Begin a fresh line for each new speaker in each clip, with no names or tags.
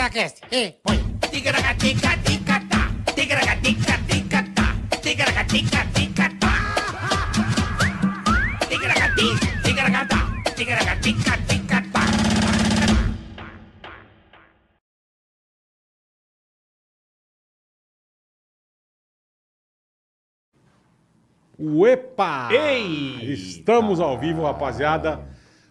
Ticaracast. E põe.
Ticaragatica-ticatá. Ticaragatica-ticatá. Ticaragatica-ticatá. Ticaragati, ticaragatá. Ticaragatica-ticatá.
Uepa!
Ei!
Estamos ao vivo, rapaziada.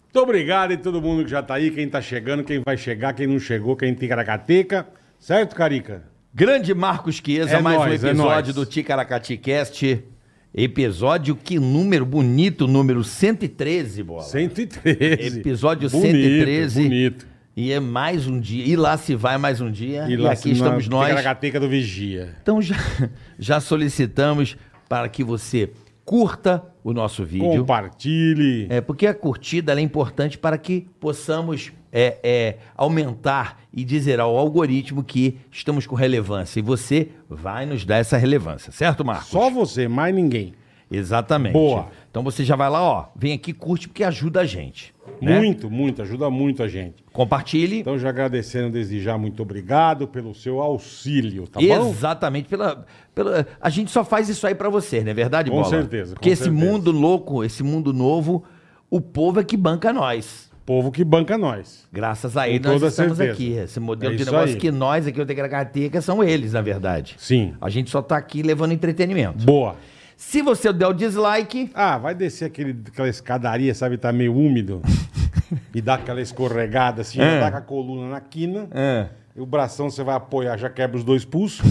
Muito obrigado a todo mundo que já tá aí, quem tá chegando, quem vai chegar, quem não chegou, quem tem caracateca. Certo, Carica?
Grande Marcos Chiesa,
É
mais um
nóis, é nóis.
episódio do Ticaracati Cast. Episódio, que número bonito, número 113, bola.
113.
Episódio
Bonito,
113.
Bonito.
E é mais um dia. E lá se vai mais um dia. E,
lá é
aqui
na
estamos nós.
Ticaracateca do Vigia.
Então já, já solicitamos para que você curta o nosso vídeo.
Compartilhe.
É, porque a curtida ela é importante para que possamos é, é, aumentar e dizer ao algoritmo que estamos com relevância. E você vai nos dar essa relevância, certo, Marcos?
Só você, mais ninguém.
Exatamente.
Boa.
Então você já vai lá, ó, vem aqui, curte, porque ajuda a gente. né?
Muito, muito, ajuda muito a gente.
Compartilhe.
Então, já agradecendo desde já, muito obrigado pelo seu auxílio, tá bom?
Exatamente. Pela, pela, a gente só faz isso aí pra você, não é verdade,
Com
Bola?
certeza, com
Porque esse
certeza.
mundo louco, esse mundo novo, o povo é que banca nós.
Povo que banca nós.
Graças a ele
Com
nós
toda
estamos
certeza.
aqui. Esse modelo
É
de
isso
negócio
aí.
que nós aqui, o Tegracateca, são eles, na verdade.
Sim.
A gente só tá aqui levando entretenimento.
Boa.
Se você der o dislike,
Ah, vai descer aquele, aquela escadaria, sabe? Tá meio úmido. e dá aquela escorregada assim,
É.
já dá com a coluna na quina. E o bração você vai apoiar, já quebra os dois pulsos.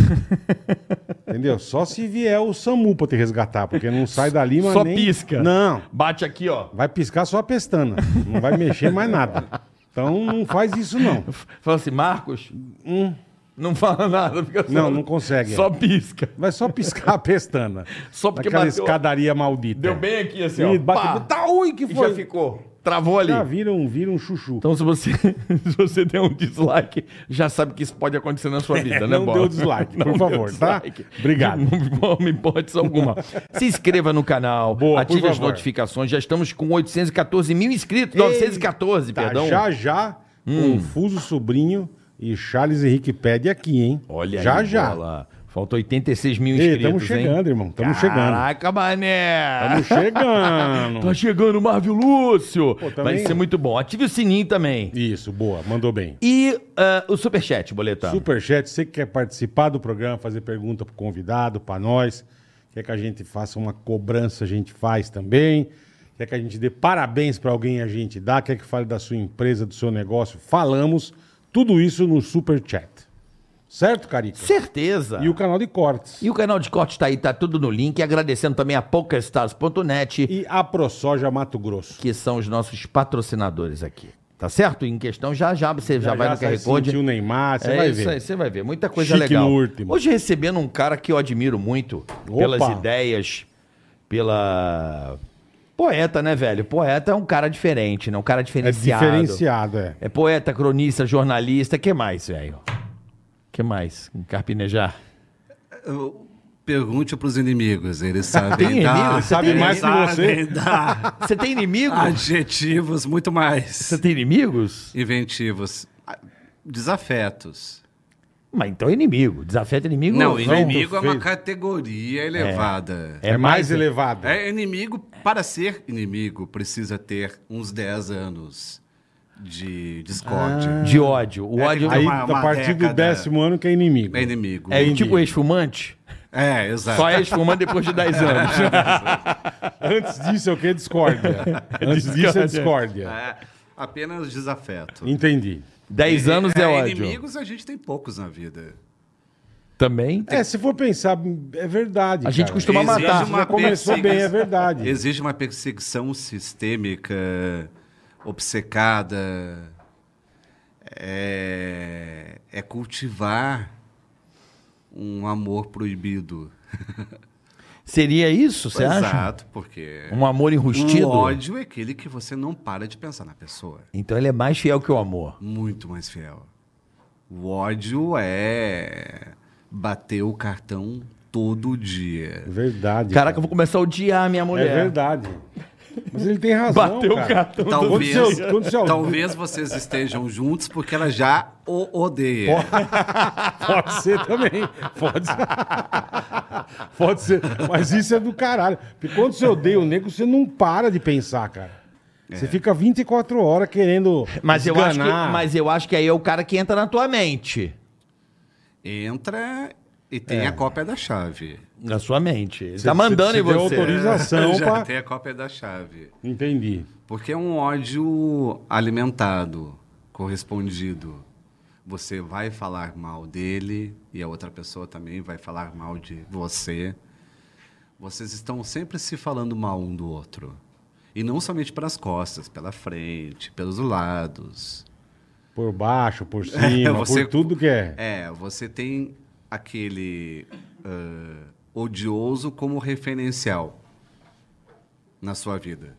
Entendeu? Só se vier o SAMU pra te resgatar, porque não sai dali, mas
só
nem...
pisca.
Não.
Bate aqui, ó.
Vai piscar só a pestana. Não vai mexer mais nada. Então não faz isso, não.
Fala assim, Marcos, não fala nada. Fica só-
Hum. Não, não consegue. é.
Só pisca.
Vai só piscar a pestana.
Só porque
Aquela
bateu-
escadaria maldita.
Deu bem aqui, assim, ó.
E
Pá.
bateu. Tá ruim que
E
foi.
já ficou. Travou ali.
Já viram, viram um chuchu.
Então, se você, se você der um dislike, já sabe que isso pode acontecer na sua vida, né,
É, não
Bola?
dê o dislike, por favor, tá? Obrigado.
De forma, hipótese alguma. Se inscreva no canal,
Boa, por
ative as
favor.
notificações. Já estamos com 814 mil inscritos. 914,
Tá,
perdão. Hum.
Já, já, Confuso Sobrinho e Charles Henrique Pede aqui, hein?
Olha
já,
aí,
já.
Bola. Faltam 86 mil
Ei,
inscritos,
estamos chegando,
hein?
irmão. Estamos chegando. Tá
Caraca, mané.
Estamos chegando.
Tá chegando o Marvio Lúcio. Vai
também-
ser muito bom. Ative o sininho também.
Isso, boa, mandou bem.
E ah, o Superchat, boletão.
Superchat, você que quer participar do programa, fazer pergunta pro convidado, pra nós, quer que a gente faça uma cobrança, a gente faz também. Quer que a gente dê parabéns pra alguém, a gente dá. Quer que fale da sua empresa, do seu negócio, falamos. Tudo isso no Superchat. Certo, Carica?
Certeza.
E o canal de cortes.
E o canal de corte tá aí, tá tudo no link. Agradecendo também a PokerStars.net,
E a ProSoja Mato Grosso.
que são os nossos patrocinadores aqui. Tá certo? Em questão, já já você já, vai no
você
QR Code.
sentir o Neymar, você
é
vai
isso
ver.
aí, você vai ver. Muita coisa
Chique
legal.
no último.
Hoje recebendo um cara que eu admiro muito pelas
Opa.
ideias, pela. Poeta, né, velho? Poeta é um cara diferente, né? Um cara
É
diferenciado.
diferenciado, é.
É poeta, cronista, jornalista. que mais, velho? que mais? Carpinejar.
Pergunte pros inimigos, eles sabem
Tem
dar.
inimigo? Você Sabe tem
mais inimigo? que você?
Sabem dar
Você tem inimigos?
Ah,
adjetivos muito mais
Você tem inimigos?
inventivos. Ah, Desafetos.
Mas então é inimigo. Desafeto é inimigo?
Não,
Vamos.
inimigo é uma
feio.
categoria elevada.
É,
um-
mais elevado.
É. inimigo, para ser inimigo, precisa ter uns 10 anos de discórdia.
De ódio. O
É,
ódio
Aí,
é,
uma-
a
uma
partir do
década.
décimo ano que é inimigo.
É inimigo.
tipo ex-fumante.
É, exato.
Só é ex-fumante depois de 10 anos.
Antes disso é o que? Discórdia. Antes disso é discórdia.
É, apenas desafeto.
Entendi.
10 anos é, ódio.
Inimigos a gente tem poucos na vida.
Também.
É, se for pensar, é verdade.
A gente
cara.
costuma
Exige
matar.
uma
Já começou
perseguição-
bem, é verdade.
Existe uma perseguição sistêmica, obcecada. É, é cultivar um amor proibido.
Seria isso, você acha?
Exato, porque
Um amor
o
enrustido?
é. ódio é aquele que você não para de pensar na pessoa.
Então ele é mais fiel que o amor.
Muito mais fiel. O ódio é bater o cartão todo dia.
Verdade.
Caraca, eu vou começar a odiar a minha
cara.
mulher.
É verdade. Mas ele tem razão.
Bateu o cartão do
Talvez,
Quando seu- quando seu-
talvez vocês estejam juntos porque ela já o odeia.
Pode ser também. Pode ser. Pode ser. Mas isso é do caralho. Porque quando você odeia o nego, você não para de pensar, cara. Você fica 24 horas querendo.
Mas eu, acho que,
esganar.
mas eu acho que aí é o cara que entra na tua mente.
Entra e tem a cópia da chave.
Na sua mente. Ele
Você-
tá mandando
você-
em
você deu
você.
autorização. São
já
pra-
tem a cópia da chave.
Entendi.
Porque é um ódio alimentado, correspondido. Você vai falar mal dele e a outra pessoa também vai falar mal de você. Vocês estão sempre se falando mal um do outro. E não somente pelas costas, pela frente, pelos lados.
Por baixo, por
É,
cima,
Você-
por tudo que é.
É, você tem aquele ah, odioso como referencial na sua vida.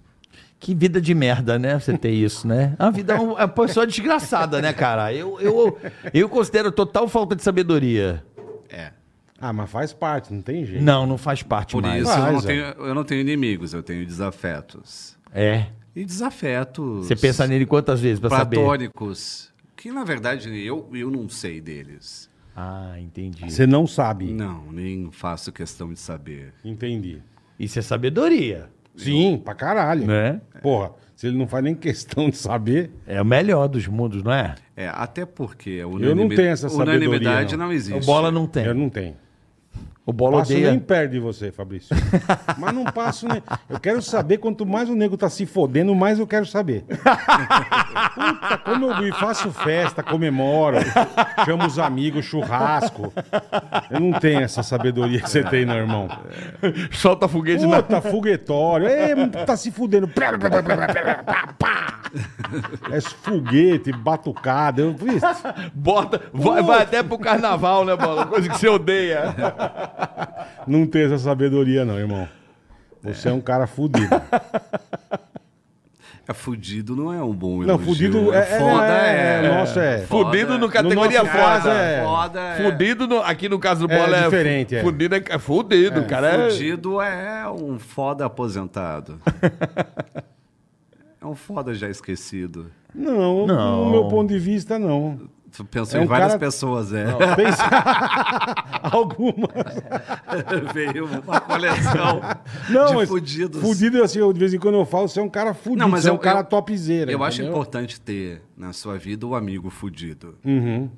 Que vida de merda, né? Você ter isso, né? A vida é uma pessoa desgraçada, né, cara? Eu, eu, eu considero total falta de sabedoria.
É.
Ah, mas faz parte, não tem jeito.
Não, não faz parte
Por
mais.
isso eu não,
Faz, é.
tenho, eu não tenho inimigos, eu tenho desafetos.
É.
E desafetos
Você pensa nele quantas vezes pra saber?
platônicos, que na verdade eu, eu não sei deles.
Ah, entendi.
Você não sabe.
Não, nem faço questão de saber.
Entendi.
Isso é sabedoria,
Sim, pra caralho.
né?
Porra, se ele não faz nem questão de saber.
É o melhor dos mundos, não é?
É, até porque a
Eu não tenho essa sabedoria,
unanimidade
não.
não,
O
existe.
É Bola não tem.
Eu não tenho.
O Bola
Passo
odeia.
nem perto de você, Fabrício. Mas não passo nem. Eu quero saber, quanto mais o nego tá se fodendo, mais eu quero saber. Puta, como eu e faço festa, comemoro, chamo os amigos, churrasco. Eu não tenho essa sabedoria que você tem, meu irmão.
Solta foguete na...
Puta, foguetório. É, tá se fudendo. Plá, plá, plá, plá, plá, plá, plá, pá. É foguete, batucada. Eu, Vixe,
Bota. Vai,
Uh!
vai até pro carnaval, né, Bola? Coisa que você
É
odeia.
não tenho essa sabedoria, não, irmão. Você é um cara fudido.
É fudido não é um bom elogio.
Não, fudido é- é-
foda,
é- nossa, é.
foda.
Fudido no categoria
No nosso
foda.
caso, é-
Foda é.
Fudido no- aqui no caso do
É,
Bola é.
diferente, é.
Fudido é, é fudido, cara. é-
Fudido é um foda aposentado. é um foda já esquecido.
Não,
Não.
no meu ponto de vista, não.
Tu pensou
É
em
um
várias
cara-
pessoas, é.
Pensa... Algumas.
Veio uma coleção
Não,
de
mas
fudidos.
Fudido, assim, eu, de vez em quando eu falo, você é um cara fudido,
Não, mas
você é um
eu-
cara
eu-
topzera.
Eu acho
entendeu?
importante ter na sua vida o amigo fudido.
Uhum.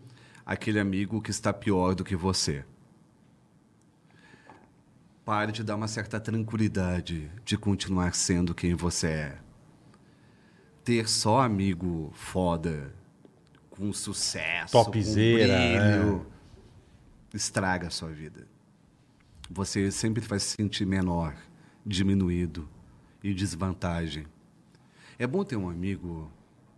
Aquele amigo que está pior do que você. Pare de dar uma certa tranquilidade de continuar sendo quem você é. Ter só amigo foda, com sucesso,
Topzera,
com brilho, estraga a sua vida. Você sempre vai se sentir menor, diminuído e desvantagem. É bom ter um amigo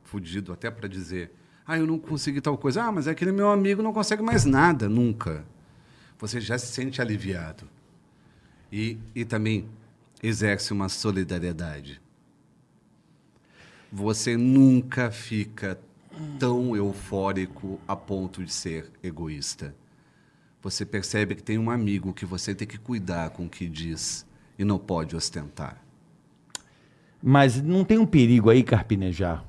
fudido até para dizer: ah, eu não consegui tal coisa. Ah, mas aquele meu amigo não consegue mais nada, nunca. Você já se sente aliviado. E, e também exerce uma solidariedade. Você nunca fica tão eufórico a ponto de ser egoísta. Você percebe que tem um amigo que você tem que cuidar com o que diz e não pode ostentar.
Mas não tem um perigo aí, Carpinejar?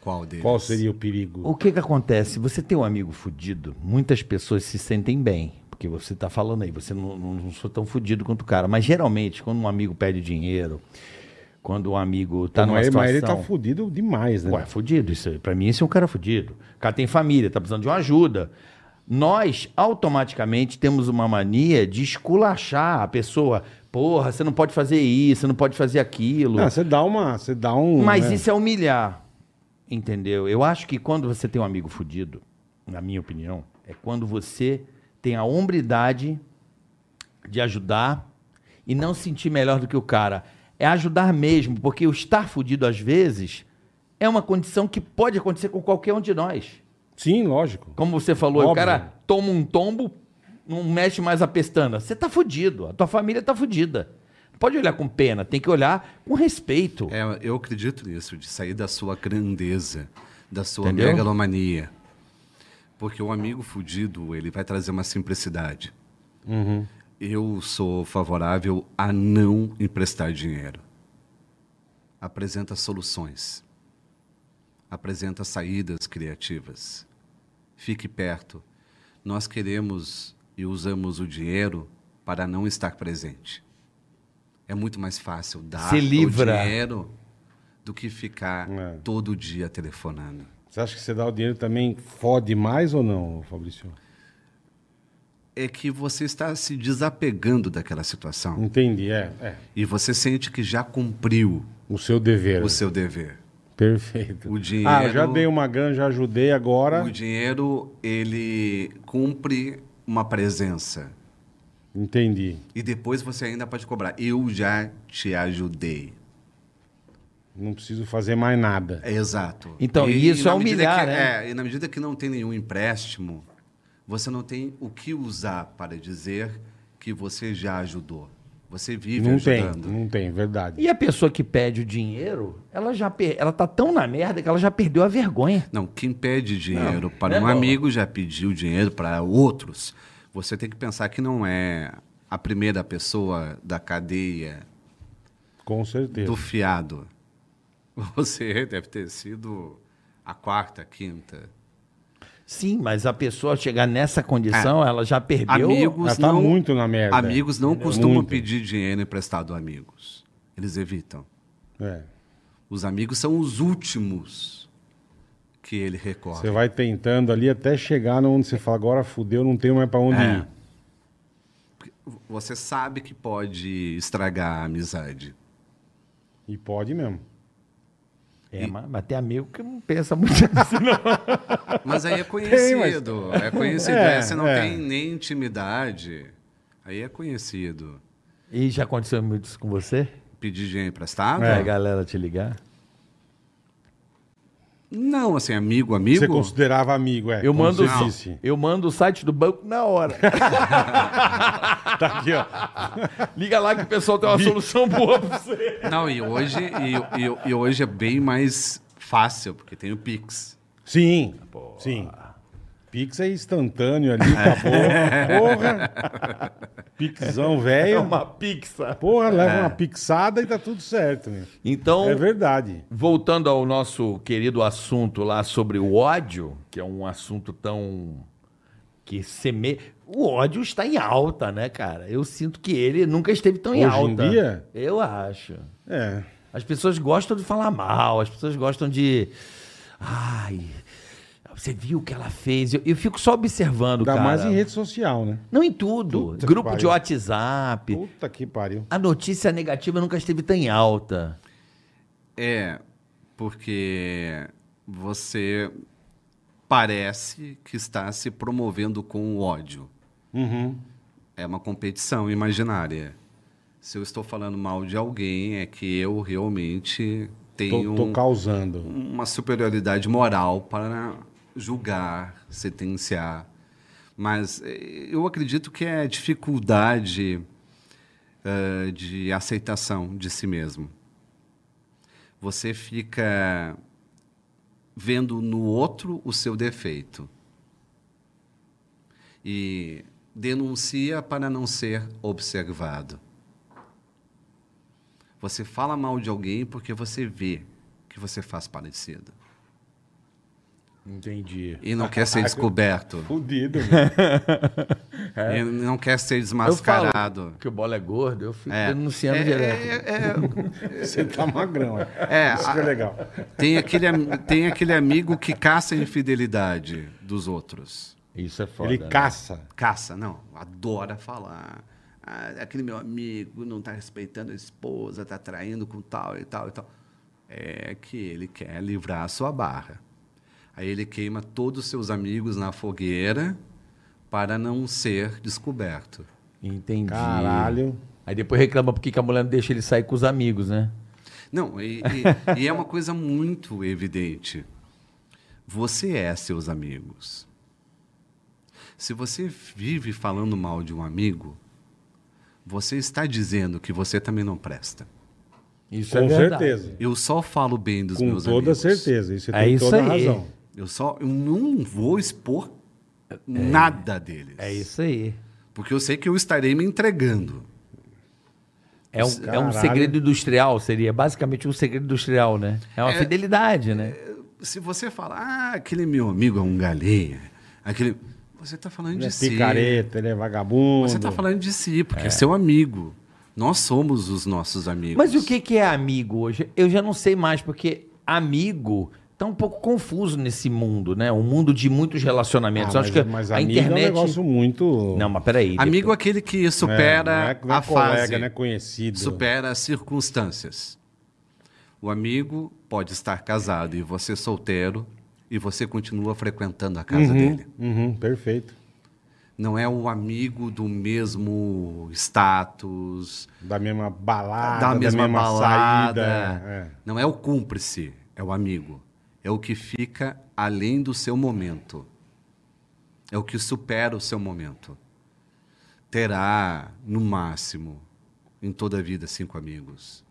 Qual deles?
Qual seria o perigo?
O que que acontece? Você tem um amigo fudido, muitas pessoas se sentem bem. Porque você tá falando aí, você não, não- não sou tão fudido quanto o cara. Mas geralmente, quando um amigo pede dinheiro, quando um amigo tá numa
mas,
situação...
mas ele tá fudido demais, né?
Ué, fudido isso aí. Pra mim, esse é um cara fudido. O cara tem família, tá precisando de uma ajuda. Nós, automaticamente, temos uma mania de esculachar a pessoa. Porra, você não pode fazer isso, você não pode fazer aquilo.
Não, você dá uma. Você dá um.
Mas
né?
isso é humilhar. Entendeu? Eu acho que quando você tem um amigo fudido, na minha opinião, é quando você tem a hombridade de ajudar e não sentir melhor do que o cara. É ajudar mesmo, porque o estar fudido às vezes é uma condição que pode acontecer com qualquer um de nós.
Sim, lógico.
Como você falou, o
Óbvio.
cara toma um tombo, não mexe mais a pestana. Você tá fudido, a tua família tá fudida. Não pode olhar com pena, tem que olhar com respeito.
É, eu acredito nisso, de sair da sua grandeza, da sua
Entendeu?
megalomania. Porque o amigo fudido, ele vai trazer uma simplicidade. Eu sou favorável a não emprestar dinheiro. apresenta soluções, apresenta saídas criativas. Fique perto. Nós queremos e usamos o dinheiro para não estar presente. É muito mais fácil dar
Se
o
livra.
dinheiro do que ficar
É.
todo dia telefonando.
Você acha que você dá o dinheiro também fode mais ou não, Fabrício?
É que você está se desapegando daquela situação
Entendi, é. é.
e você sente que já cumpriu
O seu dever.
o seu dever.
Perfeito.
O dinheiro-
Ah, eu já dei uma grana, já ajudei agora.
O dinheiro, ele cumpre uma presença.
Entendi.
E depois você ainda pode cobrar. Eu já te ajudei.
Não preciso fazer mais nada.
É exato.
Então, isso
na
é
medida
humilhar,
que-
né?
É, e na medida que não tem nenhum empréstimo, você não tem o que usar para dizer que você já ajudou. Você vive
não
É ajudando.
tem, não tem, verdade.
E a pessoa que pede o dinheiro, ela já per... ela tá tão na merda que ela já perdeu a vergonha.
Não, quem pede dinheiro para
né,
um
Bola?
amigo já pediu dinheiro para outros. Você tem que pensar que não é a primeira pessoa da cadeia
Com certeza.
do fiado. Você deve ter sido a quarta, quinta.
Sim, mas a pessoa chegar nessa condição, ela já perdeu.
Amigos
Ela tá
não,
muito na merda.
amigos não costumam
Muito.
pedir dinheiro emprestado a amigos. Eles evitam.
É.
Os amigos são os últimos que ele recorre.
Você vai tentando ali até chegar onde você fala, agora fudeu, não tenho mais pra onde
É.
ir.
Você sabe que pode estragar a amizade.
E pode mesmo.
É, mas, mas tem amigo que não pensa muito assim, não.
Mas aí é
Ah, mas-
conhecido. É conhecido.
É,
É, você não
é.
tem nem intimidade. Aí é conhecido.
E já aconteceu muito isso com você?
Pedir dinheiro emprestado?
A
É.
galera te ligar?
Não, assim, amigo, amigo.
Você considerava amigo, é.
Eu
como
mando,
Você disse.
eu mando o site do banco na hora.
Tá aqui, ó.
Liga lá que o pessoal tem uma solução boa pra você.
Não, e hoje, e, e- e hoje é bem mais fácil, porque tem o Pix.
Sim. Sim. Pix é instantâneo ali, acabou. Porra. Pixão
É
velho.
uma pizza.
Porra, leva
É.
uma pixada e tá tudo certo, meu.
Então,
É verdade.
voltando ao nosso querido assunto lá sobre o ódio, que é um assunto tão. que semeia. O ódio está em alta, né, cara? Eu sinto que ele nunca esteve tão em
Hoje em
alta.
dia?
Eu acho.
É.
As pessoas gostam de falar mal, as pessoas gostam de. Ai, você viu o que ela fez? Eu, eu fico só observando,
Ainda
cara.
mais em rede social, né?
Não em tudo.
Puta que
Grupo de
pariu.
WhatsApp.
Puta que pariu.
A notícia negativa nunca esteve tão em alta.
É, porque você parece que está se promovendo com o ódio.
Uhum.
É uma competição imaginária. Se eu estou falando mal de alguém, é que eu realmente tenho um
Tô, tô causando.
uma superioridade moral para julgar, sentenciar. Mas eh, eu acredito que é a dificuldade eh, de aceitação de si mesmo. Você fica vendo no outro o seu defeito e denuncia para não ser observado. Você fala mal de alguém porque você vê que você faz parecido
Entendi.
e não quer ser descoberto,
Fudido, meu.
e não quer ser
Eu falo
desmascarado.
que o bola é gordo, eu fico
É.
denunciando
É,
direto.
Você tá magrão. É.
É,
Isso que é
a-
legal.
tem, aquele, am- tem aquele amigo que caça a infidelidade dos outros.
Isso é foda.
Ele
né?
caça.
Caça, não, adora falar. Ah, aquele meu amigo não está respeitando a esposa, está traindo com tal e tal e tal. É que ele quer livrar a sua barra. Aí ele queima todos os seus amigos na fogueira para não ser descoberto.
Entendi.
Caralho.
Aí depois reclama porque que a mulher não deixa ele sair com os amigos, né?
Não, e, e- e é uma coisa muito evidente. Você é seus amigos. Se você vive falando mal de um amigo, você está dizendo que você também não presta.
Isso é
Com
verdade.
certeza.
Eu só falo bem dos
Com
meus
toda
amigos.
certeza. Isso você
É
tem
isso
toda a
aí.
razão.
Eu só eu não vou expor nada deles.
É isso aí.
Porque eu sei que eu estarei me entregando.
É um, é um
Caralho.
segredo industrial, seria basicamente um segredo industrial, né? É uma fidelidade, né?
Se você falar, ah, aquele meu amigo é um galinha, aquele. Você está falando
Ele
de
é
si.
picareta, ele é vagabundo.
Você está falando de si, porque é seu amigo. Nós somos os nossos amigos.
Mas o que, que é amigo hoje? Eu já não sei mais, porque amigo tá um pouco confuso nesse mundo, né? Um mundo de muitos relacionamentos.
Ah,
Eu Acho
mas-
que
mas
a
amigo
internet.
é um negócio muito.
Não, mas peraí.
Amigo é aquele que
É,
supera
não é, não é
a
colega,
fase,
não é conhecido.
supera as circunstâncias. O amigo pode estar casado e você solteiro e você continua frequentando a casa
Uhum,
dele.
uhum, perfeito.
Não é o amigo do mesmo status,
Da mesma balada,
da mesma, balada.
saída. é.
Não é o cúmplice, é o amigo. É o que fica além do seu momento. É o que supera o seu momento. Terá, no máximo, em toda a vida, cinco amigos.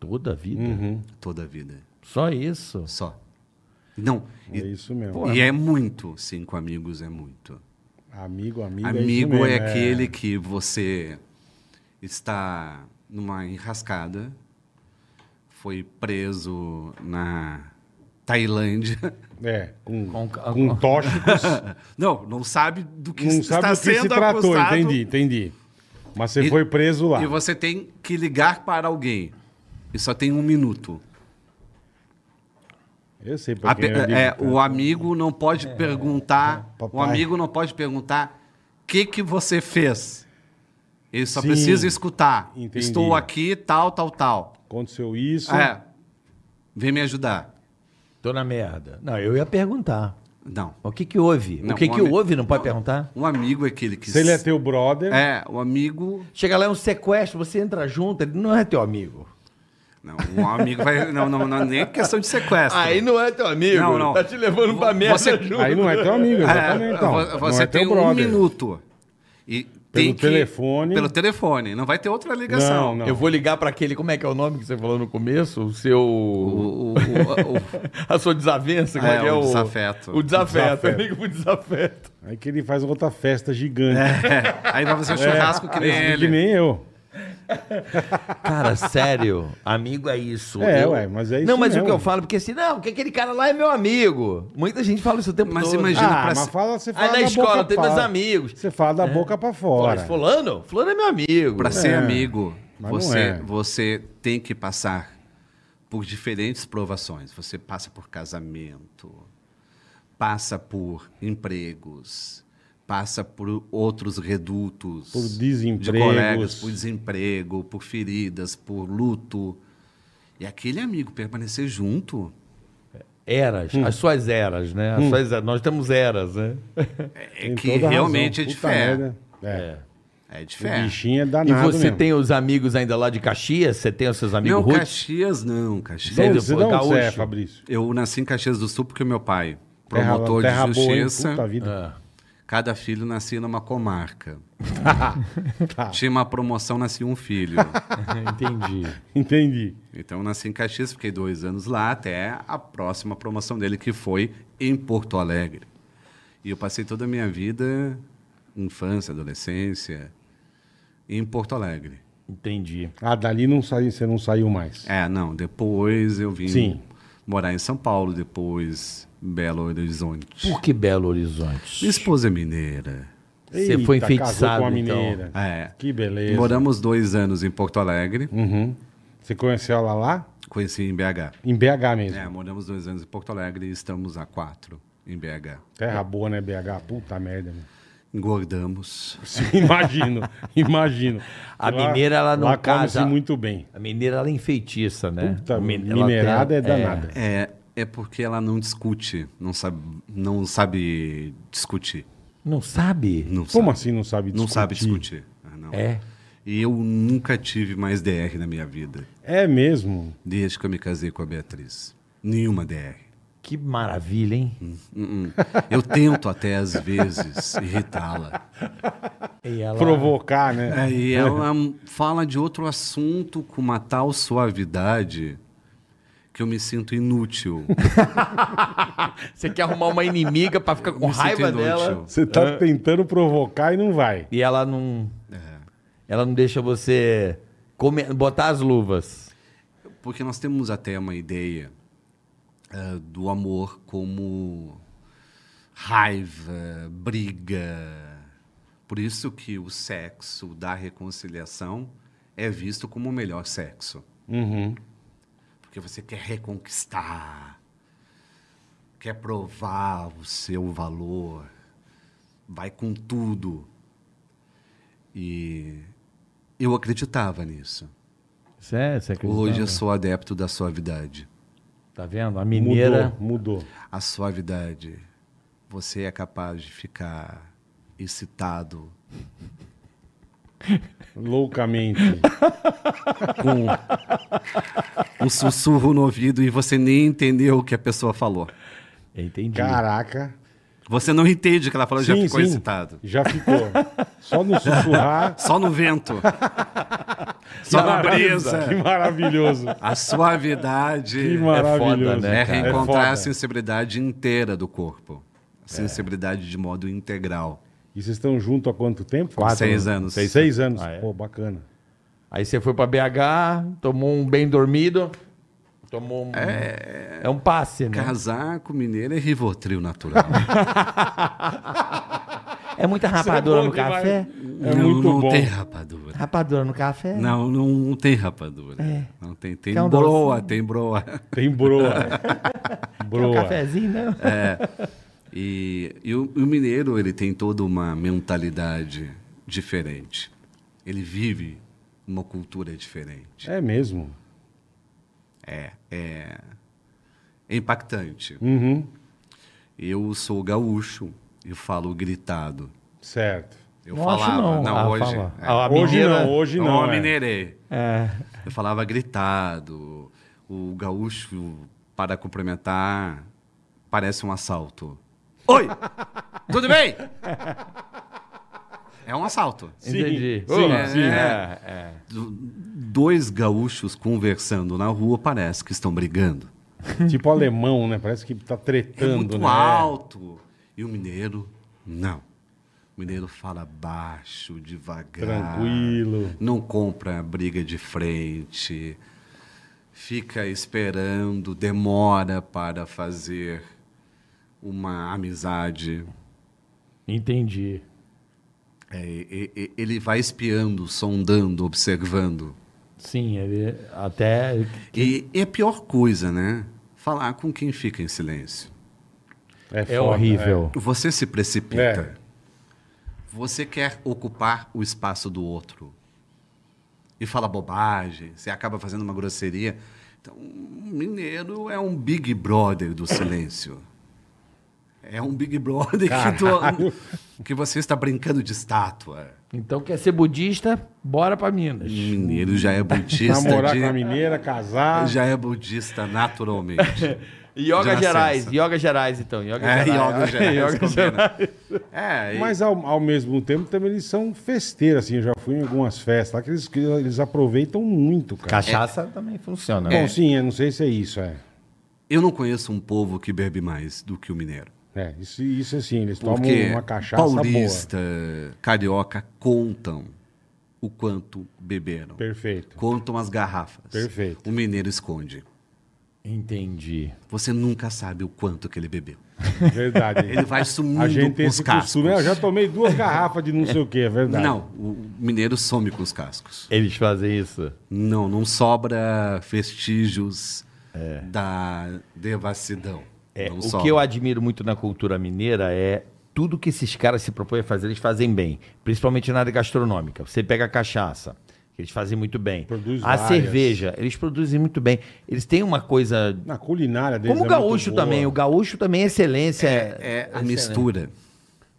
Toda a vida.
Hum.
Toda a vida.
Só isso.
Só. Não.
É
E,
isso mesmo.
e é muito. Cinco amigos é muito.
Amigo, amigo. é isso
Amigo
mesmo,
é aquele que você está numa enrascada, foi preso na Tailândia.
É, com, com,
Com-
tóxicos.
Não, não sabe do que
não
está
sabe do que
sendo
se tratou,
acusado.
entendi, entendi. Mas você
E-
foi preso lá.
E você tem que ligar para alguém. E só tem um minuto.
Eu sei
A
pra quem
pe-
eu digo,
é,
cara.
o amigo não pode perguntar. O
Papai.
amigo não pode perguntar o que, que você fez. Ele só
Sim.
precisa escutar.
Entendi.
Estou aqui, tal, tal, tal.
Aconteceu isso.
É. Vem me ajudar.
Tô na merda. Não, eu ia perguntar.
Não.
O que que houve? o
Não,
que
um
que
ami-
houve? Não pode perguntar?
Um amigo é aquele que.
Se ele é teu brother,
É, o amigo.
Chega lá, é um sequestro, você entra junto, ele não é teu amigo.
Não, um amigo vai. Não, não, não, nem é questão de sequestro.
Aí não é teu amigo.
Não, não.
Tá te levando pra merda
Você-
junto.
aí não é teu amigo, exatamente.
É,
então.
vo-
Não
você
é
tem
teu
um
brother.
minuto. E tem que-
telefone.
Pelo telefone. Não vai ter outra
Não,
ligação.
não.
Eu vou ligar pra aquele, como é que é o nome que você falou no começo? O seu.
O- o- o- o-
a sua desavença, como é,
É,
que é
o
o.
desafeto.
O desafeto.
Desafeto.
Liga pro desafeto.
Aí que ele faz outra festa gigante.
Aí vai fazer um É. churrasco que nem
É, Esse
ele.
Que nem eu.
Cara, sério, amigo é isso.
É, ué, mas é isso
Não, mas
mesmo.
o que eu falo, porque assim, não, porque aquele cara lá é meu amigo. Muita gente fala isso o tempo
Mas
todo.
imagina-
Ah,
pra
mas
se-
fala, você fala
Aí na
da
escola
boca
tem
pra-
meus amigos. É.
Você fala da boca pra
Pô,
Ah, fora.
mas fulano? Fulano é meu amigo.
Para ser amigo,
mas não
você,
é.
você tem que passar por diferentes provações. Você passa por casamento, passa por empregos, passa por outros redutos.
Por
De
desempregos.
colegas, por desemprego, por feridas, por luto. E aquele amigo permanecer junto
Eras, as suas eras, né? As suas eras. Nós temos eras, né?
é
Tem
que
toda a razão.
realmente é de
Puta
fé.
merda. É.
É de
O
fé.
bichinho é
E
danado
você
mesmo.
tem os amigos ainda lá de Caxias? Você tem os seus amigos
Não,
roots?
Caxias não, Caxias.
De onde-
Entendeu?
de onde
Gaúcho.
você é, Fabrício?
Eu nasci em Caxias do Sul porque meu pai,
Terra-
promotor
terra
de
boa, hein?
justiça,
Puta vida.
Ah.
cada filho nascia numa comarca.
Tá.
Tinha uma promoção, nascia um filho.
Entendi.
Entendi.
então eu nasci em Caxias, fiquei dois anos lá até a próxima promoção dele, que foi em Porto Alegre. E eu passei toda a minha vida, infância, adolescência, em Porto Alegre.
Entendi.
Ah, dali não saiu, você não saiu mais.
É, não, depois eu vim
Sim.
morar em São Paulo, depois Belo Horizonte.
Por que Belo Horizonte?
Minha esposa é mineira.
Você foi
Eita, Casou
enfeitiçado,
com a
então.
mineira.
É.
Que beleza.
Moramos dois anos em Porto Alegre,
Uhum. Você conheceu ela lá?
conheci em BH.
Em BH mesmo.
É, moramos dois anos em Porto Alegre e estamos há quatro em BH.
Terra boa, né, BH? Puta merda, meu.
Engordamos.
Sim, imagino, imagino.
A mineira, ela não
lá
casa-
come-se muito bem.
A mineira, ela é enfeitiça, né?
Puta,
O min- ela
minerada
tem-
é danada.
É, é porque ela não discute, não sabe, não sabe discutir.
É. Não sabe?
Não
Como
sabe,
assim não sabe discutir?
Não sabe discutir. Ah, não.
É.
E eu nunca tive mais DR na minha vida,
É mesmo.
desde que eu me casei com a Beatriz. Nenhuma DR.
Que maravilha, hein?
Hum, hum. Eu tento até às vezes irritá-la.
E ela-
Provocar, né?
Aí ela é fala de outro assunto com uma tal suavidade que eu me sinto inútil.
Você quer arrumar uma inimiga pra ficar com
Me sinto
raiva
inútil.
dela.
Você tá tentando provocar e não vai.
E ela não. Ela não deixa você Come- Botar as luvas.
Porque nós temos até uma ideia eh, do amor como raiva, briga. Por isso que o sexo da reconciliação é visto como o melhor sexo.
Uhum.
Porque você quer reconquistar, quer provar o seu valor, vai com tudo. E eu acreditava nisso.
Isso é, você acredita?
Hoje eu sou adepto da suavidade.
Tá vendo? A mineira.
Mudou, mudou.
A suavidade. Você é capaz de ficar excitado
Loucamente.
com um sussurro no ouvido e você nem entendeu o que a pessoa falou.
Entendi.
Caraca.
Você não entende o que ela falou, já
Sim,
ficou
sim.
excitado.
Já ficou. Só no sussurrar.
Só no vento. Só na
Que
brisa. É
maravilhoso.
A suavidade
Que maravilhoso.
foda, né,
é
cara? É
reencontrar a
foda. É.
sensibilidade inteira do corpo. A sensibilidade de modo integral.
E vocês estão junto há quanto tempo? né?
seis anos.
Seis, seis anos.
Ah, é?
Pô, bacana.
Aí você foi pra BH, tomou um bem dormido. Tomou um. É, um passe, né?
Casaco mineiro é rivotril natural.
É muita
Isso
rapadura
é
no
bom demais.
café?
É
não,
muito
não
bom.
tem rapadura.
Rapadura no café?
Não, não, não tem rapadura.
É.
Não tem, tem
Quer um
broa,
docinho?
tem broa.
Tem broa.
Quer um
broa.
cafezinho, não?
E, e o, o mineiro, ele tem toda uma mentalidade diferente. Ele vive uma cultura diferente.
É mesmo.
É, é, é impactante.
Uhum.
Eu sou gaúcho, eu falo gritado.
Certo.
Eu
Não acho
falava,
não. Ah,
hoje.
fala.
é.
Ah, A
hoje
mineira-
não, hoje não. é.
mineirei.
É.
Eu falava gritado. O gaúcho, para cumprimentar, parece um assalto. Oi! Tudo bem? É um assalto.
Sim,
Entendi.
sim,
Oh,
sim.
é, é.
Do- Dois gaúchos conversando na rua parece que estão brigando.
Tipo alemão, né? Parece que tá
É
tretando,
muito
né?
alto. E o mineiro, não. O mineiro fala baixo, devagar.
Tranquilo.
Não compra a briga de frente. Fica esperando, demora para fazer uma amizade.
Entendi.
É, e- e- ele vai espiando, sondando, observando.
Sim, ele até.
E é a pior coisa, né? Falar com quem fica em silêncio.
É,
É
foda,
horrível.
Você se precipita.
É.
Você quer ocupar o espaço do outro. E fala bobagem, você acaba fazendo uma grosseria. Então, o mineiro é um Big Brother do silêncio. É um Big Brother que, tu-
Caralho.
que você está brincando de estátua.
Então quer ser budista? Bora pra Minas.
O mineiro já é
É.
budista.
Namorar
de-
com a mineira, casar.
Já é budista naturalmente.
Yoga
De
Gerais,
nascença.
Yoga Gerais então. Yoga
É, yoga
Gerais.
gerais.
Yoga Gerais.
É, e-
Mas ao, ao mesmo tempo também eles são festeiros, assim. Eu já fui em algumas festas lá que eles, que eles aproveitam muito, cara.
Cachaça também funciona.
Bom,
né?
sim, eu não sei se é isso, é.
eu não conheço um povo que bebe mais do que o mineiro.
É, isso, isso assim, eles
Porque
tomam uma cachaça
paulista, carioca contam o quanto beberam.
boa. Perfeito.
Contam as garrafas.
Perfeito.
O mineiro esconde.
Entendi.
Você nunca sabe o quanto que ele bebeu.
Verdade.
Ele vai sumindo
A gente tem
com os
esse
cascos.
costume. Eu já tomei duas garrafas de não sei o que, é verdade.
Não, o mineiro some com os cascos.
Eles fazem isso.
Não, não sobra vestígios
É.
da devassidão.
É,
Não né?
o
sobra.
que eu admiro muito na cultura mineira é tudo que esses caras se propõem a fazer, eles fazem bem. Principalmente na área gastronômica. Você pega a cachaça, que eles fazem muito bem.
Produz
a
várias.
cerveja, eles produzem muito bem. Eles têm uma coisa.
Na culinária deles
Como o
é muito
gaúcho
boa.
também. O gaúcho também é excelência.
É a mistura.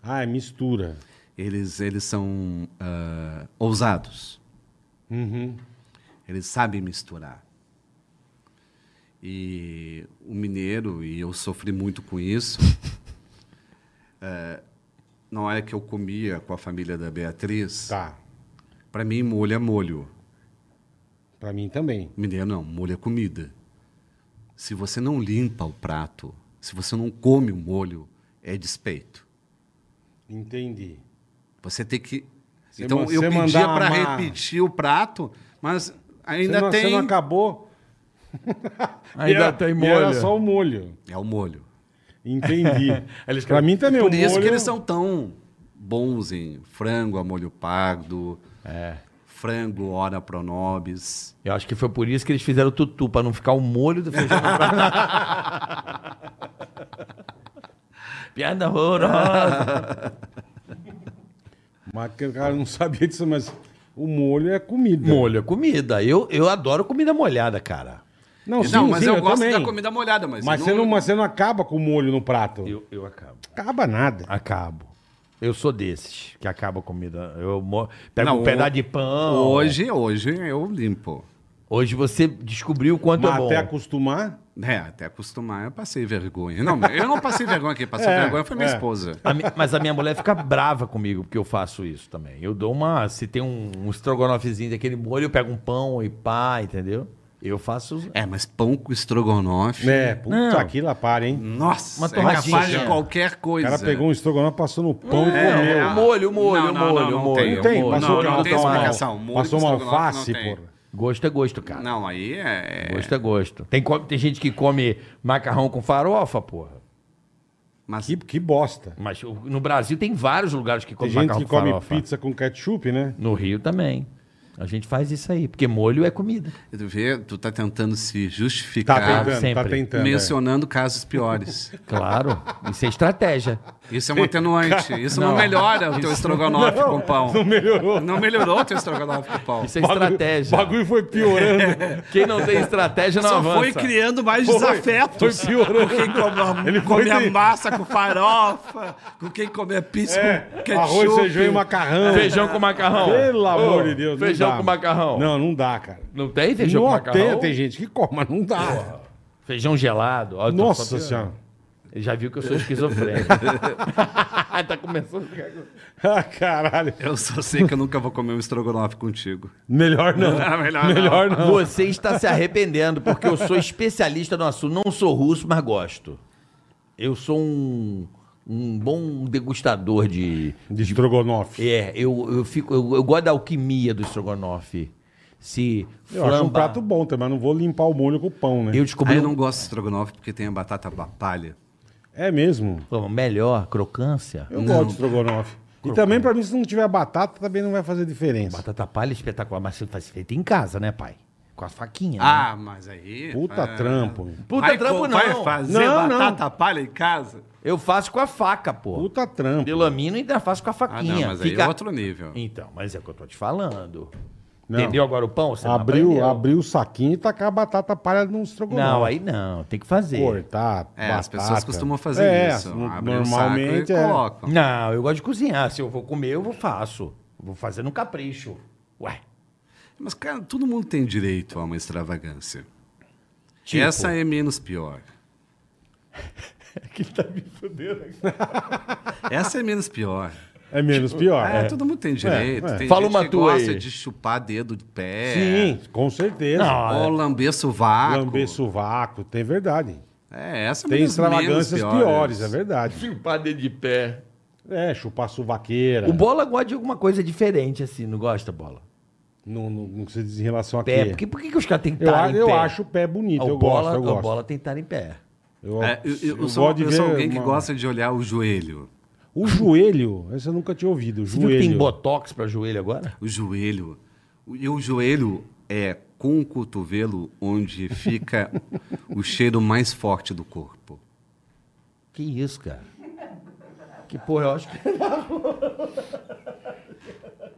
Ah, é mistura.
Eles, eles são ah, ousados. Eles sabem misturar. E o mineiro, e eu sofri muito com isso, eh, na hora que eu comia com a família da Beatriz,
Tá.
para mim molho é molho.
Pra mim também.
Mineiro não, molho é comida. Se você não limpa o prato, se você não come o molho, é despeito.
Entendi.
Você tem que.
Você
então
man-
eu
você
pedia
mandar
para
amar.
repetir o prato, Mas
Você
ainda
não- Você
tem.
não acabou.
Ainda
E era-
tem
E era
molho.
só o molho.
É o molho.
Entendi.
Eles
pra mim também
Por
o
isso
molho...
que eles são tão bons em frango a molho pardo,
É.
frango ora pronobis.
Eu acho que foi por isso que eles fizeram tutu, pra não ficar o molho do feijão. Piada horrorosa.
Mas que o cara não sabia disso, mas o molho é comida.
Molho é comida. Eu, eu adoro comida molhada, cara.
Não, sim,
não, mas
sim,
eu,
eu
gosto
também.
da comida molhada, mas,
Mas
eu
você, não, mas você não acaba com o molho no prato.
Eu, Ah, eu acabo.
Acaba nada.
Acabo. Eu sou desses que acaba a comida. Eu mo- pego
Não,
um
o-
pedaço de pão.
Hoje, hoje eu limpo.
Hoje você descobriu o quanto
Mas
é bom.
até acostumar.
É, até acostumar, eu passei vergonha. Não, eu não passei vergonha aqui, passei
É,
vergonha foi minha
é.
esposa.
A mi- mas a minha mulher fica brava comigo porque eu faço isso também. Eu dou uma. Se tem um, um estrogonofezinho daquele molho, eu pego um pão e pá, entendeu? Eu faço.
É, mas pão com estrogonofe.
É, puta,
Não.
aquilo apara, hein?
Nossa,
Uma
é capaz
torradinha.
de qualquer
O
coisa.
cara pegou um estrogonofe, passou no pão e
É,
comeu.
é.
o molho, o molho, o molho, o molho.
tem,
Não tem,
o molho.
passou
Não,
o
não
cara
tem
tá uma-
explicação. Molho
Passou uma
com estrogonofe
alface,
não tem.
porra.
Gosto é gosto, cara.
Não, aí é.
Gosto é gosto. Tem, co- tem gente que come macarrão com farofa, porra.
Mas
Que, que bosta.
Mas o- no Brasil tem vários lugares que
Tem
comem
gente
macarrão
que
com
come
farofa.
pizza com ketchup, né?
No Rio também. A gente faz isso aí, porque molho é comida.
tu vê, tu tá tentando se
Tá
justificar
tentando, tá
sempre.
tentando. é.
mencionando casos piores.
Claro. Isso é estratégia.
Isso é um atenuante. Isso não,
Não.
melhora o teu estrogonofe com pão.
Não melhorou.
Não melhorou o teu estrogonofe com pão.
Isso é
O bagulho-
estratégia.
O bagulho foi piorando.
Quem não tem estratégia não
Só
avança.
foi criando mais
é Foi,
desafetos.
foi piorando.
Com quem come,
Ele
Ele
foi
come a
de-
massa com farofa, com quem come pizza com ketchup.
É, Arroz, feijão e macarrão.
Feijão com macarrão.
Pelo amor
Ô,
de Deus. não
Feijão
dá,
com
mano.
macarrão. Não,
Não, não dá, cara.
tem feijão com
Não,
macarrão?
Tem, tem gente que come, mas não dá.
Feijão gelado. Ó, eu tô só
Nossa
piorando.
senhora.
Ele já viu que eu sou esquizofrênico. tá começando. a ficar com-
Ah, caralho.
Eu só sei que eu nunca vou comer um estrogonofe contigo.
Melhor não.
melhor não.
Melhor não.
Você está se arrependendo, porque eu sou especialista no assunto. Não sou russo, mas gosto. Eu sou um, um bom degustador de.
De estrogonofe.
É, eu, eu, fico, eu, eu gosto da alquimia do estrogonofe. Se
Eu acho um
flamba-
prato bom também, mas não vou limpar o molho com o pão, né?
Eu
Aí
descobri
eu
um
não gosto de estrogonofe porque tem a batata palha.
É mesmo.
Pô, melhor crocância.
Eu gosto de estrogonofe. E também, pra mim, se não tiver batata, também não vai fazer diferença.
Batata palha é espetacular, mas você faz feito em casa, né, pai? Com a faquinha. né?
Ah, mas aí...
Puta
Ah.
trampo.
Puta
Vai
trampo
co-
não.
Vai fazer
Não, não.
batata palha em casa?
Eu faço com a faca, pô.
Puta trampo.
Delamino ainda faço com a
Ah,
faquinha.
não, mas aí é outro nível.
Então, mas é o que eu tô te falando.
Não.
Entendeu agora o pão? Você não
Abriu,
aprendeu.
abriu o saquinho e tacar a batata palha num estrogonofe.
Não, aí não. Tem que fazer.
Cortar,
É, as pessoas
batata.
costumam fazer
É,
isso.
no-
Abrem o saco e
normalmente é.
colocam.
Não, eu gosto de cozinhar. Se eu vou comer, eu vou faço. Vou fazer no capricho. Ué.
Mas, cara, todo mundo tem direito a uma extravagância.
Tipo,
Essa é menos pior.
que tá me
né?
fudendo aqui.
Essa é menos pior.
É menos pior.
É,
é.
todo mundo tem direito.
é.
Tem
Fala
gente
uma
que
tua
gosta
aí.
de chupar dedo de pé.
Sim, com certeza.
Não,
Ou lamber sovaco.
Lamber sovaco, tem verdade.
É, essa é
Tem
menos-
extravagâncias
menos
piores. é verdade.
Chupar dedo um de pé.
É, chupar suvaqueira.
O Bola gosta de alguma coisa diferente, assim. Não gosta, Bola?
Não, não, não se diz em relação a
Pé.
quê?
Por que, por que que os caras têm que
Eu,
estar
a-
em
eu
pé?
acho o pé bonito,
Ah, o
eu
bola,
gosto, eu
O
gosto.
bola tem que estar em pé.
Eu,
É, eu, eu
eu
sou,
gosto de
eu sou
ver
alguém que
uma-
gosta de olhar o joelho.
O joelho, esse eu nunca tinha ouvido. O
Você viu que
joelho.
tem botox pra joelho agora?
O joelho. O- E o joelho é com o cotovelo onde fica o cheiro mais forte do corpo.
Que isso, cara? Que porra, eu acho que...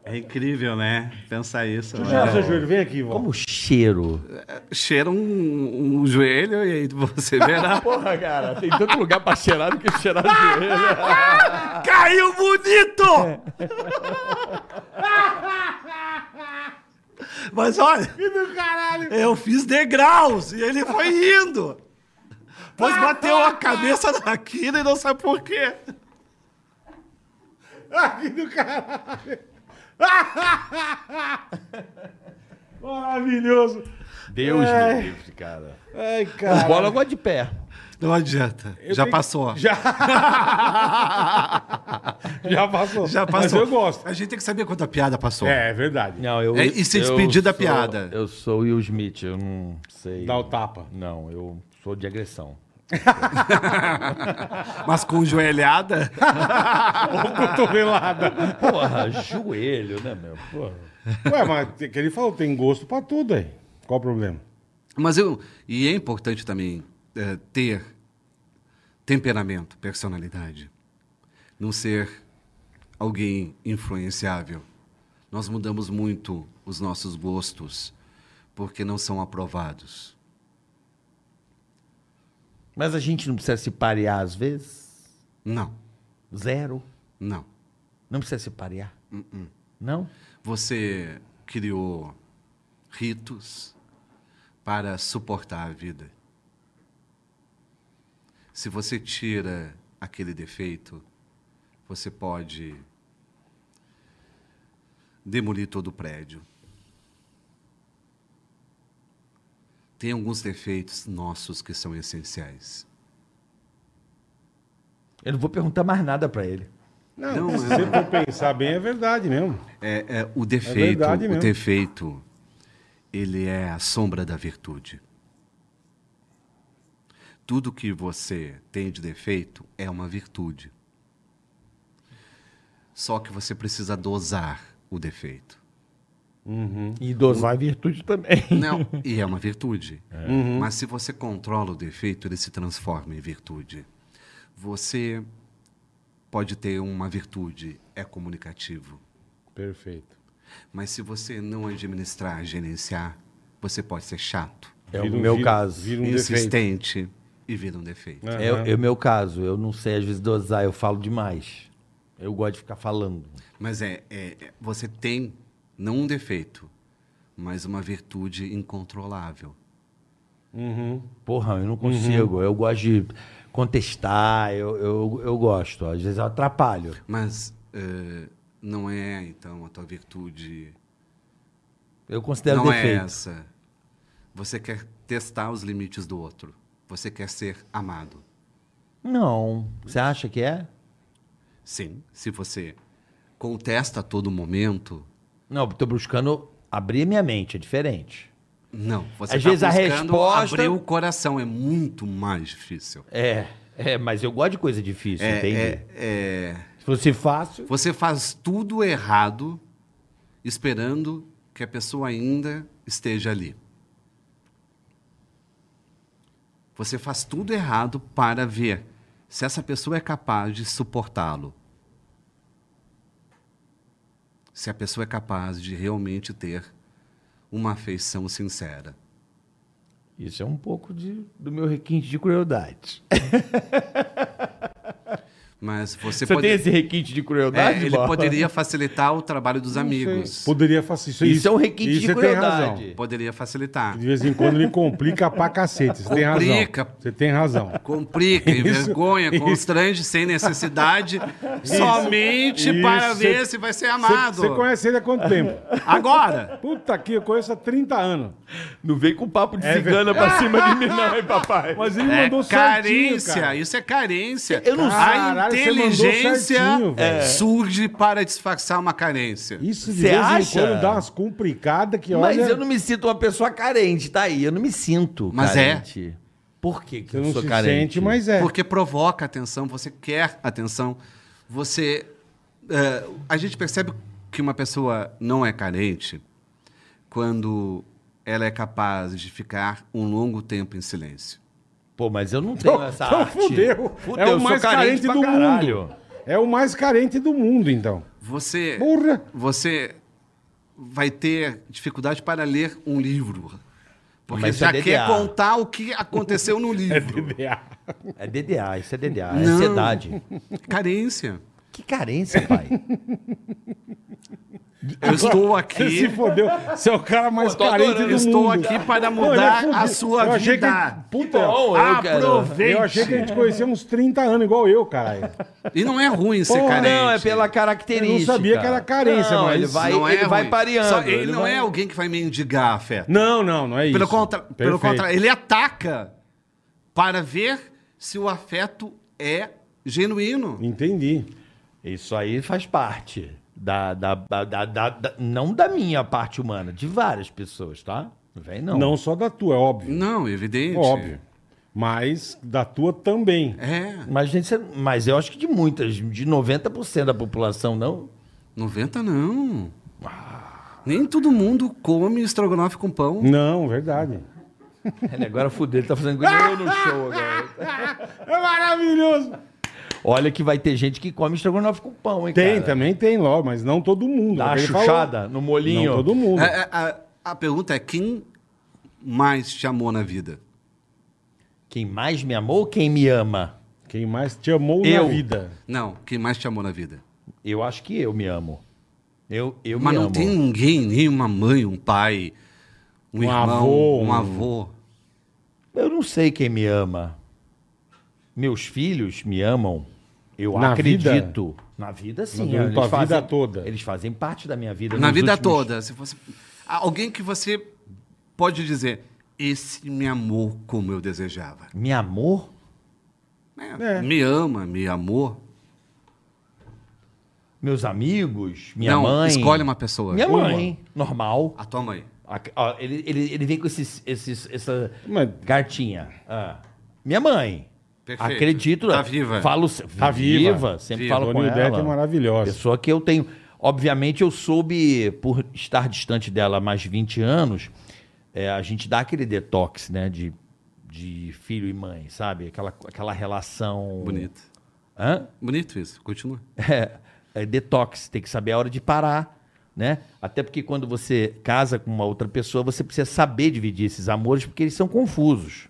É incrível, né? Pensar isso.
Deixa eu
né?
tirar seu joelho, vem aqui, vó.
Como cheiro.
Cheira um, um joelho e aí você verá.
Porra, cara, tem tanto lugar pra cheirar do que cheirar joelho.
Caiu bonito! Mas olha, eu fiz degraus e ele foi indo.
Tá
Pois bateu a cabeça naquilo e não sabe por quê.
Maravilhoso.
Deus
É.
me livre, cara.
Ai,
O
cara.
bola gosta de pé.
Não adianta, já
tenho-
passou.
Já. Já passou.
Já passou.
Mas eu gosto.
A gente tem que saber quando a piada passou.
É, é verdade.
Não, eu,
É, e se
eu
despedir da
sou-
piada.
Eu sou Will Smith, eu não sei.
Dá o tapa.
Não, eu sou de agressão.
Mas com joelhada,
Ou cotovelada.
Porra, joelho, né, meu? Porra.
Ué, mas tem- que ele falou, tem gosto pra tudo aí. Qual o problema?
Mas eu. E é importante também eh, ter temperamento, personalidade. Não ser alguém influenciável. Nós mudamos muito os nossos gostos porque não são aprovados.
Mas a gente não precisa se parear às vezes?
Não,
Zero.
não.
Não precisa se parear?
Uh-uh.
Não?
Você criou ritos para suportar a vida. Se você tira aquele defeito, você pode demolir todo o prédio. Tem alguns defeitos nossos que são essenciais.
Eu não vou perguntar mais nada pra ele.
Não,
Não,
se
é-
você for pensar bem, é verdade mesmo.
É, é, o defeito,
verdade
o
mesmo.
defeito, ele é a sombra da virtude. Tudo que você tem de defeito é uma virtude. Só que você precisa dosar o defeito.
E dosar virtude também.
Não, e é uma virtude.
Uhum.
Mas se você controla o defeito, ele se transforma em virtude. Você pode ter uma virtude, é comunicativo.
Perfeito.
Mas se você não administrar, gerenciar, você pode ser chato,
É o
Vira um-
meu
vira-
caso.
Vira um defeito.
insistente e vira um defeito.
Aham.
É, o- é o meu caso. Eu não sei às vezes dosar, eu falo demais. Eu gosto de ficar falando.
Mas é, é- é- você tem não um defeito, mas uma virtude incontrolável.
Uhum. Porra, eu não consigo. Eu gosto de contestar, eu, eu, eu gosto. Às vezes eu atrapalho.
Mas eh, não é então a tua virtude,
Eu considero
não é
um defeito.
essa. Você quer testar os limites do outro. Você quer ser amado.
Não. Você acha que é?
Sim, se você contesta a todo momento,
Não, eu tô buscando abrir minha mente, é diferente.
Não, você
Às
tá
vezes a
buscando
resposta-
abrir o coração é muito mais difícil.
É, é, mas eu gosto de coisa difícil,
É,
entende?
é, é,
Se fosse fácil.
você faz tudo errado, esperando que a pessoa ainda esteja ali. Você faz tudo errado para ver se essa pessoa é capaz de suportá-lo. Se a pessoa é capaz de realmente ter uma afeição sincera.
Isso é um pouco de, do meu requinte de crueldade.
Mas
Você,
você, pode...
tem esse requinte de
É,
crueldade?
ele
Bola?
poderia facilitar o trabalho dos
Sei.
amigos.
Poderia fazer isso.
Isso é um requinte de
você tem
crueldade.
razão.
Poderia facilitar.
De vez em quando ele complica pra cacete. Você tem razão.
Complica.
Você tem razão.
Complica, envergonha,
isso.
constrange sem necessidade,
Isso,
somente
isso.
para ver se vai ser amado.
Você conhece ele há quanto tempo?
Agora!
Puta que eu conheço há 30 anos.
Não vem com papo de
É
cigana
verdade.
pra cima de mim, não, hein, papai?
Mas ele
É
mandou
carência,
certinho, cara.
isso é carência.
Eu não sei.
Caralho,
A
você mandou
inteligência
certinho, velho.
surge para disfarçar uma carência.
Isso de
Cê
vez
acha?
em quando dá umas complicadas que
Mas
olha...
eu não me sinto uma pessoa carente, tá aí. Eu não me sinto
Mas é.
carente. É. Por que, que
Você
eu
não
sou
se
carente?
sente, mas é.
Porque provoca atenção, você quer atenção, você. eh, a gente percebe que uma pessoa não é carente quando ela é capaz de ficar um longo tempo em silêncio.
Pô, mas eu não tenho essa
Então
arte.
fudeu.
Fudeu,
É
eu
o
sou
mais carente,
pra
do
caralho.
mundo. É o mais carente do mundo, então.
Você,
Porra.
você vai ter dificuldade para ler um livro. Porque
Mas isso
já
é
quer
DDA.
contar o que aconteceu no livro.
DDA.
É DDA, isso é DDA, é
Não.
ansiedade.
Carência.
Que carência, pai.
Eu estou aqui.
Você se fodeu. Você é o cara mais
Pô, tô
carente
adorando.
do
Estou
mundo.
aqui
Não,
para
ele
mudar
fudido.
a sua
eu achei que-
vida.
Puta,
Bom, eu quero...
Aproveite.
eu achei que a gente conhecia uns 30 anos, igual eu, caralho.
E não é ruim ser
Porra,
carente.
Não, é pela característica.
Eu não sabia que era carência,
não,
mas
ele vai,
Não é
ele vai
ruim.
pareando.
Só ele, não
vai-
é alguém que vai mendigar afeto.
Não, não, não é isso.
Pelo, contra... pelo
Perfeito.
contrário, ele ataca para ver se o afeto é genuíno.
Entendi.
Isso aí faz parte da, da, da, da- da- da- não da minha parte humana, de várias pessoas, tá? Não vem não.
Não. só da tua, é óbvio.
Não, evidente.
óbvio. Mas da tua também.
É,
Mas, gente, você- mas eu acho que de muitas, de 90% da população, não.
90 não. Nem todo mundo come estrogonofe com pão.
Não, verdade.
Ele agora fudeu, ele tá fazendo coisa eu no show agora.
É maravilhoso.
Olha que vai ter gente que come estrogonofe com pão, hein,
Tem,
cara?
também tem, logo, mas não todo mundo. É
Dá
o
uma
que ele falou.
chuchada no molinho.
Não todo mundo.
A, a- a- a pergunta é quem mais te amou na vida?
Quem mais me amou, quem me ama?
Quem mais te amou
Eu.
na vida.
Não, quem mais te amou na vida?
Eu acho que eu me amo. Eu, eu
Mas
me
não
amo.
tem ninguém, nem uma mãe, um pai, um,
Um
irmão,
avô,
um
um-
avô.
Eu não sei quem me ama. Meus filhos me amam. Eu
Na
acredito. Na vida, sim.
Durante
eles
tua vida
fazem-
toda.
Eles fazem parte da minha vida.
Na
nos
vida
últimos-
toda, se fosse alguém que você pode dizer, esse me amou como eu desejava.
Me amor?
É, Me ama, me amou.
Meus amigos? Minha
Não,
mãe?
escolhe uma pessoa.
Minha
Uma.
mãe. Normal.
A tua mãe.
A- ó, ele, ele, ele vem com esses, esses, essa
Mas-
cartinha. Ah, Minha mãe.
Perfeito.
Acredito.
Tá viva.
Falo, se-
Tá viva.
Sempre
Viva.
falo
Dona
com
Ildete
ela.
é maravilhosa.
Pessoa que eu tenho. Obviamente, eu soube, por estar distante dela há mais de 20 anos, é, a gente dá aquele detox, né? De, de filho e mãe, sabe? Aquela, aquela relação.
Bonito.
Hã?
Bonito isso. Continua.
É, é detox, tem que saber a hora de parar, né? Até porque quando você casa com uma outra pessoa, você precisa saber dividir esses amores, porque eles são confusos,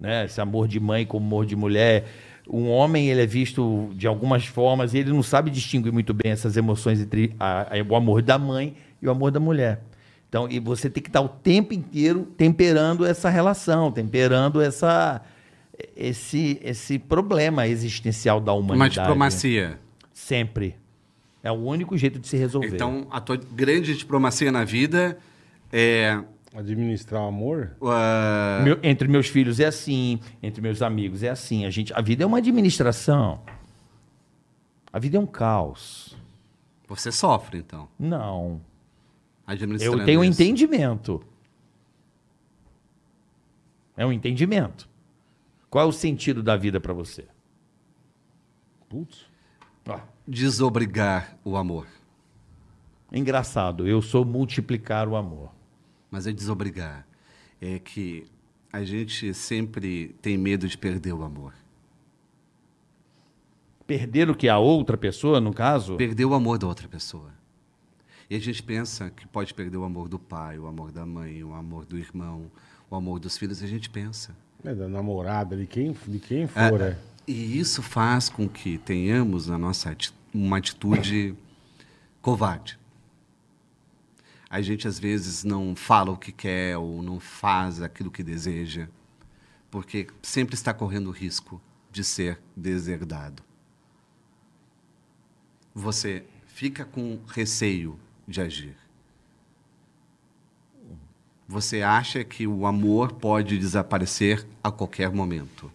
né? Esse amor de mãe com amor de mulher. Um homem, ele é visto de algumas formas e ele não sabe distinguir muito bem essas emoções entre a- a- o amor da mãe e o amor da mulher. Então, e você tem que estar o tempo inteiro temperando essa relação, temperando essa, esse, esse problema existencial da
Uma
humanidade. né?
diplomacia.
Sempre. É o único jeito de se resolver.
Então, a tua grande diplomacia na vida é.
Administrar o amor?
ah,
Meu- entre meus filhos é assim, entre meus amigos é assim. A, gente, a vida é uma administração. A vida é um caos.
você sofre, então.
Não.
Administrando
Eu tenho um
isso.
entendimento. É um entendimento. Qual é o sentido da vida pra você?
Putz.
Desobrigar o amor.
Engraçado, eu sou multiplicar o amor.
Mas é desobrigar. É que a gente sempre tem medo de perder o amor.
Perder o que a outra pessoa, no caso?
Perder o amor da outra pessoa. E a gente pensa que pode perder o amor do pai, o amor da mãe, o amor do irmão, o amor dos filhos. A gente pensa. Ah,
É da namorada, de quem, de quem for, é.
E isso faz com que tenhamos na nossa ati- uma atitude covarde. A gente às vezes não fala o que quer ou não faz aquilo que deseja, porque sempre está correndo o risco de ser deserdado. Você fica com receio de agir. Você acha que o amor pode desaparecer a qualquer momento.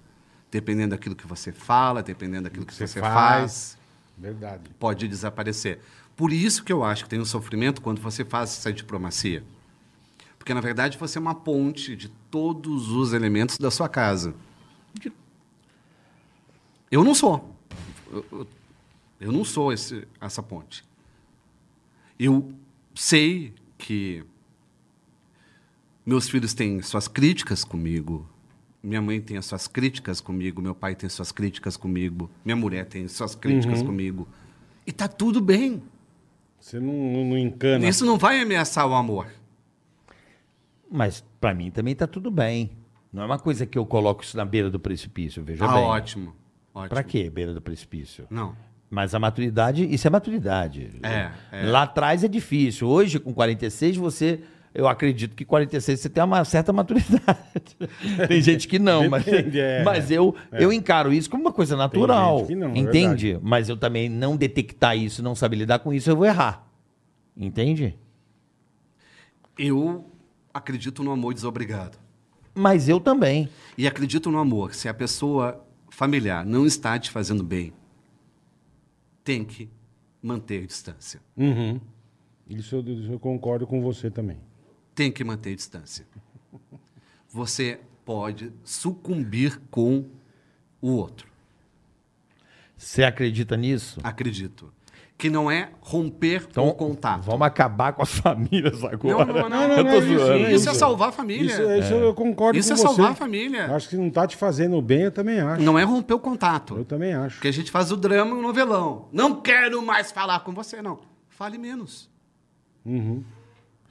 Dependendo daquilo que você fala, dependendo daquilo que,
você
você
faz.
faz
Verdade.
pode desaparecer. Por isso que eu acho que tem um sofrimento quando você faz essa diplomacia. Porque, na verdade, você é uma ponte de todos os elementos da sua casa. Eu não sou. Eu, eu- eu não sou esse- essa ponte. Eu sei que meus filhos têm suas críticas comigo. Minha mãe tem as suas críticas comigo, meu pai tem suas críticas comigo, minha mulher tem suas críticas comigo. E tá tudo bem.
Você não, não, não encana.
Isso não vai ameaçar o amor.
Mas pra mim também tá tudo bem. Não é uma coisa que eu coloco isso na beira do precipício, veja
ah,
bem.
ótimo. ótimo.
Pra quê, beira do precipício?
Não.
Mas a maturidade, isso é maturidade.
É, é.
Lá atrás é difícil. Hoje, com 46, você. Eu acredito que 46 você tem uma certa maturidade. tem gente que não, mas,
Depende, é.
mas eu, eu encaro isso como uma coisa natural.
gente que não, é
entende? Mas eu também não detectar isso, não saber lidar com isso, eu vou errar. Entende?
Eu acredito no amor desobrigado.
Mas eu também.
E acredito no amor. Se a pessoa familiar não está te fazendo bem, tem que manter a distância.
Uhum. Isso, eu, isso eu concordo com você também.
Tem que manter a distância. Você pode sucumbir com o outro.
Você acredita nisso? Então,
Acredito. Que não é romper
um
o contato.
Vamos acabar com as famílias agora.
Não, não, não, não,
Eu tô
não, isso-
zoando.
isso é salvar a família.
Isso, isso eu concordo
Isso
com
é
você.
salvar a família.
Acho que não tá te fazendo bem, eu também acho.
Não é romper o contato.
Eu também acho.
Porque a gente faz o drama e o novelão. Não quero mais falar com você, não. Fale menos.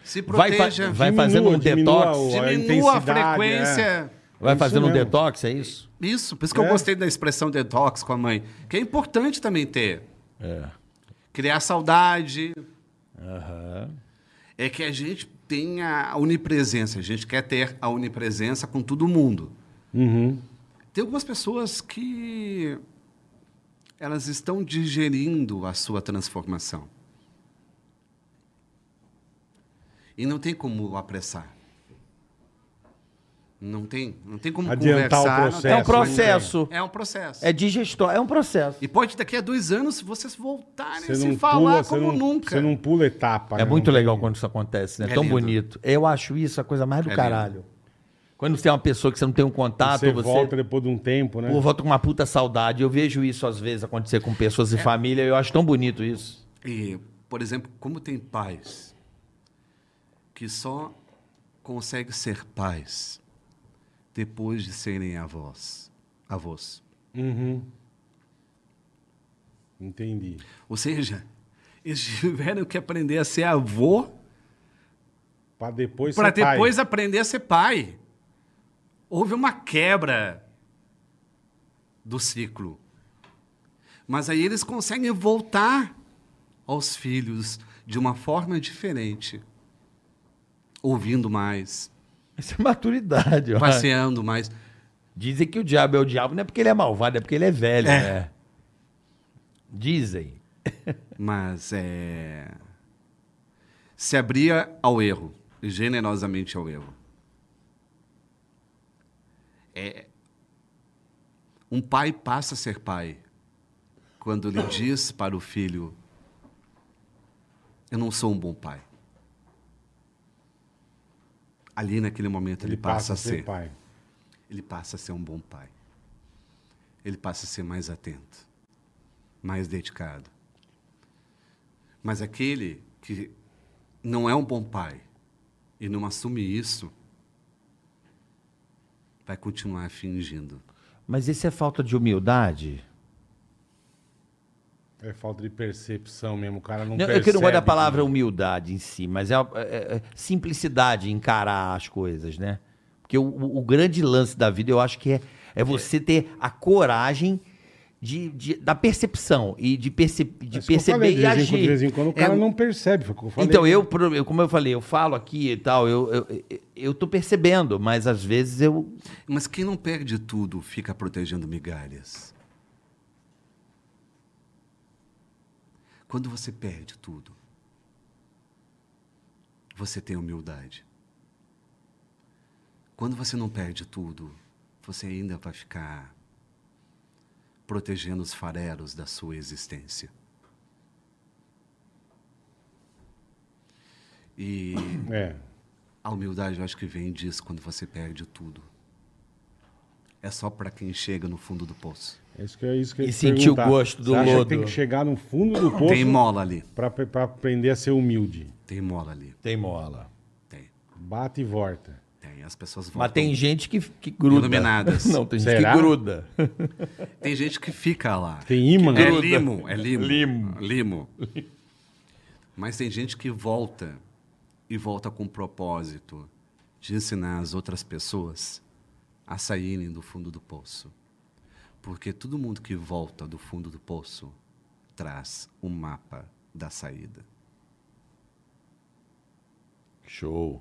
Se
Vai, fa-
proteja.
vai
Uhum. Diminua,
fazendo um
diminua
detox.
o- a
diminua a,
intensidade, é.
frequência.
Vai
Isso
fazendo um
mesmo.
detox, é isso?
Isso, por isso que
É.
eu gostei da expressão detox com a mãe, que é importante também ter.
É.
Criar saudade. É que a gente tem a unipresença, a gente quer ter a unipresença com todo mundo.
Uhum.
Tem algumas pessoas que elas estão digerindo a sua transformação. E não tem como apressar. Não tem, não tem como
Adiantar o
conversar. não tem
É um
Processo,
como-
processo.
É um processo.
É digestão, é um processo.
E pode daqui a dois anos vocês voltarem
Você
a
não
Ah, se falar
pula, você
como
não,
nunca.
Você não pula etapa.
É
né?
muito
Não tem-
legal quando isso acontece, né?
É
Tão
lindo.
bonito. Eu acho isso a coisa mais do
É
caralho. Quando você é uma pessoa que você não tem um contato,
Você
você,
volta depois de um tempo, né?
Pô, volta com uma puta saudade. Eu vejo isso às vezes acontecer com pessoas e família. Eu acho tão bonito isso.
E, por exemplo, como tem pais que só conseguem ser pais depois de serem avós. avós.
Uhum. Entendi.
Ou seja, eles tiveram que aprender a ser avô
Pra depois
para
ser pai.
depois aprender a ser pai. Houve uma quebra do ciclo. Mas aí eles conseguem voltar aos filhos de uma forma diferente. Ouvindo mais,
Isso é maturidade. ó.
passeando mais.
assim, Dizem que o diabo é o diabo, não é porque ele é malvado, é porque ele é velho,
É.
né? Dizem.
Mas é. Se abria ao erro, generosamente ao erro. É, Um pai passa a ser pai quando ele diz para o filho: Eu não sou um bom pai. Ali, naquele momento, ele, passa, a ser.
pai.
Ele passa a ser um bom pai. Ele passa a ser mais atento, mais dedicado. Mas aquele que não é um bom pai e não assume isso, vai continuar fingindo.
Mas isso é falta de humildade?
É falta de percepção mesmo. O cara não
Não, eu
percebe.
que não gosto da palavra humildade em si, mas é, a- é- é simplicidade em encarar as coisas, né? Porque o, o- o grande lance da vida, eu acho que é, é você ter a coragem de, de- da percepção e de, perce, de
Mas como eu
perceber
falei,
e
de vez em
agir.
quando- De vez em quando o
É
cara
um-
não percebe. foi o que eu falei.
Então, eu, pro- eu, como eu falei, eu falo aqui e tal, eu, eu, eu- eu tô percebendo, mas às vezes eu.
Mas quem não perde tudo fica protegendo migalhas. Quando você perde tudo, você tem humildade. Quando você não perde tudo, você ainda vai ficar protegendo os farelos da sua existência. E
É.
a humildade, eu acho que vem disso quando você perde tudo. É só para quem chega no fundo do poço.
É isso que, é isso que eu
E
ia te
sentir o
perguntar.
gosto do
Você acha que
lodo.
tem que chegar no fundo do poço
Tem mola ali.
pra, pra aprender a ser humilde.
Tem mola ali.
Tem mola.
Tem.
Bate e volta.
Tem. As pessoas voltam.
Mas tem gente que, que gruda.
Iluminadas.
Não, tem gente
Será?
que gruda.
Tem gente que fica lá.
Tem imã.
É
Gruda.
limo. É limo.
né? Limo.
Limo. Mas tem gente que volta e volta com o propósito de ensinar as outras pessoas a saírem do fundo do poço. Porque todo mundo que volta do fundo do poço traz o mapa da saída.
Show.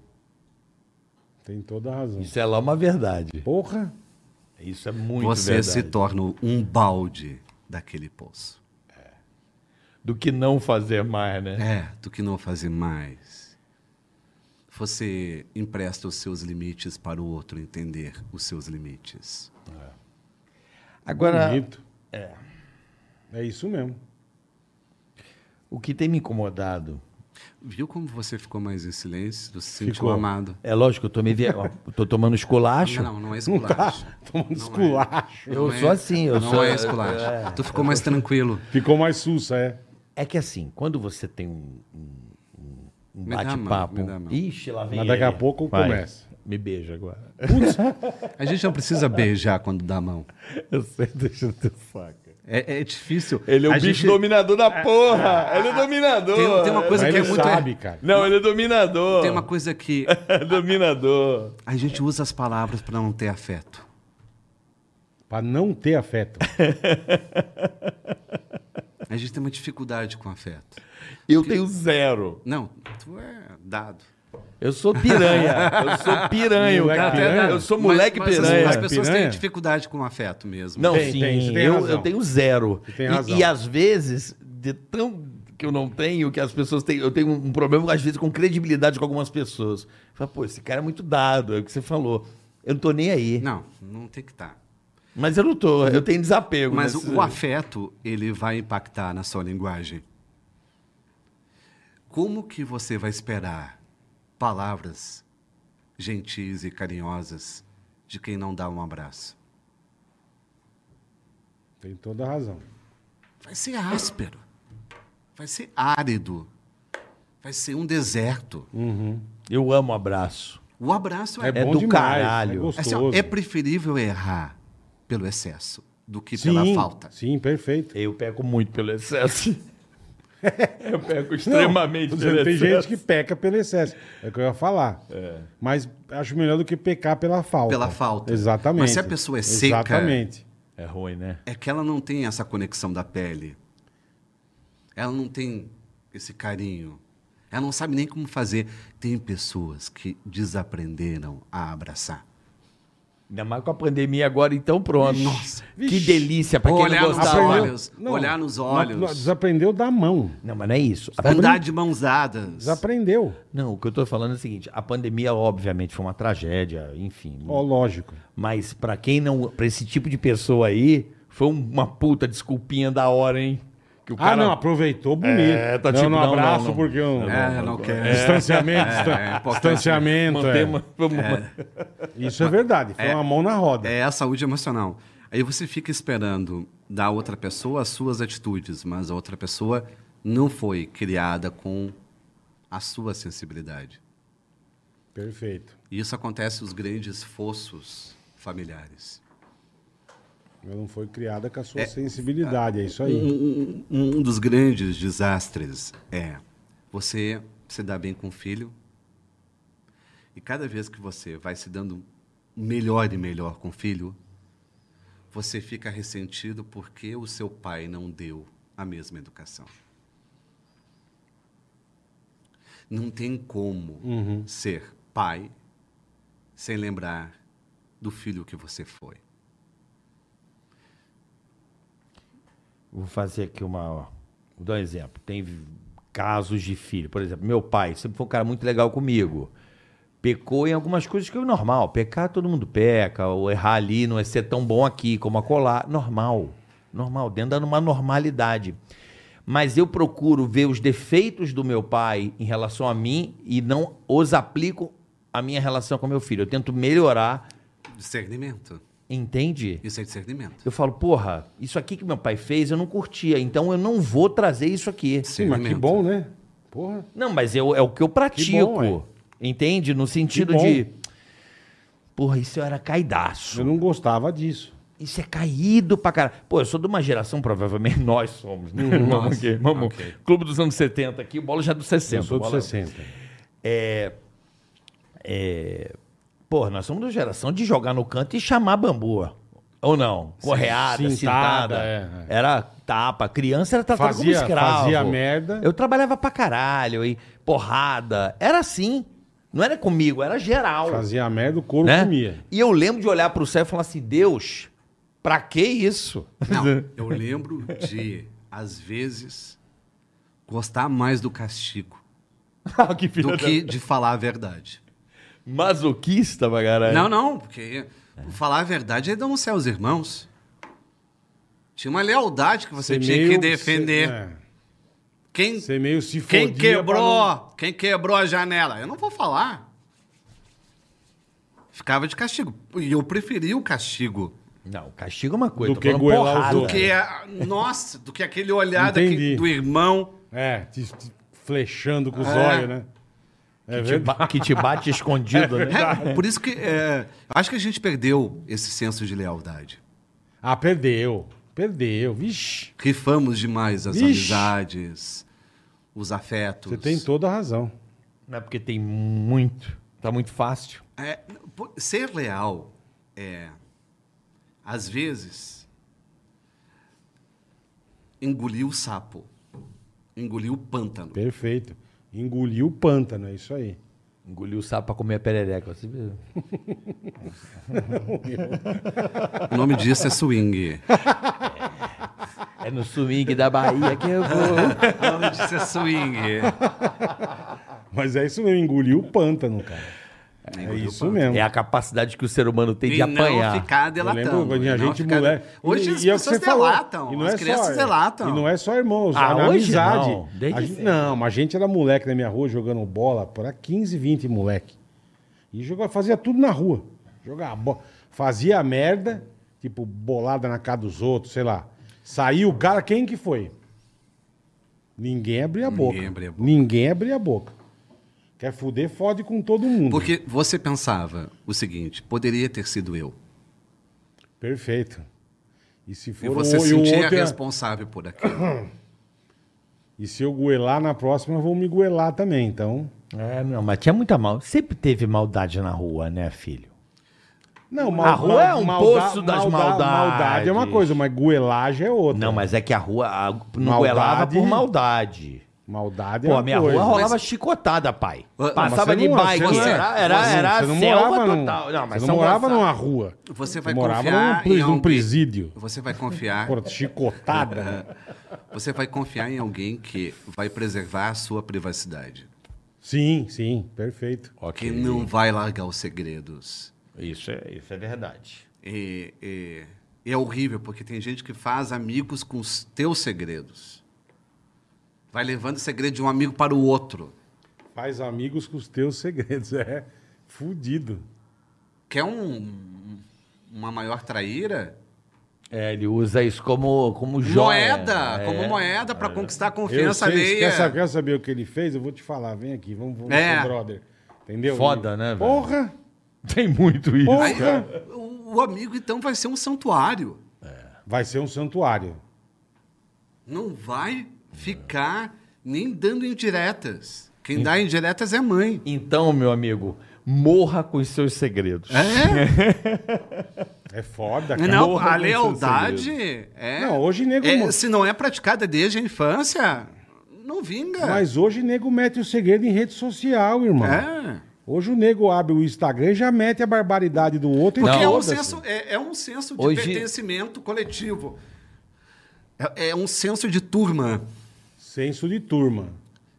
Tem toda a razão.
Isso é lá uma verdade.
Porra.
Isso é muito
você
verdade.
se torna um balde daquele poço.
Do que não fazer mais, né?
É, do que não fazer mais. Você empresta os seus limites para o outro entender os seus limites.
Agora, Uhum.
Bonito. É. É isso mesmo.
O que tem me incomodado
Viu como você ficou mais em silêncio? Você se sentiu
Ficou.
amado.
é lógico, eu tô, me via- ó, eu tô tomando esculacho.
Não, não é
Não tá
esculacho.
tomando
Não é.
esculacho.
Eu
Não é-
sou assim, eu
não
sou-
é esculacho.
é,
tu ficou mais tranquilo.
Ficou mais sussa, é.
É que assim, quando você tem um, um- um- um
Me dá a mão,
bate-papo.
me dá a mão.
Ixi, lá vem.
Mas daqui a
ele.
pouco
Vai.
começa.
Me beija agora.
A gente não precisa beijar quando dá a mão.
Eu sei, deixa eu ter saca.
É, é difícil.
Ele é o
A
bicho
gente- Ah,
dominador da porra! Ele é dominador!
Tem, tem uma coisa
Mas
que é
ele
muito.
sabe, cara.
Não, ele é dominador! É
Tem uma coisa que
dominador!
a gente usa as palavras para não ter afeto.
Pra não ter afeto.
A gente tem uma dificuldade com afeto.
Eu tenho zero.
Não, tu é dado.
Eu sou piranha. Eu sou é piranha,
Moleque
cara.
piranha?
Eu sou moleque
mas, mas
piranha.
As pessoas
Piranha?
têm dificuldade com afeto mesmo.
Não,
Tem,
sim,
tem, você tem
eu,
razão.
eu tenho zero.
Você tem
E-
razão.
E, às vezes, de tão que eu não tenho, que as pessoas têm. Eu tenho um problema, às vezes, com credibilidade com algumas pessoas. Fala, pô, esse cara é muito dado, é o que você falou. Eu não tô nem aí.
Não, não tem que estar.
Mas eu não tô, eu tenho desapego.
Mas
nesse-
o afeto, ele vai impactar na sua linguagem. Como que você vai esperar palavras gentis e carinhosas de quem não dá um abraço?
Tem toda a razão.
Vai ser áspero. Vai ser árido. Vai ser um deserto.
Eu amo abraço.
O abraço é,
É do caralho.
É
assim,
gostoso.
ó, é preferível errar pelo excesso do que
sim,
pela falta.
Sim, perfeito.
Eu peco muito pelo excesso. eu peco extremamente
Não, tô
pelo
dizendo, tem
excesso.
gente que peca pelo excesso. É o que eu ia falar. Mas acho melhor do que pecar pela falta.
Pela falta.
Exatamente.
Mas se a pessoa é seca-
Exatamente.
É ruim, né?
é que ela não tem essa conexão da pele. Ela não tem esse carinho. Ela não sabe nem como fazer. Tem pessoas que desaprenderam a abraçar.
Ainda mais com a pandemia agora, então pronto.
Nossa.
que delícia pra quem
Olhar
não
nos
gostava.
olhos. olhar nos olhos.
não, Desaprendeu da mão.
Não, mas não é isso. A
Andar de mãos dadas.
Desaprendeu.
Não, o que eu tô falando é o seguinte, a pandemia obviamente foi uma tragédia, enfim.
Ó, lógico.
Mas pra quem não, Pra esse tipo de pessoa aí, foi um- uma puta desculpinha da hora, hein? Que o
Ah, não, aproveitou bonito.
É, tá
não,
tipo,
não
não,
abraço
não, não.
porque eu...
É, não quero.
Distanciamento,
É,
distan-
é importante.
distanciamento.
mantém
é.
uma- vamos-
Isso é verdade. Foi uma mão na roda.
É a saúde emocional. Aí você fica esperando da outra pessoa as suas atitudes, mas a outra pessoa não foi criada com a sua sensibilidade.
Perfeito.
E isso acontece nos grandes fossos familiares.
Ela não foi criada com a sua sensibilidade, é isso aí.
Um, um- um dos grandes desastres é você se dar bem com o filho e cada vez que você vai se dando melhor e melhor com o filho, você fica ressentido porque o seu pai não deu a mesma educação. Não tem como
Hum. Uhum.
ser pai sem lembrar do filho que você foi.
Vou fazer aqui uma, ó, vou dar um exemplo. Tem vi- casos de filho, por exemplo, meu pai sempre foi um cara muito legal comigo. Pecou em algumas coisas que é normal. Pecar todo mundo peca, ou errar ali não é ser tão bom aqui como acolá, normal. Normal, dentro de uma normalidade. Mas eu procuro ver os defeitos do meu pai em relação a mim e não os aplico à minha relação com meu filho. Eu tento melhorar,
Discernimento.
entende?
Isso é discernimento.
Eu falo, porra, isso aqui que meu pai fez eu não curtia, então eu não vou trazer isso aqui.
Sim, mas que
Discernimento.
bom, né? Porra.
Não, mas eu, é o que eu pratico.
bom, ué.
entende? No sentido
Que bom.
de. Porra, isso eu era caidaço.
Eu não gostava disso.
Isso é caído pra caralho. Pô, eu sou de uma geração, provavelmente nós somos, né? Vamos aqui, vamos. Clube dos anos 70 aqui, o bolo já é dos 60.
Eu sou dos
Bola-
60.
É, Porra, nós somos da geração de jogar no canto e chamar bambu. Ou não? Correada,
cintada,
cintada.
é,
Era tapa. Criança era tratada como
Fazia-
escravo.
fazia merda.
Eu trabalhava pra caralho, e porrada. Era assim. Não era comigo, era geral.
Fazia a merda, o couro
né?
comia.
E eu lembro de olhar pro céu e falar assim: Deus, pra que isso?
Não, eu lembro de, às vezes, gostar mais do castigo
que
do que de falar a verdade.
Masoquista pra
É.
caralho.
Não, não, porque falar a verdade é dar um céu aos irmãos. Tinha uma lealdade que você
Ser
tinha
meio-
que defender.
ser- é.
Quem,
Você meio se
quem
fodia pra
quebrou,
não-
quem quebrou a janela? Eu não vou falar. Ficava de castigo. E eu preferia o castigo
Não, castigo é uma coisa.
Do
tô
que
falando
goelar os
porrada.
do que a, é, nossa, do que aquele olhar
Entendi.
daquele- do irmão.
É, te, te flechando com os
É. tipo
olhos, né? É
Que te,
verdade.
ba- que te bate escondido, né?
É, por isso que é, acho que a gente perdeu esse senso de lealdade.
Ah, perdeu. Perdeu. Vixe.
Rifamos demais as
Ixi.
amizades, os afetos.
Você tem toda a razão.
Não é porque tem muito. Tá muito fácil.
É, pô, ser leal é, às vezes, engolir o sapo, engolir o pântano.
Perfeito. Engoliu o pântano, é isso aí.
Engoliu o sapo pra comer a perereca. Você viu?
O nome disso é swing.
É no swing da Bahia que eu vou.
O nome disso é swing.
Mas é isso mesmo, engoliu o pântano, cara. É
Engoliu o
isso
pântano.
mesmo.
É a capacidade que o ser humano tem de
E não
apanhar.
ficar
Eu
delatando.
lembro quando
e
tinha
não
gente
ficar-
mulher.
Hoje
E-
as
e é o que
pessoas
você falou,
delatam,
e não
as
é
crianças
só-
delatam.
E não é só irmãos,
Ah,
ah, na
hoje
amizade.
não, desde
A gente-
sempre.
não, mas a gente era moleque na minha rua jogando bola, por lá 15, 20 moleque. E jogava, fazia tudo na rua. Jogava bola. Fazia merda, tipo bolada na cara dos outros, sei lá. Saiu o cara, quem que foi? Ninguém abria a boca.
abria a boca.
Ninguém abria a boca. Quer fuder, fode com todo mundo.
Porque você pensava o seguinte, poderia ter sido eu.
Perfeito. E se for
E você
um,
se
e o
sentia
outro é-
responsável por aquilo.
E se eu goelar na próxima, eu vou me goelar também, então.
É, não, mas tinha muita mal. Sempre teve maldade na rua, né, filho?
Não,
A rua é um poço das maldades.
Maldade é uma coisa, mas goelagem é outra.
Não, mas é que a rua a- não
Maldade.
goelava por maldade.
Maldade é
Pô, a
uma
minha
coisa.
rua rolava chicotada, pai.
Mas
Passava
você
de
não-
bike, assim,
você não
era, era,
você não-
era
você não
selva
morava num-
total. Não, mas é um
você
São
não morava
Gonçalo-
numa rua.
Você
Você
vai
morava num,
confiar
um pres-
em
num
alguém.
presídio.
Você vai confiar,
Porra, chicotada.
você vai confiar em alguém que vai preservar a sua privacidade,
sim, sim, perfeito.
que não vai largar os segredos.
Isso é, isso é verdade.
E, e- e é horrível porque tem gente que faz amigos com os teus segredos. Vai levando o segredo de um amigo para o outro.
Faz amigos com os teus segredos. É fudido.
Quer é um, uma maior traíra?
É, ele usa isso como, como joia.
Moeda,
É.
como moeda para conquistar a
Eu
confiança
sei,
alheia.
quer, saber, quer saber o que ele fez? Eu vou te falar. Vem aqui, vamos, vamos
É.
ser brother. Entendeu?
Foda, né, velho?
Porra,
Tem muito isso.
porra.
Aí, o, o amigo então vai ser um santuário.
Vai ser um santuário.
Não vai ficar nem dando indiretas. Quem dá indiretas é mãe.
Então, meu amigo, morra com os seus segredos.
É?
É foda, cara.
Não,
Morra
a
com
lealdade é.
Não, hoje nego
é,
mo-
Se não é praticada desde a infância, não vinga.
Mas hoje o nego mete o segredo em rede social, irmão.
é.
Hoje o nego abre o Instagram e já mete a barbaridade do outro
Porque
e
é, um
foda-se.
senso, é, é um senso de
Hoje-
pertencimento coletivo. É, é um senso de turma
Senso de turma.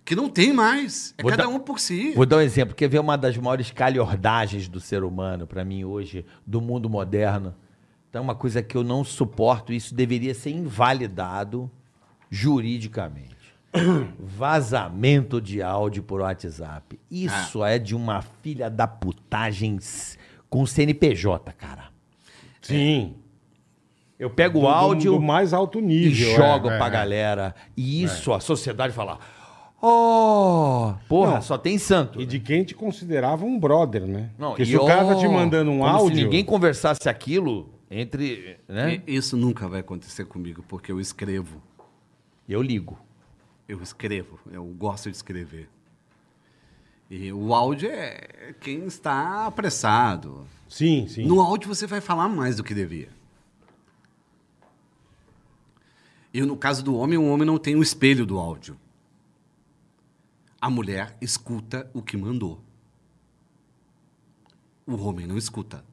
que não tem mais. É
Vou
cada
dar-
um por si.
Vou dar um exemplo. Quer ver uma das maiores calhordagens do ser humano, pra mim, hoje, do mundo moderno? Então, é uma coisa que eu não suporto. Isso deveria ser invalidado juridicamente. Vazamento de áudio por WhatsApp. Isso é de uma filha da putagem s- com CNPJ, cara.
Sim.
É. Eu pego
Do-
o
do-
áudio.
Do, mais alto
e
nível. é,
jogam
é,
pra
é.
galera. E isso, a sociedade fala: Oh, porra,
Não.
só tem santo.
E de quem te considerava um brother, né?
Não,
Porque
e
se o cara tá te
ó,
mandando um
como
áudio.
Se ninguém conversasse aquilo entre. Né?
E Isso nunca vai acontecer comigo, porque eu escrevo.
Eu ligo.
Eu escrevo, eu gosto de escrever. E o áudio é quem está apressado.
Sim, sim.
No áudio você vai falar mais do que devia. E no caso do homem, o homem não tem o espelho do áudio. A mulher escuta o que mandou. O homem não escuta.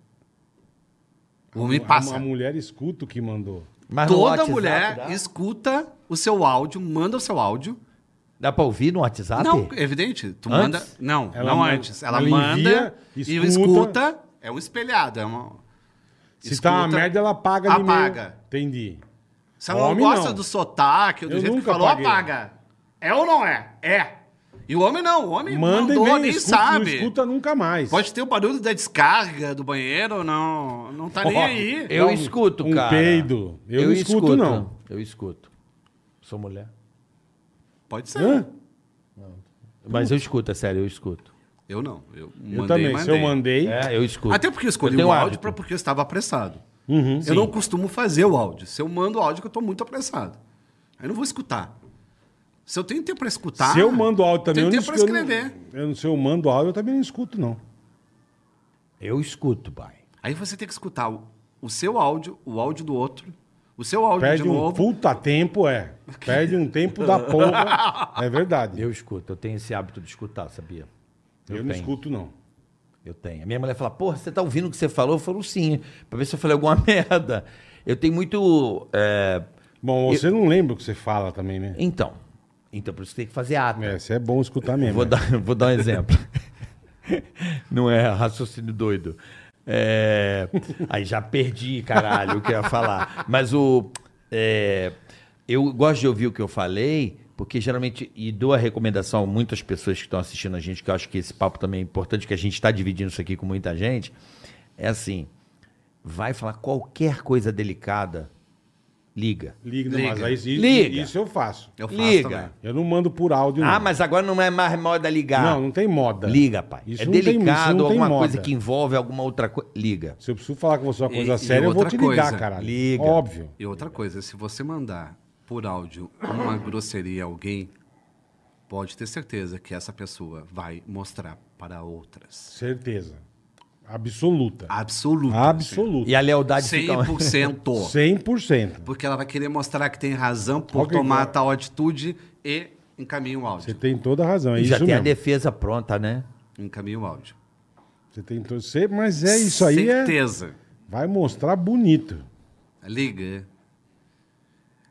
O homem
A- a-
passa.
A, mulher escuta o que mandou.
Mas um no
Toda
WhatsApp
mulher
dá-
escuta o seu áudio, manda o seu áudio.
Dá pra ouvir no WhatsApp?
Não, é evidente. Tu
Antes?
manda. Não,
Ela
não
manda-
antes. Ela,
ela
manda
envia,
e
escuta.
escuta. É um espelhado. É uma...
Se tá uma
Escuta,
merda, ela apaga de
apaga.
meio. Entendi.
Se ela não
Homem,
gosta
não.
do sotaque ou do
Eu
jeito que
nunca
falou,
apaguei.
apaga. É ou não é? É. E o homem não, o homem
Manda e
mandou,
vem,
nem
escuta,
sabe.
não escuta nunca mais.
Pode ter o barulho da descarga do banheiro, não, não tá nem
Ó,
aí.
Eu
Dá um-
escuto,
um
cara.
peido. Eu não escuto, não.
Eu escuto. Sou mulher.
Pode ser.
Hã?
Mas eu escuto, é sério, eu escuto.
Eu não. Eu, mandei,
Eu também. Se eu
mandei.
mandei.
É, eu escuto.
Até porque eu escolhi
tenho
o áudio
hábito.
pra, porque eu estava apressado.
Uhum.
eu não costumo fazer o áudio. Se eu mando o áudio, que eu estou muito apressado. Aí eu não vou escutar. Se eu tenho tempo para escutar.
Se eu mando áudio também, eu
tenho
não
Tá. tempo
escuto.
para escrever.
Eu não, eu, não- se eu mando áudio, eu também não escuto, não.
Eu escuto, pai.
Aí você tem que escutar o, o seu áudio, o áudio do outro, o seu áudio
Perde
de
um
novo.
puta tempo, é. Perde um tempo da porra. É verdade. Eu,
Eu escuto. Eu tenho esse hábito de escutar, sabia?
não
tenho.
escuto, não.
Eu tenho. A minha mulher fala, porra, você tá ouvindo o que você falou? Eu falo, sim. Pra ver se eu falei alguma merda. Eu tenho muito... é,
Bom, você não lembra o que você fala também, né?
Então. Então, por isso que tem que fazer ata.
É, você é bom escutar mesmo.
Vou
né?
dar, vou dar um exemplo. Não é raciocínio doido. É, aí já perdi, caralho, o que eu ia falar. Mas o. é, eu gosto de ouvir o que eu falei, porque geralmente. E dou a recomendação a muitas pessoas que estão assistindo a gente, que eu acho que esse papo também é importante, que a gente está dividindo isso aqui com muita gente. É assim: vai falar qualquer coisa delicada, liga.
Liga, não,
Liga.
mas aí isso,
Liga.
isso eu faço.
Eu faço
Liga.
também.
Eu não mando por áudio,
Ah,
não.
mas agora não é mais moda ligar.
Hum. Não, não tem moda.
Liga, pai.
Isso
é
não tem- isso não
delicado,
tem
alguma
moda.
coisa que envolve alguma outra coisa. Liga.
Se eu preciso falar com você uma coisa
E- e
séria, eu vou
outra
te ligar,
coisa.
caralho.
Liga.
Óbvio.
E outra coisa, se você mandar por áudio uma grosseria a alguém, pode ter certeza que essa pessoa vai mostrar para outras.
Certeza. Absoluta.
Absoluto.
Absoluta.
Ah, E a lealdade fica.
100%.
100%.
Porque ela vai querer mostrar que tem razão por
Ok,
tomar
vai.
tal atitude e encaminha o áudio.
Você tem toda a razão. É
E já
isso
tem a
mesmo.
defesa pronta, né?
Encaminha o áudio.
Você tem todo. Você... Mas é isso aí. É...
Certeza.
Vai mostrar bonito.
Liga.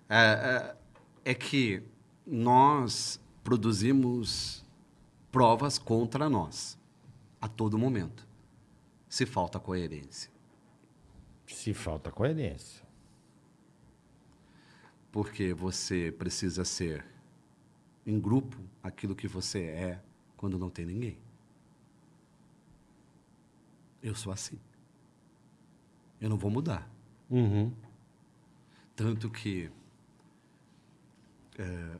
É, é, é que nós produzimos provas contra nós a todo momento. Se falta coerência.
Se falta coerência.
Porque você precisa ser em grupo aquilo que você é quando não tem ninguém. Eu sou assim. Eu não vou mudar.
Uhum.
Tanto que eh,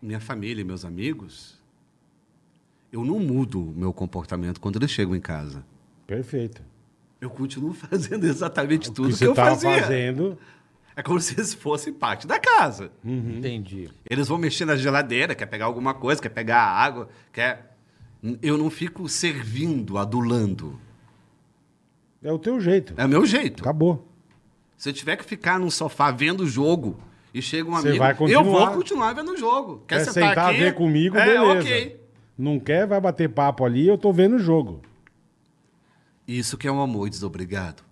minha família e meus amigos, eu não mudo o meu comportamento quando eles chegam em casa.
Perfeito.
Eu continuo fazendo exatamente
O
tudo que,
você
eu
tava
fazia.
fazendo.
É como se eles fossem parte da casa.
Entendi.
Eles vão mexer na geladeira, quer pegar alguma coisa, quer pegar água, quer. Eu não fico servindo, adulando.
É o teu jeito.
É o meu jeito.
Acabou.
Se eu tiver que ficar num sofá vendo o jogo e chega um
Você
amigo,
vai
eu
continuar.
vou continuar vendo o jogo. Quer,
Quer,
sentar,
sentar
aqui?
ver comigo,
é,
beleza.
ok.
Não quer, vai bater papo ali, eu tô vendo o jogo.
Isso que é um amor desobrigado.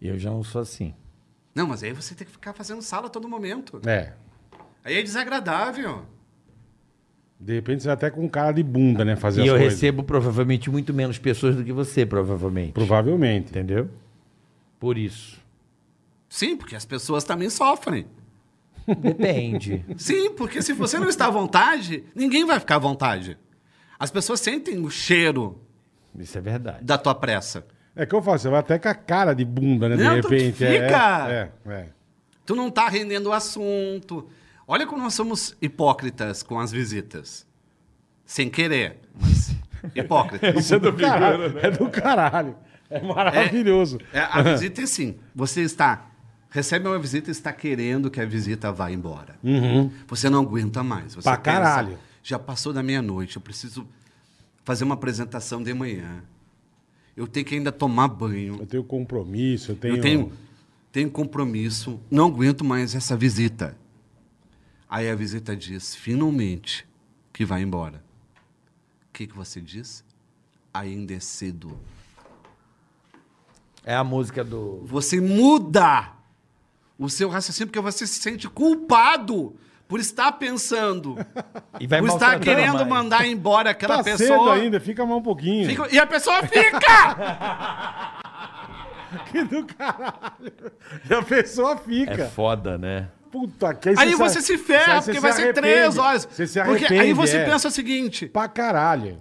Eu já não sou assim.
Não, mas aí você tem que ficar fazendo sala a todo momento.
É.
Aí é desagradável.
De repente você vai até com um cara de bunda, né? Fazer
e
as
eu
coisas.
recebo um provavelmente muito menos pessoas do que você, provavelmente.
Provavelmente.
Entendeu? Por isso.
Sim, porque as pessoas também sofrem.
Depende.
Sim, porque se você não está à vontade, ninguém vai ficar à vontade. As pessoas sentem o cheiro
isso é verdade.
da tua pressa.
É que eu falo, você vai até com a cara de bunda, né?
Não,
de
tu
repente.
fica!
É, é, é.
Tu não tá rendendo o assunto. Olha como nós somos hipócritas com as visitas. Sem querer, mas hipócritas.
Isso é do
né?
caralho. É do caralho. É maravilhoso.
É, a visita é sim. Você está recebe uma visita e está querendo que a visita vá embora.
Uhum.
Você não aguenta mais. Você
Pra caralho.
Já passou da meia-noite, eu preciso fazer uma apresentação de manhã. Eu tenho que ainda tomar banho.
Eu tenho compromisso, eu tenho.
Eu tenho, tenho compromisso, não aguento mais essa visita. Aí a visita diz, finalmente, que vai embora. O que, que você diz? Ainda é cedo.
É a música do.
Você muda o seu raciocínio, porque você se sente culpado por estar pensando,
E vai
por estar
maltratando
querendo
mais.
mandar embora aquela
Tá cedo
pessoa.
ainda, fica mais um pouquinho.
Fica- e a pessoa fica!
Que do caralho. E a pessoa fica.
É foda, né?
Puta, que aí
Aí
se-
você se ferra,
aí você
porque
se
vai ser três
arrepende.
horas.
Você se
porque
arrepende,
aí você
é.
pensa o seguinte:
Pra caralho.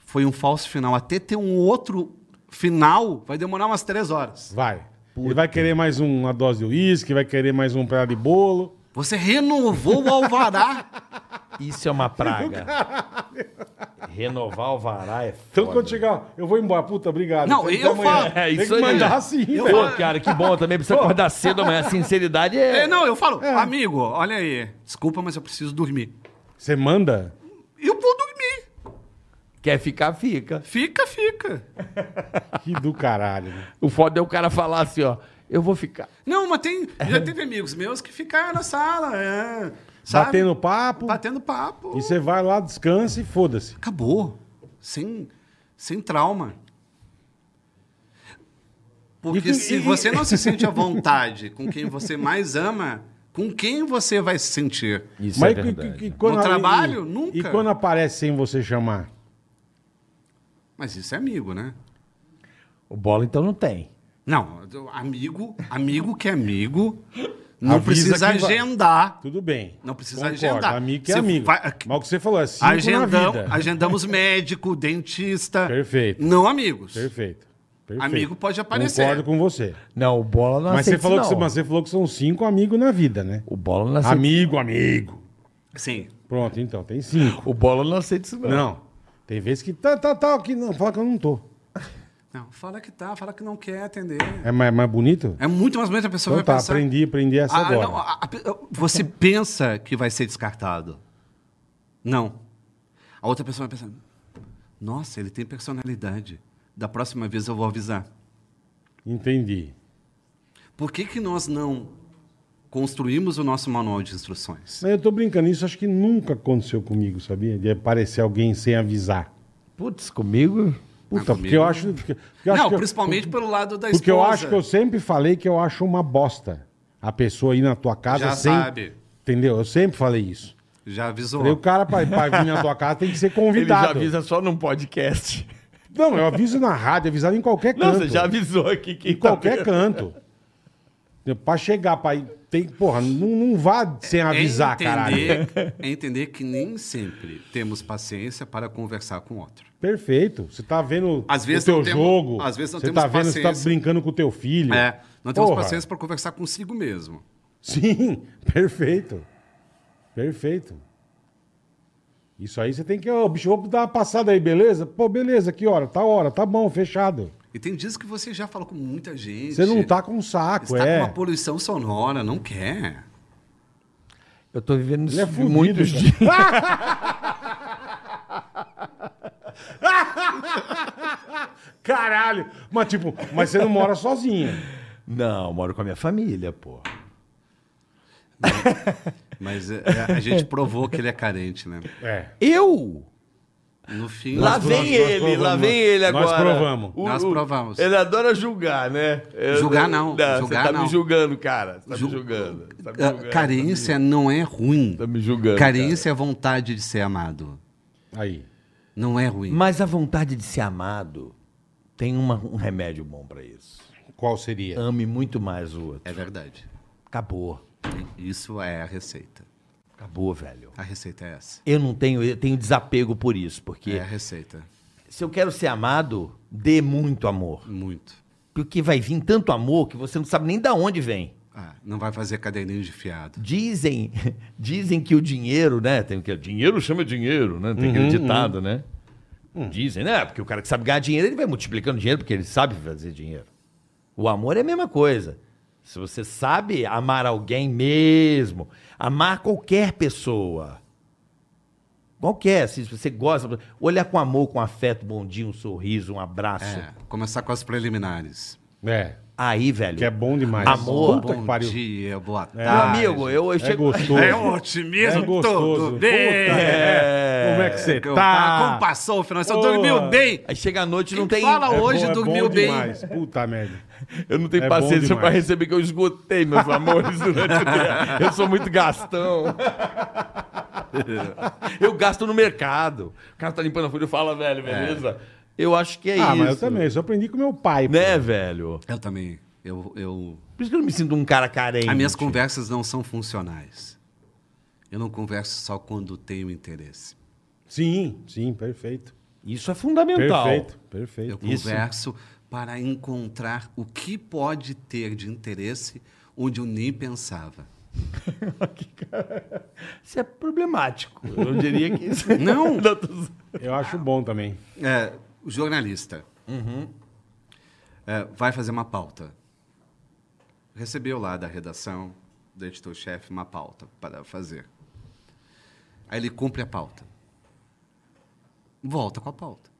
foi um falso final. Até ter um outro final, vai demorar umas três horas.
Vai. Ele vai querer mais um- uma dose de uísque, vai querer mais um pedaço de bolo.
Você renovou o alvará.
Isso é uma praga. Renovar o vará é foda.
Então, quando chegar, eu vou embora. Puta, obrigado.
Não,
Até
eu
amanhã.
falo.
É
Tem
isso
que
aí.
mandar assim,
eu
velho.
Pô, cara, que bom também. Precisa acordar cedo amanhã. Sinceridade é.
É, não, eu falo, amigo, olha aí. Desculpa, mas eu preciso dormir.
Você manda?
Eu vou dormir.
Quer ficar, fica.
Fica, fica.
Que do caralho. né?
O foda é o cara falar assim, ó. Eu vou ficar.
Não, mas tem. Já teve amigos meus que ficaram na sala. É, sabe?
Batendo papo.
Batendo papo.
E você vai lá, descansa e foda-se.
Acabou. Sem, sem trauma. Porque
E-
se
e-
você não se sente à vontade com quem você mais ama, com quem você vai se sentir?
Isso
Mas
é
e-
verdade.
e- e quando-
No
e-
trabalho?
e-
Nunca.
E quando aparece sem você chamar?
Mas isso é amigo, né?
O bola então não tem.
Não, amigo, amigo que é amigo, não
Avisa
precisa
que vai.
agendar.
Tudo bem.
Não precisa agendar.
Amigo que é
Você
amigo.
vai-
Mas o que você falou, é cinco na
Agendam,
vida.
agendamos médico, dentista.
Perfeito.
Não amigos.
Perfeito. Perfeito.
Amigo pode aparecer.
Concordo com você.
Não, o bola não
Mas você,
aceita
falou que,
isso,
você-
não.
mas você falou que são cinco amigos na vida, né?
O bola não aceita.
Amigo, amigo.
Sim.
Pronto, então, tem cinco.
O bola não aceita isso, não.
Não. Tem vezes que tá, tá, tá, aqui não, fala que eu não tô.
Não, fala que tá, fala que não quer atender.
É mais, mais bonito?
É muito mais ou menos a pessoa
Então tá,
vai pensar.
aprendi, aprendi essa
Ah,
agora.
não, a- a pe- você pensa que vai ser descartado. Não. A outra pessoa vai pensar: nossa, ele tem personalidade. Da próxima vez eu vou avisar.
Entendi.
Por que, que nós não construímos o nosso manual de instruções?
Mas eu tô brincando, isso acho que nunca aconteceu comigo, sabia? De aparecer alguém sem avisar.
Putz, comigo.
Puta, porque eu
Ah, comigo-
acho. Porque, porque eu acho
Não,
que eu-
principalmente pelo lado da
Porque
esposa.
eu acho que eu sempre falei que eu acho uma bosta. A pessoa ir na tua casa
Já
sem.
sabe.
Entendeu? Eu sempre falei isso.
Já avisou.
Falei, o cara pra, pra vir na tua casa tem que ser
Ele já
convidado.
avisa só num podcast.
Não, eu aviso na rádio, avisado em qualquer
Não,
canto.
você já avisou aqui que. tá
Em qualquer canto. Pra chegar, pra ir. Tem, porra, não, não vá sem avisar, caralho.
É entender, É entender que nem sempre temos paciência para conversar com o outro.
Perfeito. Você tá vendo
Às vezes
o teu
não temos-
jogo.
às vezes não
você
temos
tá vendo, você tá
paciência.
brincando com o teu filho.
É, não temos
Porra.
paciência para conversar consigo mesmo.
Sim, perfeito. Perfeito. Isso aí você tem que. Ô, bicho, vou dar uma passada aí, beleza? Pô, beleza, que hora? Tá hora, tá bom, fechado.
E tem dias que você já falou com muita gente.
Você não tá com um saco,
Está
é.
com uma poluição sonora, não quer.
Eu tô vivendo isso
Ele é fudido,
muitos
cara.
dias.
Caralho! Mas tipo, mas você não mora sozinha. né?
Não, moro com a minha família, pô.
Mas é, é, a gente provou que ele é carente, né?
É.
Eu?
No fim,
Lá
nós
Nós- nós
vem ele,
provamos,
lá vem
nós-
ele
nós
agora.
provamos.
O-
Nós
o-
provamos.
Ele adora julgar, né? Eu-
Julgar não, julgar
você tá
não.
me julgando, cara. Você tá
Ju-
me julgando. Você Tá me
Ah,
julgando.
Carência não é ruim.
Tá me julgando,
Carência é vontade de ser amado.
Aí.
Não é ruim.
Mas a vontade de ser amado tem uma- um remédio bom pra isso.
Qual seria?
Ame muito mais o outro.
É verdade.
Acabou.
Isso é a receita.
Acabou, velho.
A receita é essa.
Eu não tenho, eu tenho desapego por isso, porque
É a receita.
se eu quero ser amado, dê muito amor.
Muito.
Porque vai vir tanto amor que você não sabe nem da onde vem.
Ah, não vai fazer cadeirinho de fiado.
Dizem, dizem que o dinheiro, né? Tem que dinheiro chama dinheiro, né? Tem aquele
Uhum,
ditado, né?
Hum.
Dizem, né? Porque o cara que sabe ganhar dinheiro, ele vai multiplicando dinheiro porque ele sabe fazer dinheiro. O amor é a mesma coisa. Se você sabe amar alguém mesmo, amar qualquer pessoa. Qualquer, se você gosta, olhar com amor, com afeto, bom dia, um sorriso, um abraço.
É, começar com as preliminares.
É.
Aí, velho.
Que é bom demais.
Amor.
Puta que
Bom
pariu.
dia, boa
É.
Meu
tarde.
amigo, eu, eu
É
chego.
gostoso.
É otimismo,
É gostoso.
tudo bem.
Puta, é. Como é que você
Eu-
tá?
Como passou o final? Você
Boa.
dormiu bem?
Aí chega a noite, não
Quem
tem.
É
fala
bom-
hoje
é
dormiu
bom
bem.
demais. Puta merda.
Eu não tenho
É bom
paciência
demais.
pra receber que eu esgotei, meus amores, durante o dia. Eu sou muito gastão. Eu gasto no mercado. O cara tá limpando a folha e fala, velho, beleza? Eu acho que é
ah,
isso.
mas eu também, isso eu aprendi com meu pai.
Né,
pô.
velho?
Eu também. Eu, eu...
Por isso que eu me sinto um cara carente.
As minhas conversas não são funcionais. Eu não converso só quando tenho interesse.
Sim, sim, perfeito.
Isso é fundamental.
Perfeito,
Então. Eu
perfeito.
Isso.
converso para encontrar o que pode ter de interesse onde eu nem pensava.
Isso é problemático. Eu não diria que isso. é
Não.
tô zoando.
Eu acho bom também.
É, o jornalista É, vai fazer uma pauta. Recebeu lá da redação, do editor-chefe, uma pauta para fazer. Aí ele cumpre a pauta. Volta com a pauta.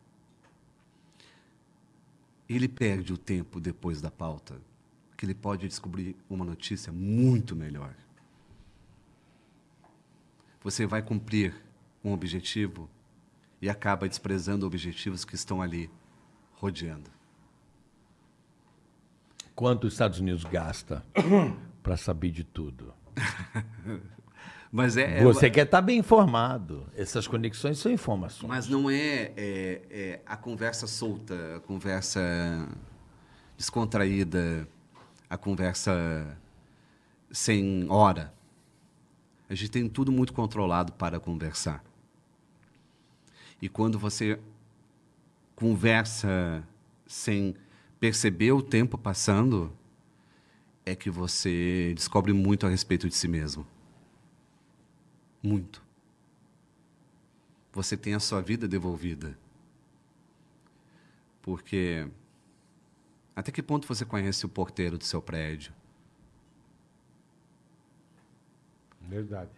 Ele perde o tempo depois da pauta, que ele pode descobrir uma notícia muito melhor. Você vai cumprir um objetivo e acaba desprezando objetivos que estão ali rodeando.
Quanto os Estados Unidos gasta pra saber de tudo?
Mas é, é-
Você quer estar bem informado. Essas conexões são informações.
mas não é, é- é a conversa solta, a conversa descontraída, a conversa sem hora. A gente tem tudo muito controlado para conversar. E quando você conversa sem perceber o tempo passando, é que você descobre muito a respeito de si mesmo. Muito. Você tem a sua vida devolvida. Porque até que ponto você conhece o porteiro do seu prédio?
Verdade.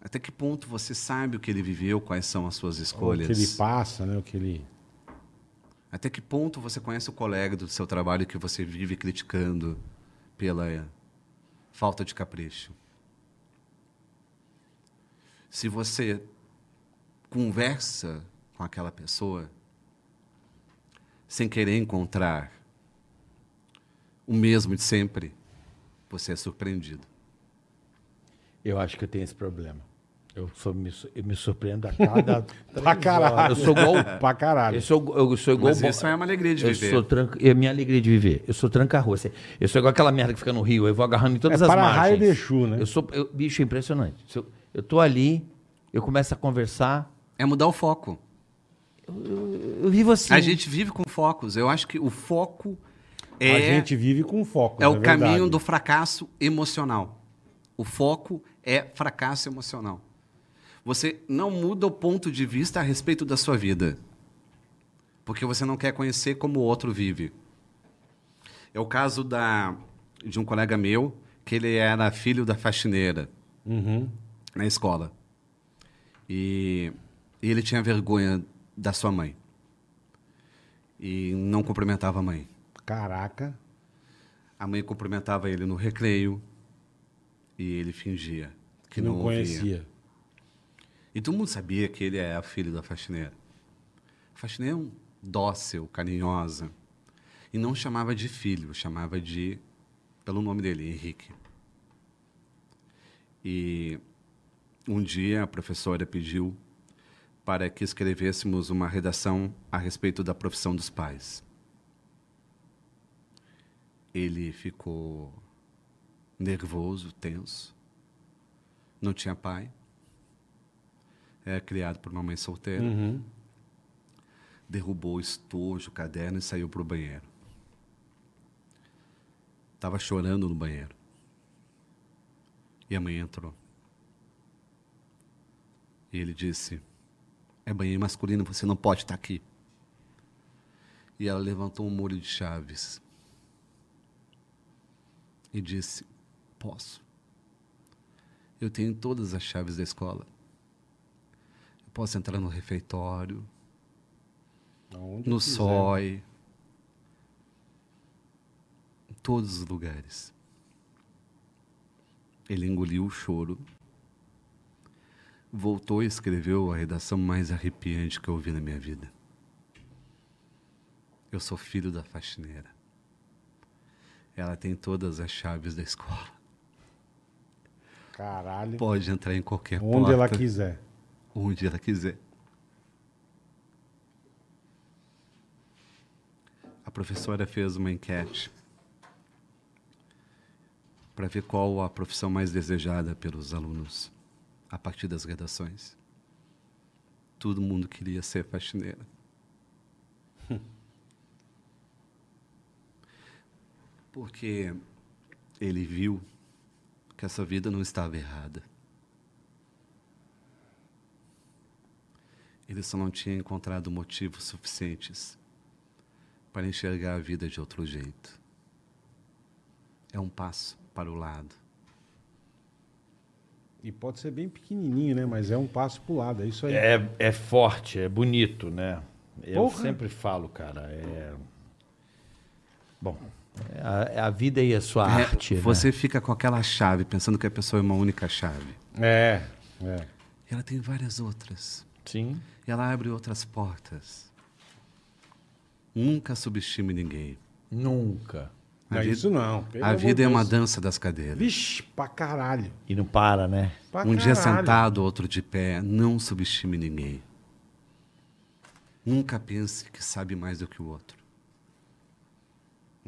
Até que ponto você sabe o que ele viveu, quais são as suas
O que ele
escolhas?
passa, né? O que ele.
Até que ponto você conhece o colega do seu trabalho que você vive criticando pela eh, falta de capricho? Se você conversa com aquela pessoa sem querer encontrar o mesmo de sempre, você é surpreendido.
Eu acho que eu tenho esse problema. Eu, sou- me, su- eu me surpreendo a cada. três
Pra caralho.
horas. Eu sou igual.
Pra caralho.
Eu sou, eu sou igual.
Mas
bo-
isso é uma alegria de
eu
viver.
Sou tranca, é minha alegria de viver. Eu sou tranca-rua. assim. Eu sou igual aquela merda que fica no rio. Eu vou agarrando em todas
É
as margens.
para-raio de Exu, né?
Eu sou, eu- bicho, é impressionante. Se Eu, eu tô ali, eu começo a conversar.
É mudar o foco.
Eu vivo assim.
A gente vive com focos. Eu acho que o foco é
A gente vive com foco.
É
na
o
verdade.
caminho do fracasso emocional. O foco é fracasso emocional. Você não muda o ponto de vista a respeito da sua vida. Porque você não quer conhecer como o outro vive. É o caso da, de um colega meu, que ele era filho da faxineira
Uhum.
na escola. E ele tinha vergonha da sua mãe. E não cumprimentava a mãe.
Caraca.
A mãe cumprimentava ele no recreio e ele fingia
Que
que não,
não,
ouvia.
conhecia.
E todo mundo sabia que ele era filho da faxineira. A faxineira é um dócil, carinhosa. E não chamava de filho, chamava de pelo nome dele, Henrique. E um dia a professora pediu para que escrevêssemos uma redação a respeito da profissão dos pais. Ele ficou nervoso, tenso. Não tinha pai. Era criado por uma mãe solteira.
Uhum.
Derrubou o estojo, o caderno e saiu para o banheiro. Estava chorando no banheiro. E a mãe entrou. E ele disse: É banheiro masculino, você não pode estar aqui. E ela levantou um molho de chaves e disse: Posso. Eu tenho todas as chaves da escola. Eu posso entrar no refeitório,
Aonde
no
quiser.
SOI, em todos os lugares. Ele engoliu o choro, voltou e escreveu a redação mais arrepiante que eu ouvi na minha vida. Eu sou filho da faxineira. Ela tem todas as chaves da escola.
Caralho.
Pode entrar em qualquer
Onde
porta,
ela quiser.
onde ela quiser. A professora fez uma enquete para ver qual a profissão mais desejada pelos alunos a partir das redações. Todo mundo queria ser faxineira. Porque ele viu que essa vida não estava errada. Ele só não tinha encontrado motivos suficientes para enxergar a vida de outro jeito. É um passo para o lado.
E pode ser bem pequenininho, né? Mas é um passo pro lado, é isso aí.
É, é forte, é bonito, né? Eu
Porra.
sempre falo, cara, é... Bom, é a, é a vida e a sua arte,
É,
né?
você fica com aquela chave, pensando que a pessoa é uma única chave.
É, é.
E Ela tem várias outras.
Sim.
E ela abre outras portas. Nunca subestime ninguém.
Nunca.
Não é
vida-
isso não. Pelo
a
amor
vida
de
é uma
Deus.
dança das cadeiras.
Vixe, pra caralho.
E não para, né?
Pra
um dia
caralho.
sentado, outro de pé. Não subestime ninguém. Nunca pense que sabe mais do que o outro.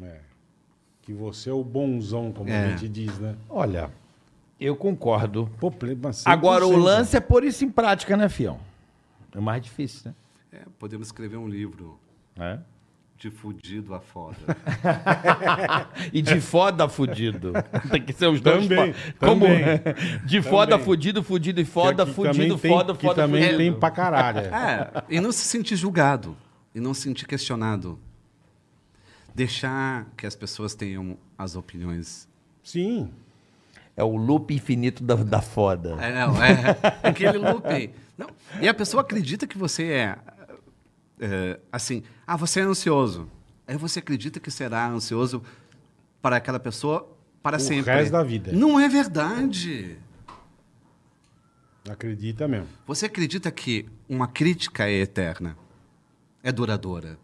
É. Que você é o bonzão, como
É.
a gente diz, né?
Olha, eu concordo.
Pô, ple- mas
Agora, o
100%,
lance é pôr isso em prática, né, Fião? É mais difícil,
É, podemos escrever um livro
né?
É.
de fudido a foda.
E de foda fudido. Tem que ser os dois.
Também,
fo-
também.
Como? De foda
Também.
fudido, fudido e
Que
foda,
aqui
fudido,
também tem-
foda,
que
foda,
também
fudido.
tem pra caralho. é.
É, e não se sentir julgado, e não se sentir questionado. Deixar que as pessoas tenham as opiniões.
Sim.
É o loop infinito da, da foda.
É, não, é aquele loop. Não, e a pessoa acredita que você é, é, assim, ah, você é ansioso. Aí você acredita que será ansioso para aquela pessoa para
O
sempre.
resto da vida.
Não é verdade.
Acredita mesmo.
Tá
Você acredita que uma crítica é eterna? É duradoura?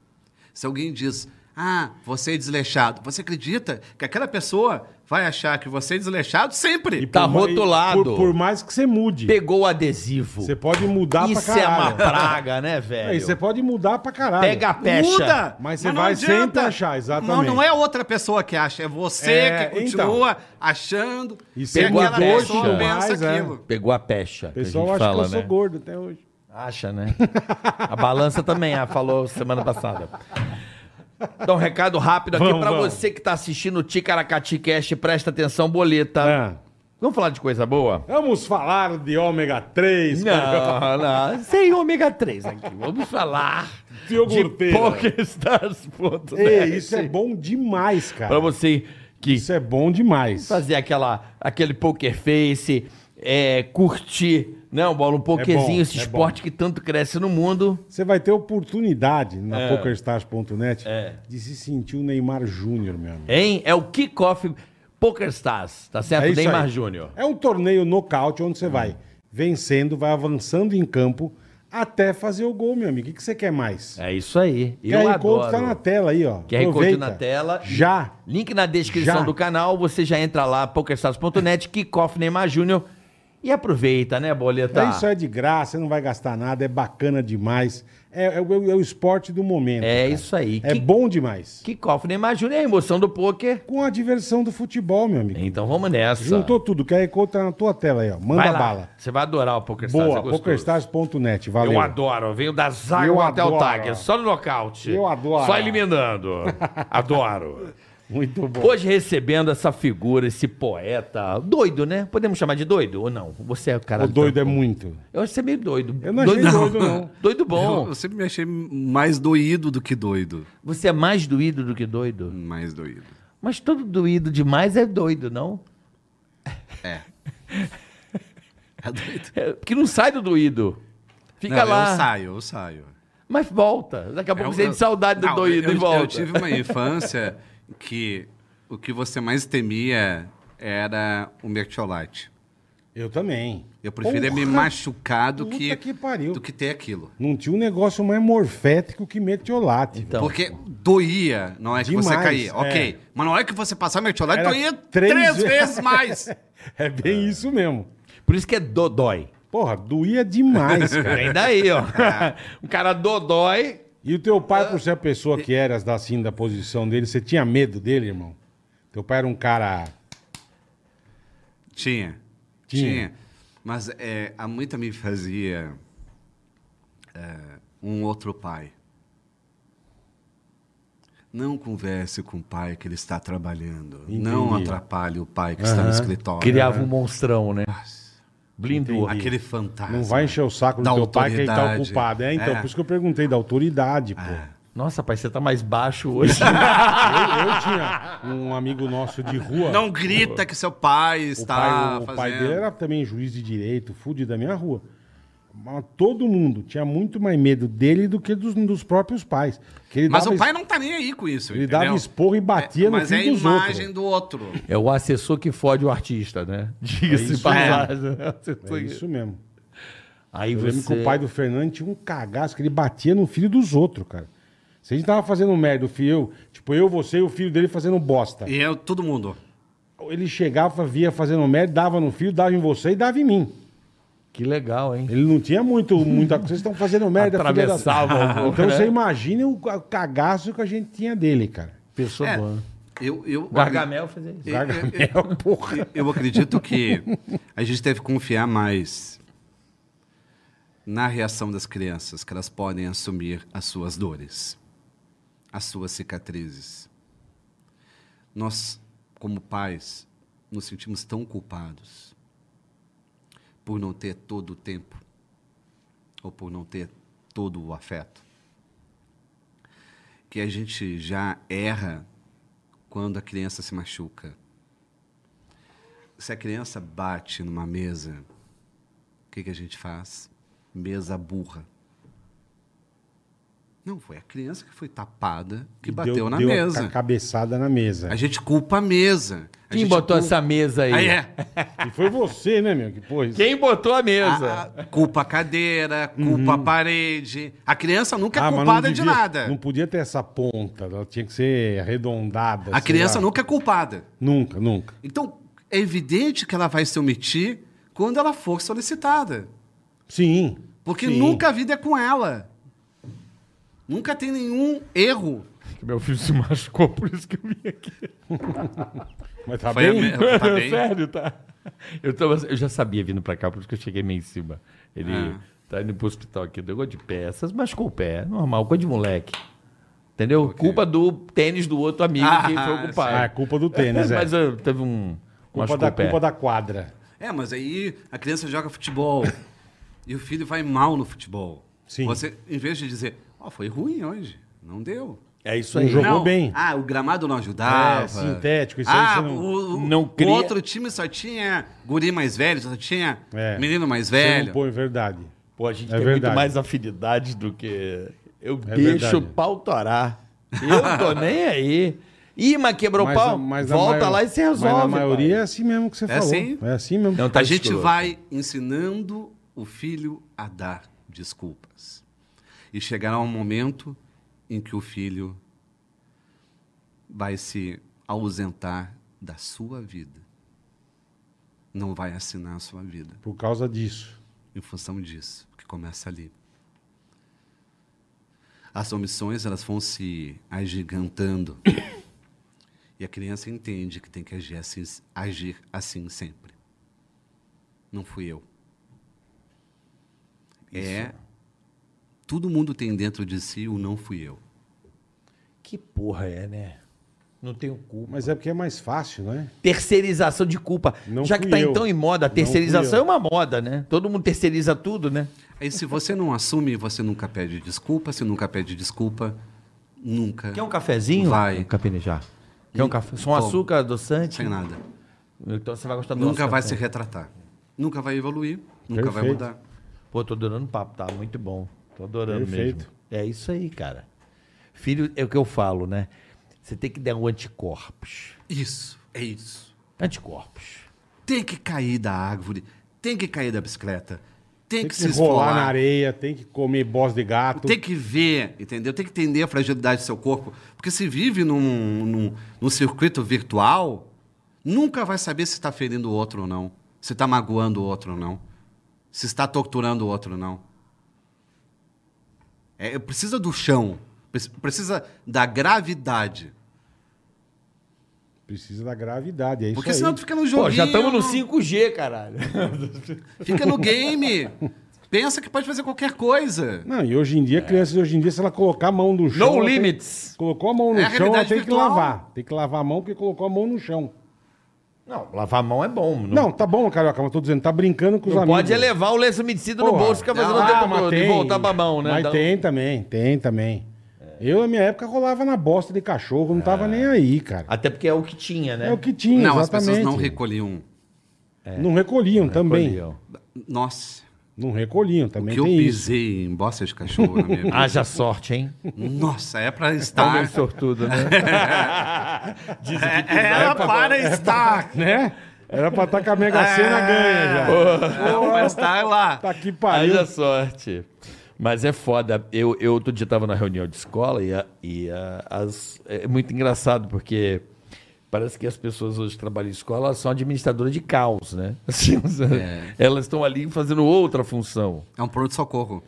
Se alguém diz, ah, você é desleixado, você acredita que aquela pessoa vai achar que você é desleixado sempre?
E
Tá
por ma- e
rotulado.
Por, por mais que você mude.
Pegou o adesivo.
Você pode mudar
Isso
pra
é uma
caralho.
praga, né,
Aí
velho?
você pode mudar pra caralho.
Pega a pecha.
Muda!
Mas você
não
vai
adianta.
sempre achar, exatamente.
Não, não é outra pessoa que acha, é você
É,
que continua achando
E
que
você
pegou a
aquela
pecha.
pessoa pensa
Mais, é.
aquilo.
Pegou a pecha.
O
que a
pessoal
gente
acha
fala,
que eu sou
né?
gordo até hoje.
Acha, né? A balança também, ah, falou semana passada. Dá um recado rápido aqui
Vamos,
pra
vamos.
você que tá assistindo o Ticaracati Cast, presta atenção, boleta.
É.
Vamos falar de coisa boa?
Vamos falar de ômega 3.
Não, não. Sem ômega 3 aqui. Vamos falar
De iogurteira.
PokerStars.net.
Ei, isso é bom demais, cara.
assim. Pra você que
Isso é bom demais.
fazer aquela, aquele poker face, é, curtir, não, bola, um pokerzinho,
bom,
esse
é
esporte que tanto cresce no mundo.
Você vai ter oportunidade na PokerStars.net
É.
de se sentir o Neymar Júnior, meu amigo.
Hein? É o kickoff PokerStars, tá certo?
É isso
Neymar
aí.
Júnior. É.
É um torneio nocaute onde você vai vencendo, vai avançando em campo até fazer o gol, meu amigo. O que que você quer mais?
É isso aí. Eu
QR Code
adoro.
tá na tela aí, ó.
QR Code
Aproveita.
na tela.
Já.
Link na descrição
Já.
do canal, você já entra lá, pokerstars.net, kickoff Neymar Júnior e aproveita, né, Boleta?
É Isso é de graça, você não vai gastar nada, é bacana demais. É, é o é o esporte do momento.
É
cara.
isso aí.
É
Que-
bom demais.
Kickoff Neymar Júnior é a emoção do poker.
Com a diversão do futebol, meu amigo.
Então vamos nessa.
Juntou tudo. QR Code tá na tua tela aí, ó. Manda
Vai lá.
bala.
Você vai adorar o PokerStars. é
Boa,
gostoso.
pokerstars.net. Valeu.
Eu adoro, eu venho da zaga
Eu
até o
adoro.
tag, só no nocaute.
Eu adoro.
Só eliminando. adoro.
Muito bom.
Hoje recebendo essa figura, esse poeta. Doido, né? Podemos chamar de doido ou não? Você é o cara.
o doido é muito.
Eu acho que você é meio doido.
Eu não achei doido, não.
Doido
Eu,
bom.
eu sempre me achei mais doído do que doido.
Você é mais doído do que doido.
Mais doído.
Mas todo doído demais é doido, não?
É. É doido.
É, porque não sai do doído. Fica
Não,
lá.
Eu saio, eu saio.
Mas volta. Daqui a pouco
Eu-
você é
um eu-
de saudade do
Não,
doído
eu,
e volta.
Eu tive uma infância que o que você mais temia era o mertiolate.
Eu também.
Eu preferia me
Porra!
machucar do
Puta
que,
que pariu.
do que ter aquilo.
Não tinha um negócio mais morfético que metiolate.
Então,
Porque doía na hora que você
Demais,
caía. Ok.
é.
Mas na hora que você passar mertiolate,
Era
doía
três
três,
ve-
vezes mais.
É bem isso mesmo.
um-
Por isso que é dodói.
Porra, doía demais, cara.
Vem daí, ó. um cara dodói.
E o teu pai, por ser a pessoa que eras da- assim, da posição dele, você tinha medo dele, irmão? Teu pai era um cara
Tinha.
Tinha.
Tinha. Mas é, a mãe também fazia é, um outro pai. Não converse com o pai que ele está trabalhando. Não
Entendi.
atrapalhe o pai que está no
Aham.
escritório.
Criava um monstrão, né? Blindou.
Entendi.
Aquele fantasma.
Não vai encher o saco do
Ah, da
teu pai que ele tá
autoridade.
ocupado. É, então, por isso que eu perguntei da autoridade, pô.
Nossa, pai, você tá mais baixo hoje.
Eu, eu tinha um amigo nosso de rua.
Ah. Não grita que seu pai
o
está
pai, o
tá fazendo.
pai dele era também juiz de direito, fudido da minha rua. Mas todo mundo tinha muito mais medo dele do que dos, dos próprios pais. Que ele
Mas
dava
o pai
es-
não tá nem aí com isso.
Ele
entendeu?
dava esporro e batia
É,
no
Mas é a
filho dos outros.
imagem do outro.
É o assessor que fode o artista, né? Diga-se
É
de
isso
passagem. né?
É isso mesmo.
Aí
Eu
você...
lembro que o pai do Fernando tinha um cagaço que ele batia no filho dos outros, cara. Se a gente tava fazendo merda, o filho, eu, tipo, eu, você e o filho dele fazendo bosta.
E é todo mundo.
Ele chegava, via fazendo merda, dava no filho, dava em você e dava em mim.
Que legal, hein?
Ele não tinha muito, muita coisa. Vocês estão fazendo merda, filha da-
Atravessava um pouco,
Então
né?
você imagina o ca- cagaço que a gente tinha dele, cara.
Pessoa
É,
boa.
eu, eu,
Gargamel fazia isso.
eu- eu-
Gargamel, porra.
Eu acredito que a gente deve confiar mais na reação das crianças, que elas podem assumir as suas dores, as suas cicatrizes. Nós, como pais, nos sentimos tão culpados por não ter todo o tempo ou por não ter todo o afeto, que a gente já erra quando a criança se machuca se a criança bate numa mesa, o que, que a gente faz? Mesa burra. Não, foi a criança que foi tapada que
E
bateu
deu-
na
deu a
mesa.
ca- cabeçada na mesa.
A gente culpa a mesa. A
Quem
gente
botou
tipo-
culpa...
essa mesa aí?
Ah,
Aí é.
E foi você, né, meu? Que porra. isso?
Quem botou a
A,
Ah,
mesa?
a- culpa a cadeira, culpa a parede. A criança nunca é
Uhum. Ah, mas não
culpada de
devia-
nada.
Não podia ter essa ponta, ela tinha que ser arredondada. sei
A criança
lá.
nunca é culpada.
Nunca, nunca.
Então, é evidente que ela vai se omitir quando ela for solicitada.
Sim.
Porque
sim.
nunca a vida é com ela. Nunca tem nenhum erro.
ah.
Que Meu filho se machucou, por isso que eu vim aqui.
Mas tá
Foi a
bem?
me- Tá bem?
Sério, tá? Eu, tava- eu já sabia vindo pra cá, por isso que eu cheguei meio em cima. Ele
Ah.
tá indo pro hospital aqui, deu de pé, essas machucou o pé, normal, coisa de moleque. Entendeu? Culpa do tênis do outro amigo
Ah,
que foi o culpado.
Ah, é culpa do tênis, é.
Mas eu, teve um.
Culpa
machucou
da,
o pé.
culpa da quadra.
É, mas aí a criança joga futebol e o filho vai mal no futebol.
Sim.
Você, em vez de dizer, ó, foi ruim hoje, não deu.
É isso
Não
aí.
jogou
Não,
bem.
Ah, o gramado não ajudava.
É, sintético, isso aí você
ah,
não-
o, o-
não
o
cria-
outro time só tinha guri mais velho, só tinha
É.
menino mais
Você
velho.
não põe verdade.
Pô, a gente
É
tem
verdade.
muito mais afinidade do que. Eu
É
deixo o
verdade.
pau torar. Eu tô nem aí. Ih, mas quebrou o
a-
pau?
a
Volta
maior-
lá e se resolve.
Mas na maioria é
pai.
assim mesmo que você falou.
assim?
É assim mesmo.
Não, tá
a gente
escroto.
vai ensinando o filho a dar desculpas. E chegará um momento em que o filho vai se ausentar da sua vida. Não vai assinar a sua vida
Por causa disso.
em função disso, que começa ali. As omissões elas vão se agigantando. e a criança entende que tem que agir assim, agir assim sempre. Não fui eu. É. Todo mundo tem dentro de si o não fui eu.
Que porra é, né? Não tenho culpa.
Mas é porque é mais fácil, né?
Terceirização de culpa.
Não
Já que
fui
tá
eu.
então em moda, a
Não
terceirização é
fui
uma moda, né? Todo mundo terceiriza tudo, né?
Aí se você não assume, você nunca pede desculpa, se nunca pede desculpa, nunca.
Quer um cafezinho?
Vai.
Um capinejar. Quer um café? Só um
Toma.
açúcar, adoçante?
Sem nada.
Então você vai gostar do
Nunca
nosso
vai
café.
se retratar. Nunca vai evoluir, nunca vai
Perfeito.
mudar.
Pô, tô adorando o papo, tá muito bom. Tô adorando
Perfeito.
mesmo. É isso aí, cara. Filho, é o que eu falo, né? Você tem que dar um anticorpos.
Isso, é isso.
Anticorpos.
Tem que cair da árvore, tem que cair da bicicleta, tem,
Tem que
que, se
rolar
esfolar,
na areia, tem que comer boss de gato.
tem que ver, entendeu? Tem que entender a fragilidade do seu corpo. Porque se vive num, num, num circuito virtual, nunca vai saber se está ferindo o outro ou não, se está magoando o outro ou não, se está torturando o outro ou não. É, precisa do chão, pre- precisa da gravidade
Precisa da gravidade, é isso
Porque
aí.
senão tu fica no joguinho.
Pô, já estamos no
não-
5G, caralho.
Fica no game. Pensa que pode fazer qualquer coisa.
Não, e hoje em dia, crianças, hoje em dia, se ela colocar a mão no chão... ela tem-
limits.
Colocou a mão no
É a
chão, ela
realidade
tem que
virtual.
lavar. Tem que lavar a mão porque colocou a mão no chão.
Não, lavar a mão é bom. Não,
Não, tá bom, Carioca, mas tô dizendo, tá brincando com os
não
amigos.
pode é levar o lençomicida no
Porra.
bolso e ficar fazendo o
Ah,
tempo
mas
todo e
tem.
voltar pra mão, né?
Mas
Dá um-
tem também, tem também. Eu, na minha época, rolava na bosta de cachorro, não tava nem aí, cara.
Até porque é o que tinha, né?
É o que tinha,
não, as
exatamente.
pessoas não um. recolhiam.
Não recolhiam também.
Recolheu.
Nossa,
Não recolhiam
o
também.
que eu
tem isso. Ah.
pisei em bosta de cachorro na minha vida.
Haja sorte, hein?
Nossa, é pra
Tá
estar.
um sortudo, né? Diz o que
É, era para estar.
Né? Era pra estar com a Mega Sena
Ah.
ganha já.
Não, para É, estar lá.
Tá aqui pariu.
assim,
Haja sorte. Mas é foda. Eu, eu outro dia estava na reunião de escola e, a- e a- as, é muito engraçado, porque parece que as pessoas hoje que trabalham em escola elas são administradoras de caos, né? Assim, Elas estão ali fazendo outra função.
É um pronto-socorro.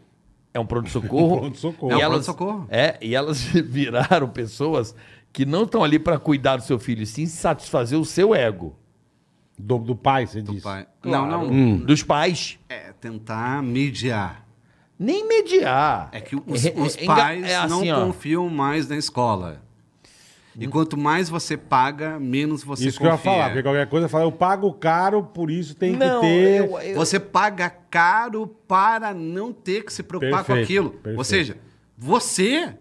É um pronto-socorro.
Um pronto-socorro.
E
É um
elas-
pronto-socorro.
É, e elas viraram pessoas que não estão ali para cuidar do seu filho, sim satisfazer o seu ego.
Do, do pai, você disse.
Pai.
Claro.
Não, não.
Hum.
Dos pais.
É tentar mediar.
Nem mediar.
É que os,
É- é-
os
é enga-
pais
é assim, ó.
não confiam mais na escola. E quanto mais você paga, menos você
Hum. isso que eu ia
confia.
falar, porque qualquer coisa eu falo, eu pago caro, por isso tem
Não,
que ter.
eu- eu-
Você paga caro para não ter que se preocupar com
Perfeito,
aquilo.
perfeito.
Ou seja, você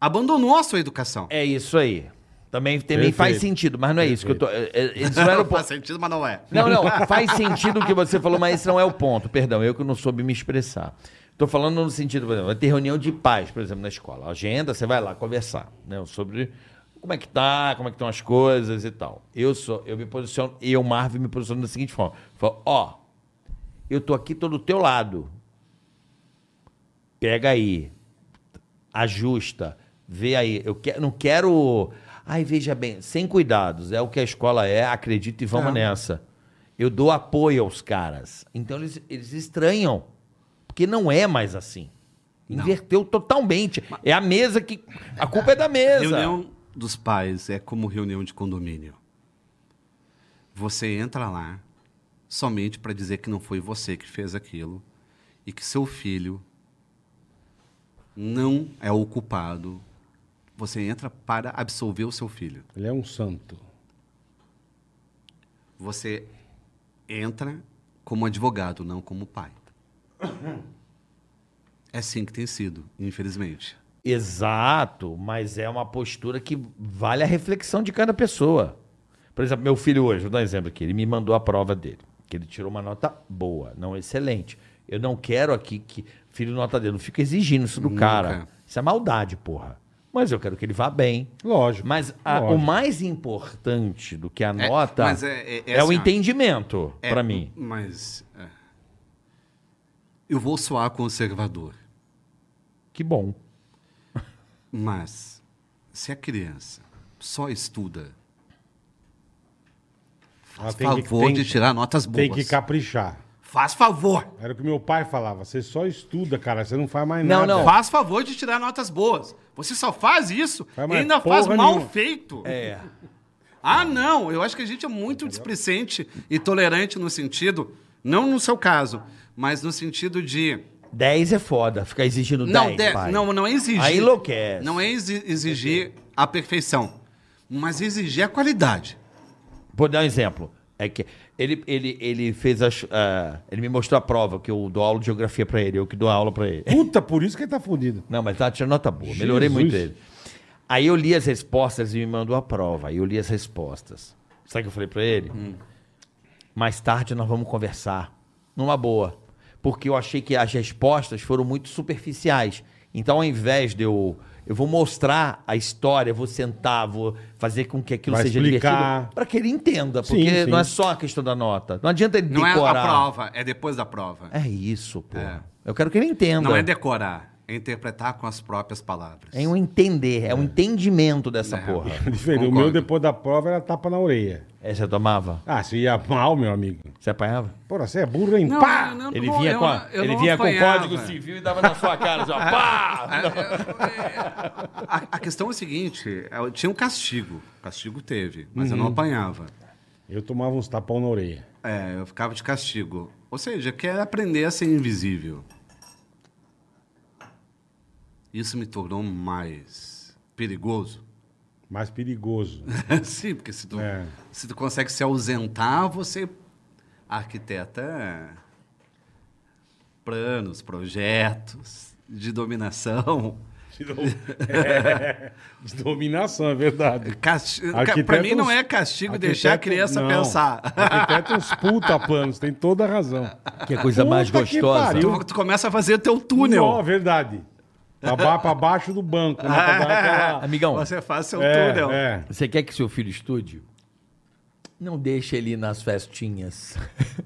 abandonou a sua educação.
É isso aí. Também, também
Perfeito.
faz sentido, mas não é isso que eu tô. é- é- Isso não era o
faz
ponto.
sentido, mas não é.
Não, não, faz sentido o que você falou, mas esse não é o ponto. Perdão, eu que não soube me expressar. Tô falando no sentido, por exemplo, vai ter reunião de pais, por exemplo, na escola. Agenda, você vai lá conversar, né? Sobre como é que tá, como é que estão as coisas e tal. Eu sou, eu me posiciono, eu, Marvin, me posiciono da seguinte forma. Falo, ó, eu tô aqui, tô do teu lado. Pega aí, ajusta, vê aí. Eu que- não quero. Ai, veja bem, sem cuidados, é o que a escola é, acredita e vamos nessa. Eu dou apoio aos caras. Então eles, eles estranham, porque não é mais assim. Inverteu totalmente. É a mesa que. A culpa é da mesa.
Reunião dos pais é como reunião de condomínio. Você entra lá somente para dizer que não foi você que fez aquilo e que seu filho não é o culpado. Você entra para absolver o seu filho.
Ele é um santo.
Você entra como advogado, não como pai. É assim que tem sido, infelizmente.
Exato, mas é uma postura que vale a reflexão de cada pessoa. Por exemplo, meu filho hoje, vou dar um exemplo aqui, ele me mandou a prova dele, que ele tirou uma nota boa, não excelente. Eu não quero aqui que filho nota dele, não fico exigindo isso do
Nunca.
cara. Isso é maldade, porra. Mas eu quero que ele vá bem.
Lógico.
Mas a- o
lógico.
mais importante do que a nota
mas é- é- é
o
assim, ó.
entendimento,
É,
pra para mim.
Mas. é. Eu vou soar conservador.
Que bom.
Mas, se a criança só estuda,
Ela
faz
tem que-
favor
tem
de
que-
tirar notas boas.
Tem que caprichar.
Faz favor!
Era o que meu pai falava. Você só estuda, cara. Você não faz mais
Não,
nada.
não.
Faz favor de tirar notas boas. Você só faz isso
Faz
e
mais
ainda faz
porra
mal
nenhuma.
feito.
É.
Ah, não. Eu acho que a gente é muito displicente e tolerante no sentido, não no seu caso, mas no sentido de
10 é foda, ficar exigindo 10.
Não, de-
pai.
não, não é exigir.
Aí enlouquece.
Não é exi- exigir a perfeição, mas exigir a qualidade.
Vou dar um exemplo. É que ele, ele, ele fez as. ah, ele me mostrou a prova, que eu dou aula de geografia pra ele, eu que dou aula pra ele.
Puta, por isso que ele tá fudido.
Não, mas tá tirando nota boa, melhorei
Jesus.
muito ele. Aí eu li as respostas e me mandou a prova. Aí eu li as respostas. Sabe o que eu falei pra ele?
Hum.
Mais tarde nós vamos conversar. Numa boa. Porque eu achei que as respostas foram muito superficiais. Então, ao invés de eu. Eu vou mostrar a história, vou sentar, vou fazer com que aquilo
Vai
seja
explicar.
divertido. Pra que ele entenda.
Sim,
Porque
sim.
não é só a questão da nota. Não adianta ele
Não
decorar.
é a prova, é depois da prova.
É isso, pô.
É.
Eu quero que ele entenda.
Não é decorar, É interpretar com as próprias palavras.
É um entender, é um entendimento dessa porra.
Diferente. O
Concordo.
meu, depois da prova, era tapa na orelha.
É, você tomava?
Ah, se ia mal, meu amigo.
Você apanhava?
Porra, você é burro, hein? Pá!
ele vinha, com, a- ele vinha com código civil e dava na sua cara, assim, ó, pá!
É, A, a questão é a seguinte: eu tinha um castigo. Castigo teve, mas
Uhum.
eu não apanhava.
Eu tomava uns tapão na orelha.
É, eu ficava de castigo. Ou seja, eu quero aprender a ser invisível. Isso me tornou mais perigoso.
Mais perigoso.
Sim, porque se tu,
É.
se tu consegue se ausentar, você arquiteta é, planos, projetos de dominação.
De, do- É, de dominação, é verdade.
Casti...
Arquiteto
Para mim não
uns-
é castigo
arquiteto-
deixar a criança
não.
pensar.
Arquiteto é uns puta planos, tem toda a razão.
Que é coisa mais
Puta que
gostosa.
pariu.
Tu, tu começa a fazer o teu túnel.
Não, é verdade. Pra, ba pra baixo do banco. Né? Pra dar aquela-
Amigão,
Você faz seu túnel.
É, é.
você quer que seu filho estude? Não deixa ele ir nas festinhas.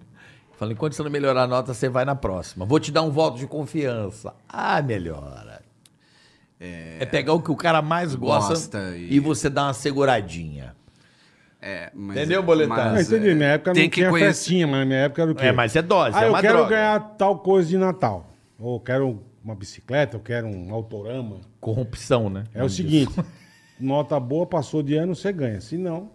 Fala, enquanto você não melhorar a nota, você vai na próxima. Vou te dar um voto de confiança. Ah, melhora. É, pegar o que o cara mais gosta,
Gosta
e...
e-
você dá uma seguradinha.
É, mas-
Entendeu, Boletar?
Não,
mas,
entendi.
é,
Minha época
tem
não
que
tinha
conhecer-
festinha, mas na minha época era o quê?
É, mas é dose,
Ah,
é
eu
uma
quero
droga.
ganhar tal coisa de Natal. Ou quero uma bicicleta, eu quero um autorama.
Corrupção, né?
É o seguinte, nota boa, passou de ano, você ganha. Se não,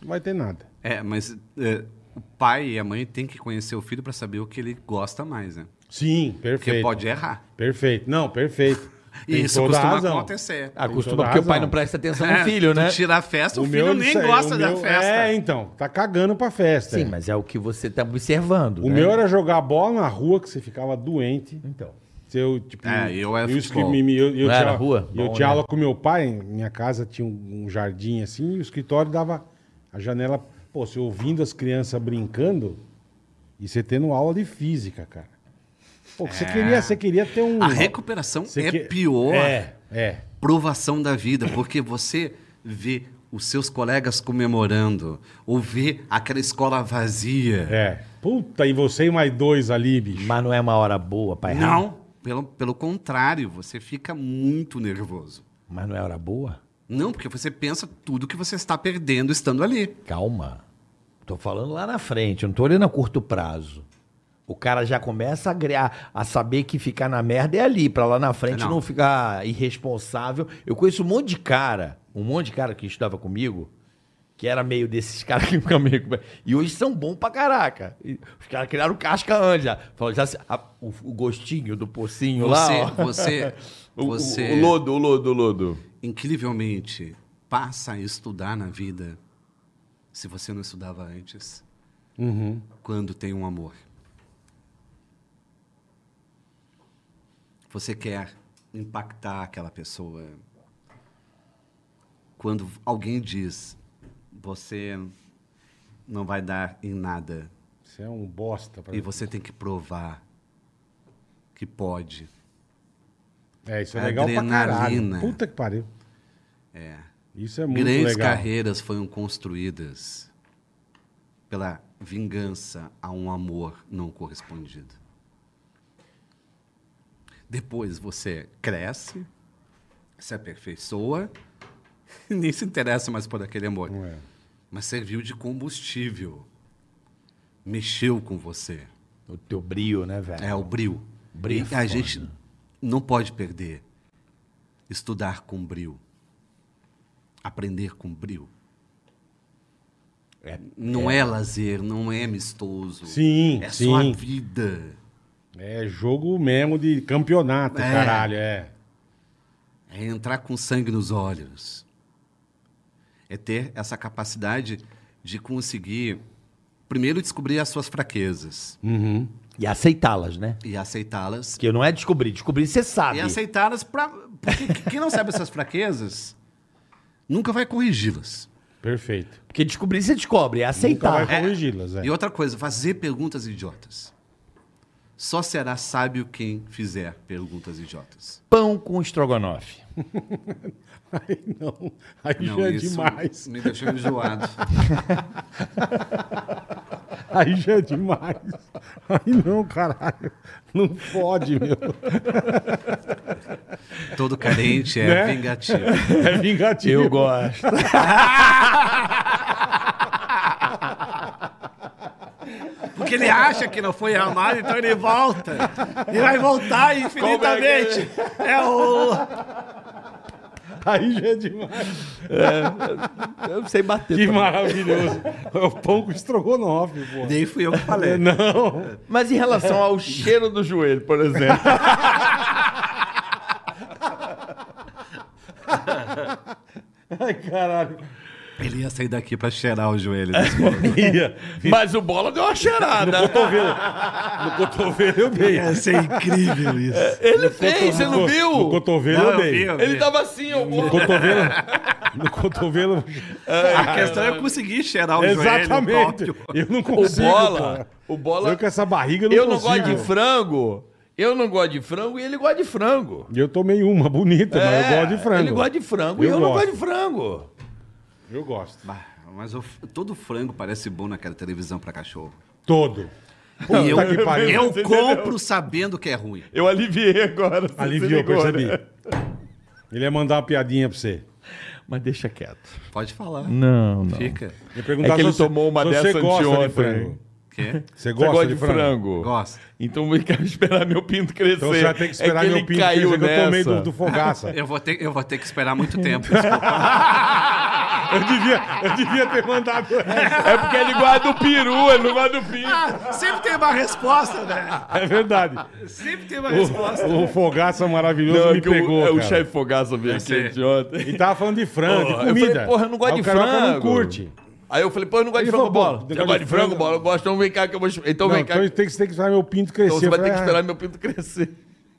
não vai ter nada.
É, mas é, o pai e a mãe têm que conhecer o filho para saber o que ele gosta mais, né?
Sim,
Porque
perfeito.
pode errar.
Perfeito. Não, perfeito.
E
Tem
isso
toda a
costuma
razão.
acontecer.
Ah,
Tem
costuma
toda
porque o pai
razão.
não presta atenção
É,
no filho, né?
Tu tira a festa, o, filho
meu,
nem
sei,
gosta
um o
da
meu-
festa.
É, então, tá cagando pra festa.
Sim, mas é o que você tá observando.
assim. O
né?
é.
meu era jogar bola na rua, que você ficava doente.
Então.
Se Eu, tipo,
É, eu era
os que
futebol.
me- me- eu, eu tinha,
Não era rua?
Eu
Bom,
tinha
né?
aula com meu pai, em minha casa tinha um, um jardim assim, e o escritório dava a janela. Pô, você ouvindo as crianças brincando e você tendo aula de física, cara. Pô, que você, queria, você queria ter um.
É. A recuperação
Você
é
que-
pior
É, é.
provação da vida, porque você vê os seus colegas comemorando, ou vê aquela escola vazia.
É. Puta, e você e mais dois ali, bicho.
Mas não é uma hora boa pra errar?
Não,
É.
pelo, pelo contrário, você fica muito nervoso.
Mas não é hora boa?
Não, porque você pensa tudo que você está perdendo estando ali.
Calma. Tô falando lá na frente, eu não tô olhando a curto prazo. O cara já começa a, criar, a saber que ficar na merda é ali, pra lá na frente não.
Não.
ficar irresponsável. Eu conheço um monte de cara, um monte de cara que estudava comigo, que era meio desses caras que ficam meio. E hoje são bons pra caraca. E os caras criaram casca anja. Falou, já se- a- o, o gostinho do pocinho
Você-
lá. ó.
você-
O- o-
você-
o lodo, o lodo, o lodo.
Incrivelmente, passa a estudar na vida se você não estudava antes.
Uhum.
Quando tem um amor. Você quer impactar aquela pessoa. Quando alguém diz, você não vai dar em nada.
Você é um bosta. Pra...
E você tem que provar que pode.
É, isso é legal pra caralho.
Adrenalina.
Puta que pariu. É. Isso é muito
Grandes
legal.
carreiras foram construídas pela vingança a um amor não correspondido. Depois você cresce, se aperfeiçoa, nem se interessa mais por aquele amor.
Não é.
Mas serviu de combustível. Mexeu com você.
O teu brio, né, velho?
É o brilho.
Brio é
E a
foda.
gente não pode perder. Estudar com brilho. Aprender com brilho.
É-
não é. lazer, não é amistoso.
Sim,
É
sim.
só a vida.
É jogo mesmo de campeonato,
É.
caralho, é.
É entrar com sangue nos olhos. É ter essa capacidade de conseguir, primeiro, descobrir as suas fraquezas
Uhum. E aceitá-las, né?
e aceitá-las
Que não é descobrir, descobrir você sabe.
É
E aceitá-las para. Porque quem não sabe essas fraquezas nunca vai corrigi-las.
Perfeito.
Porque descobrir você descobre, é
Nunca
aceitar.
vai corrigi-las, é.
Tá. E outra coisa, fazer perguntas idiotas. Só será sábio quem fizer perguntas idiotas.
Pão com estrogonofe.
Aí não, aí
Não,
já é
isso
demais.
Me deixou enjoado.
Aí já é demais. Aí não, caralho. Não pode, meu.
Todo carente é
Né?
vingativo.
É vingativo.
Eu gosto.
Porque ele acha que não foi amado, então ele volta. E vai
é
voltar infinitamente. É o.
Aí já é demais.
Eu sei bater.
Que
também.
maravilhoso. É o pão com estrogonofe, pô.
Nem fui eu que falei.
Não.
Mas em relação ao cheiro do joelho, por exemplo.
Ai, caralho.
Ele ia sair daqui pra cheirar o joelho desse povo.
Ia.
Mas o bola deu uma cheirada.
Cotovelo. No cotovelo eu dei.
Ia ser incrível isso.
Ele fez, você não
No co- No
viu?
cotovelo
Não,
eu
eu
dei.
vi, eu vi.
Ele tava assim, ó.
No cotovelo. No cotovelo.
A questão é conseguir cheirar o
Exatamente.
joelho. próprio.
Eu não
o
consigo.
bola.
pô.
O bola.
Eu com essa barriga não
eu não
consigo.
gosto de frango. Eu não gosto de frango e ele gosta de frango.
Eu tomei uma bonita, mas eu
É,
gosto de frango.
Ele gosta de frango
Eu
e eu não
gosto.
gosto de frango.
Eu gosto.
Bah, Mas o- todo frango parece bom naquela televisão pra cachorro.
Todo. Puta
E eu,
que pariu.
eu compro sabendo que é ruim.
Eu aliviei agora. você se
Aliviou,
ligou,
percebi.
né?
Ele ia mandar uma piadinha pra você.
Mas deixa quieto.
Pode falar.
Hum.
Não, não.
Fica.
Ia perguntar
É que ele
se você-
tomou uma
se você
dessa
gosta de
anteontem.
frango.
Quê?
Você
Você
gosta,
gosta
de, frango?
Gosto.
Então eu quero esperar meu pinto crescer.
Então você vai ter que esperar
é que
meu
ele
pinto
caiu
crescer, que eu tomei
nessa.
do, do fogaça.
Eu vou, ter, eu vou ter que esperar
Hum.
muito tempo.
Eu devia, eu devia ter mandado essa.
É porque ele guarda o peru, ele não guarda o pinto.
Ah, Sempre tem uma resposta, né?
É verdade.
Sempre tem uma resposta.
O, o fogaça maravilhoso
Não,
me
é que o-
pegou,
é o,
cara.
chefe Fogaça veio
Eu
aqui
sei.
de ontem.
E tava falando de frango, de
Porra,
comida.
Eu falei, porra, eu não gosto
Aí
de
o carioca
frango.
não curte.
Aí eu falei, porra, eu não gosto
Ele
de frango,
falou, pô,
bola. Você gosta de frango, bola? Eu gosto, então vem cá que eu vou... Então
Não,
vem cá.
então tem que, tem que esperar meu pinto crescer.
Então você vai
Eu
ter que
falei, "É." "Ah,
esperar meu pinto crescer.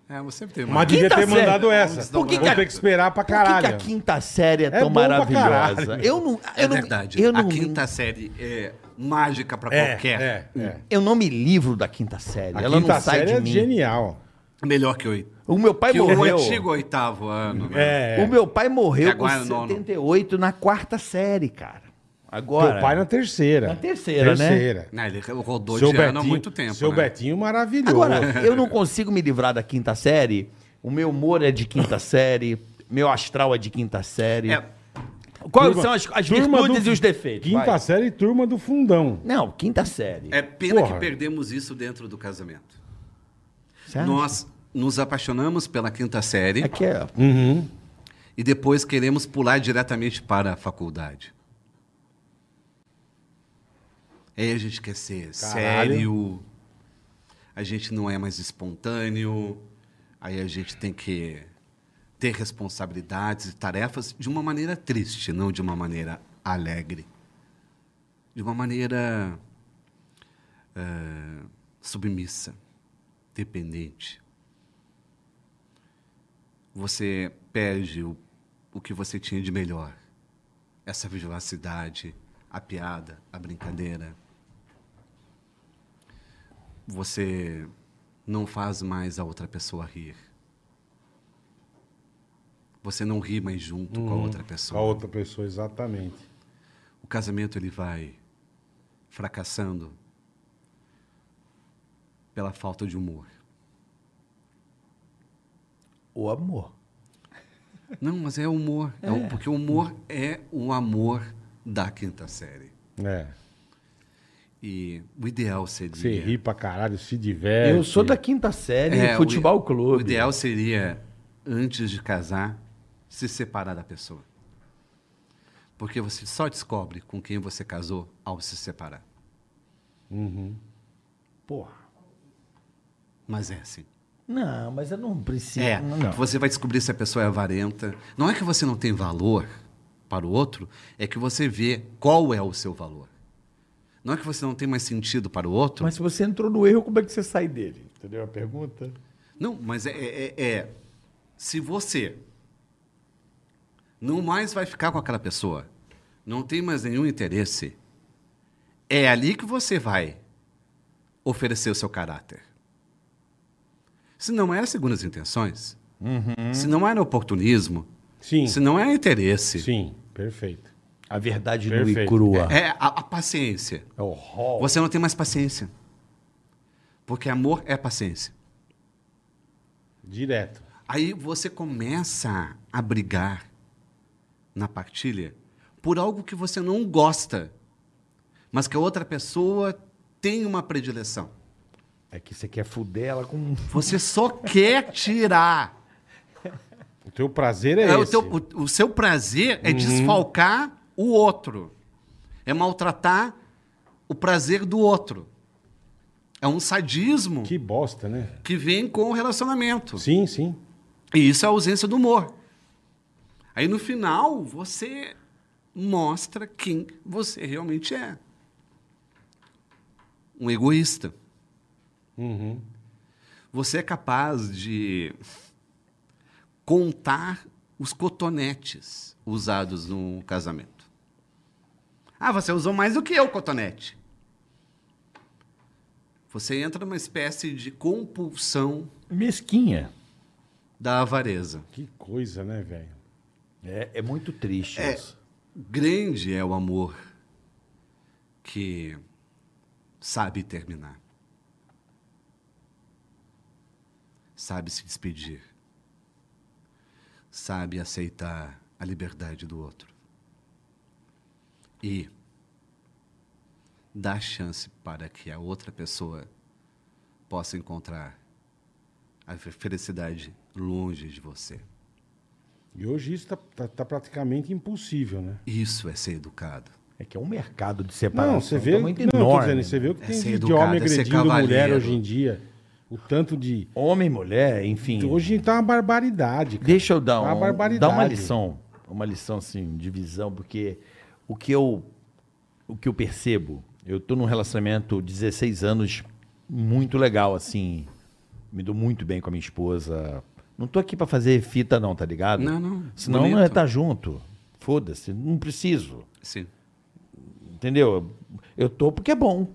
É, você sempre tem
Mas devia
Quinta
ter
série.
mandado essa.
Por que
Vou
que a-
ter que esperar pra
Por que,
caralho.
que a quinta série é tão
bom pra
maravilhosa?
caralho.
Eu não, eu
É
não,
verdade.
Eu não,
a quinta série é mágica pra
É,
qualquer.
é, é.
eu não me livro da quinta série.
A
Ela
quinta
não sai
série
de
é
mim.
genial.
Melhor que o,
O meu pai
que é o
morreu.
antigo oitavo ano. né?
É.
O meu pai morreu com
Agora é nono.
78 na quarta série, cara. Agora.
Teu pai na terceira.
Na terceira, né?
Terceira.
Não, ele rodou de ano há muito tempo.
seu
né?
Betinho maravilhoso.
Agora, eu não consigo me livrar da quinta série. O meu humor é de quinta série. Meu astral é de quinta série.
É,
Quais
Turma-
são as, as
turma
virtudes
do-
e os defeitos?
Quinta
vai?
série, turma do fundão.
Não, quinta série.
é pena
Porra.
que perdemos isso dentro do casamento.
Certo?
Nós nos apaixonamos pela quinta série
É que é-
Uhum. e depois queremos pular diretamente para a faculdade. Aí É, a gente quer ser
Caralho.
sério, a gente não é mais espontâneo, aí a gente tem que ter responsabilidades e tarefas de uma maneira triste, não de uma maneira alegre. De uma maneira eh, submissa, dependente você perde o, o que você tinha de melhor. Essa vivacidade, a piada, a brincadeira. Você não faz mais a outra pessoa rir. Você não ri mais junto com a outra
Com
pessoa.
Uhum. a outra pessoa, exatamente.
O casamento ele vai fracassando pela falta de humor.
O amor.
Não, mas é humor. É o- porque o humor é o amor da quinta série.
É.
E o ideal seria.
Você ri pra caralho, se diverte.
eu sou da quinta série,
É,
futebol
o,
clube.
O ideal seria, antes de casar, se separar da pessoa. Porque você só descobre com quem você casou ao se separar.
Porra.
Mas é assim.
Não, mas eu não preciso.
É,
não. não.
você vai descobrir se a pessoa é avarenta. Não é que você não tem valor para o outro, é que você vê qual é o seu valor. Não é que você não tem mais sentido para o outro,
Mas se você entrou no erro, como é que você sai dele? Entendeu a pergunta?
Não, mas é, é- é- é- Se você não mais vai ficar com aquela pessoa, não tem mais nenhum interesse, é ali que você vai oferecer o seu caráter. Se não era segundas intenções,
Uhum.
se não era oportunismo,
Hum. Sim,
se não é interesse,
sim, perfeito.
A verdade nua e
Perfeito.
crua.
é a- a paciência.
É o rol.
Você não tem mais paciência. Porque amor é paciência.
Direto.
Aí você começa a brigar na partilha por algo que você não gosta, mas que a outra pessoa tem uma predileção.
É que você quer fuder ela com.
Você só quer tirar.
O teu prazer é,
É, o,
esse. Uhum.
teu- o- o seu prazer é desfalcar o outro. É maltratar o prazer do outro. É um sadismo que,
Que bosta, né?
vem com o relacionamento.
Sim, sim.
E isso é a ausência do humor. Aí no final, você mostra quem você realmente é. Um egoísta.
Uhum.
Você é capaz de contar os cotonetes usados no casamento. Ah, você usou mais do que eu, cotonete. Você entra numa espécie de compulsão
Mesquinha.
da avareza.
Que coisa, né, velho?
É, é muito triste isso.
Grande é o amor que sabe terminar. Sabe se despedir. Sabe aceitar a liberdade do outro. E dá chance para que a outra pessoa possa encontrar a fe- felicidade longe de você.
E hoje isso tá, tá- tá praticamente impossível, né?
Isso é ser educado.
É que é um mercado de
Tá,
separação.
Não, você vê.
muito
não, eu tô
enorme.
dizendo, você vê o que
É
tem
ser
de, de
educado,
homem
é ser
agredindo mulher
cavalheiro.
hoje em dia. O tanto de.
Homem, mulher, enfim.
Hoje tá uma barbaridade. cara.
Deixa eu dar,
Uma
um,
barbaridade.
dar uma lição, uma lição assim, de visão, porque o que eu o que eu percebo, eu tô num relacionamento 16 anos muito legal assim, me dou muito bem com a minha esposa. Não tô aqui pra fazer fita não, tá ligado?
Não, não.
Senão
Bonito.
não é tá junto. Foda-se, não preciso.
Sim.
Entendeu? Eu tô porque é bom.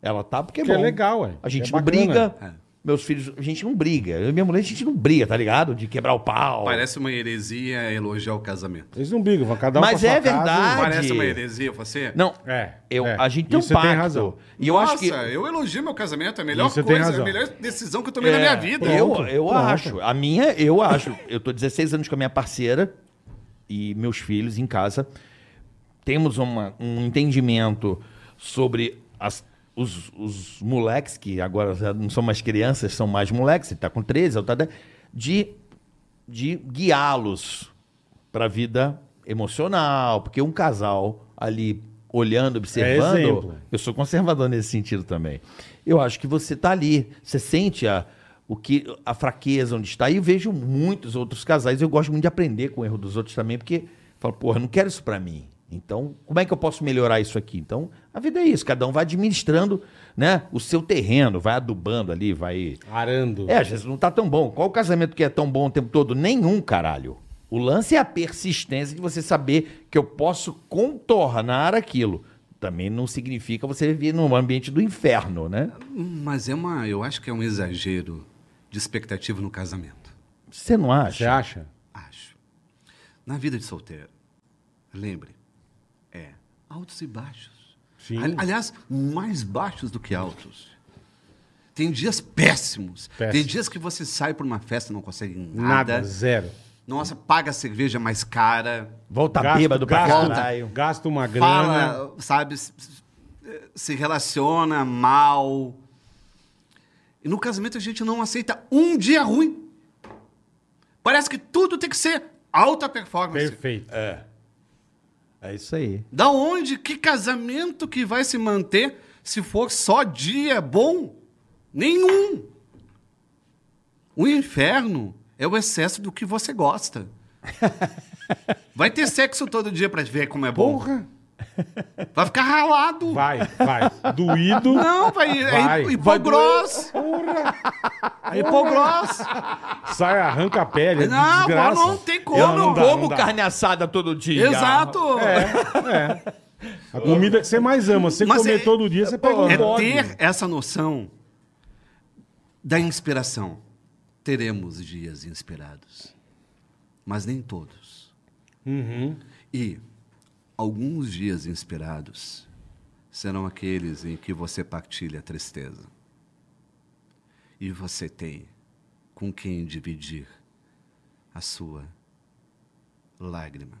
Ela tá porque é
Que é
bom.
legal, ué.
A gente
É
não
bacana.
briga.
É.
Meus filhos, a gente não briga. Eu e minha mulher, a gente não briga, tá ligado? De quebrar o pau.
Parece uma heresia elogiar o casamento.
Eles não brigam, vão cada um
Mas
pra sua
é
casa.
verdade.
Parece uma heresia você?
Não,
É,
eu,
é.
a gente tem um
Isso você
pacto.
tem razão.
E eu acho que.
Nossa, eu elogio meu casamento, é a melhor
Isso tem
coisa, é
razão.
a melhor decisão que eu tomei
É,
na minha vida.
pronto.
eu eu
pronto.
acho. A minha, eu acho. Eu tô 16 anos com a minha parceira e meus filhos em casa. Temos uma- um entendimento sobre as- os, os moleques, que agora já não são mais crianças, são mais moleques, ele tá com 13, eu tá de- de, de guiá-los pra vida emocional, porque um casal ali olhando, observando,
É exemplo.
eu sou conservador nesse sentido também. Eu acho que você tá ali, você sente a, o que, a fraqueza onde está. E eu vejo muitos outros casais, eu gosto muito de aprender com o erro dos outros também, porque eu falo, porra, eu não quero isso para mim. Então, como é que eu posso melhorar isso aqui? Então, a vida é isso, cada um vai administrando né, o seu terreno, vai adubando ali, vai
Arando.
é, às vezes não tá tão bom. Qual o casamento que é tão bom o tempo todo? Nenhum, caralho. O lance é a persistência de você saber que eu posso contornar aquilo. Também não significa você viver num ambiente do inferno, né?
Mas é uma, eu acho que é um exagero de expectativa no casamento.
Você não
Você
acha?
acha?
Acho. Na vida de solteiro, lembre, é altos e baixos.
Sim.
Ali- aliás, mais baixos do que altos. Tem dias péssimos. Tem
Péssimos.
dias que você sai para uma festa e não consegue
Nada,
nada.
zero.
Nossa, paga a cerveja mais cara.
Volta
Gasto-
bêbado pra
gasto-
caralho.
Gasta uma grana.
fala, sabe, se- se relaciona mal. E no casamento a gente não aceita um dia ruim. Parece que tudo tem que ser alta performance.
Perfeito.
É isso aí.
Da onde? Que casamento que vai se manter se for só dia bom? Nenhum. O inferno é o excesso do que você gosta. Vai ter sexo todo dia pra ver como é bom.
Porra.
Vai ficar ralado.
Vai, vai. Doído.
Não, vai.
Vai.
É hipogross. É hipogross.
Sai, arranca a pele. é de
Não,
desgraça.
não tem como.
Eu não,
dá,
como
dá.
carne assada todo dia.
Exato.
É, é. A comida que você mais ama. Você
Mas
comer
é-
todo dia, você pega um
É
dog.
ter essa noção da inspiração. Teremos dias inspirados, mas nem todos.
Uhum.
E alguns dias inspirados serão aqueles em que você partilha a tristeza. E você tem com quem dividir a sua lágrima.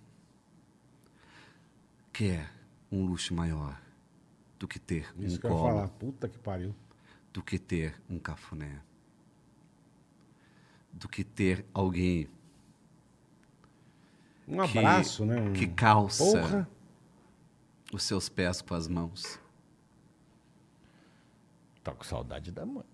Quer um luxo maior do que ter
Isso
um
que eu ia falar.
colo,
Puta que pariu.
do que ter um cafuné, do que ter alguém
Um abraço, né? Um...
que calça
Porra.
os seus pés com as mãos.
Tá com saudade da mãe.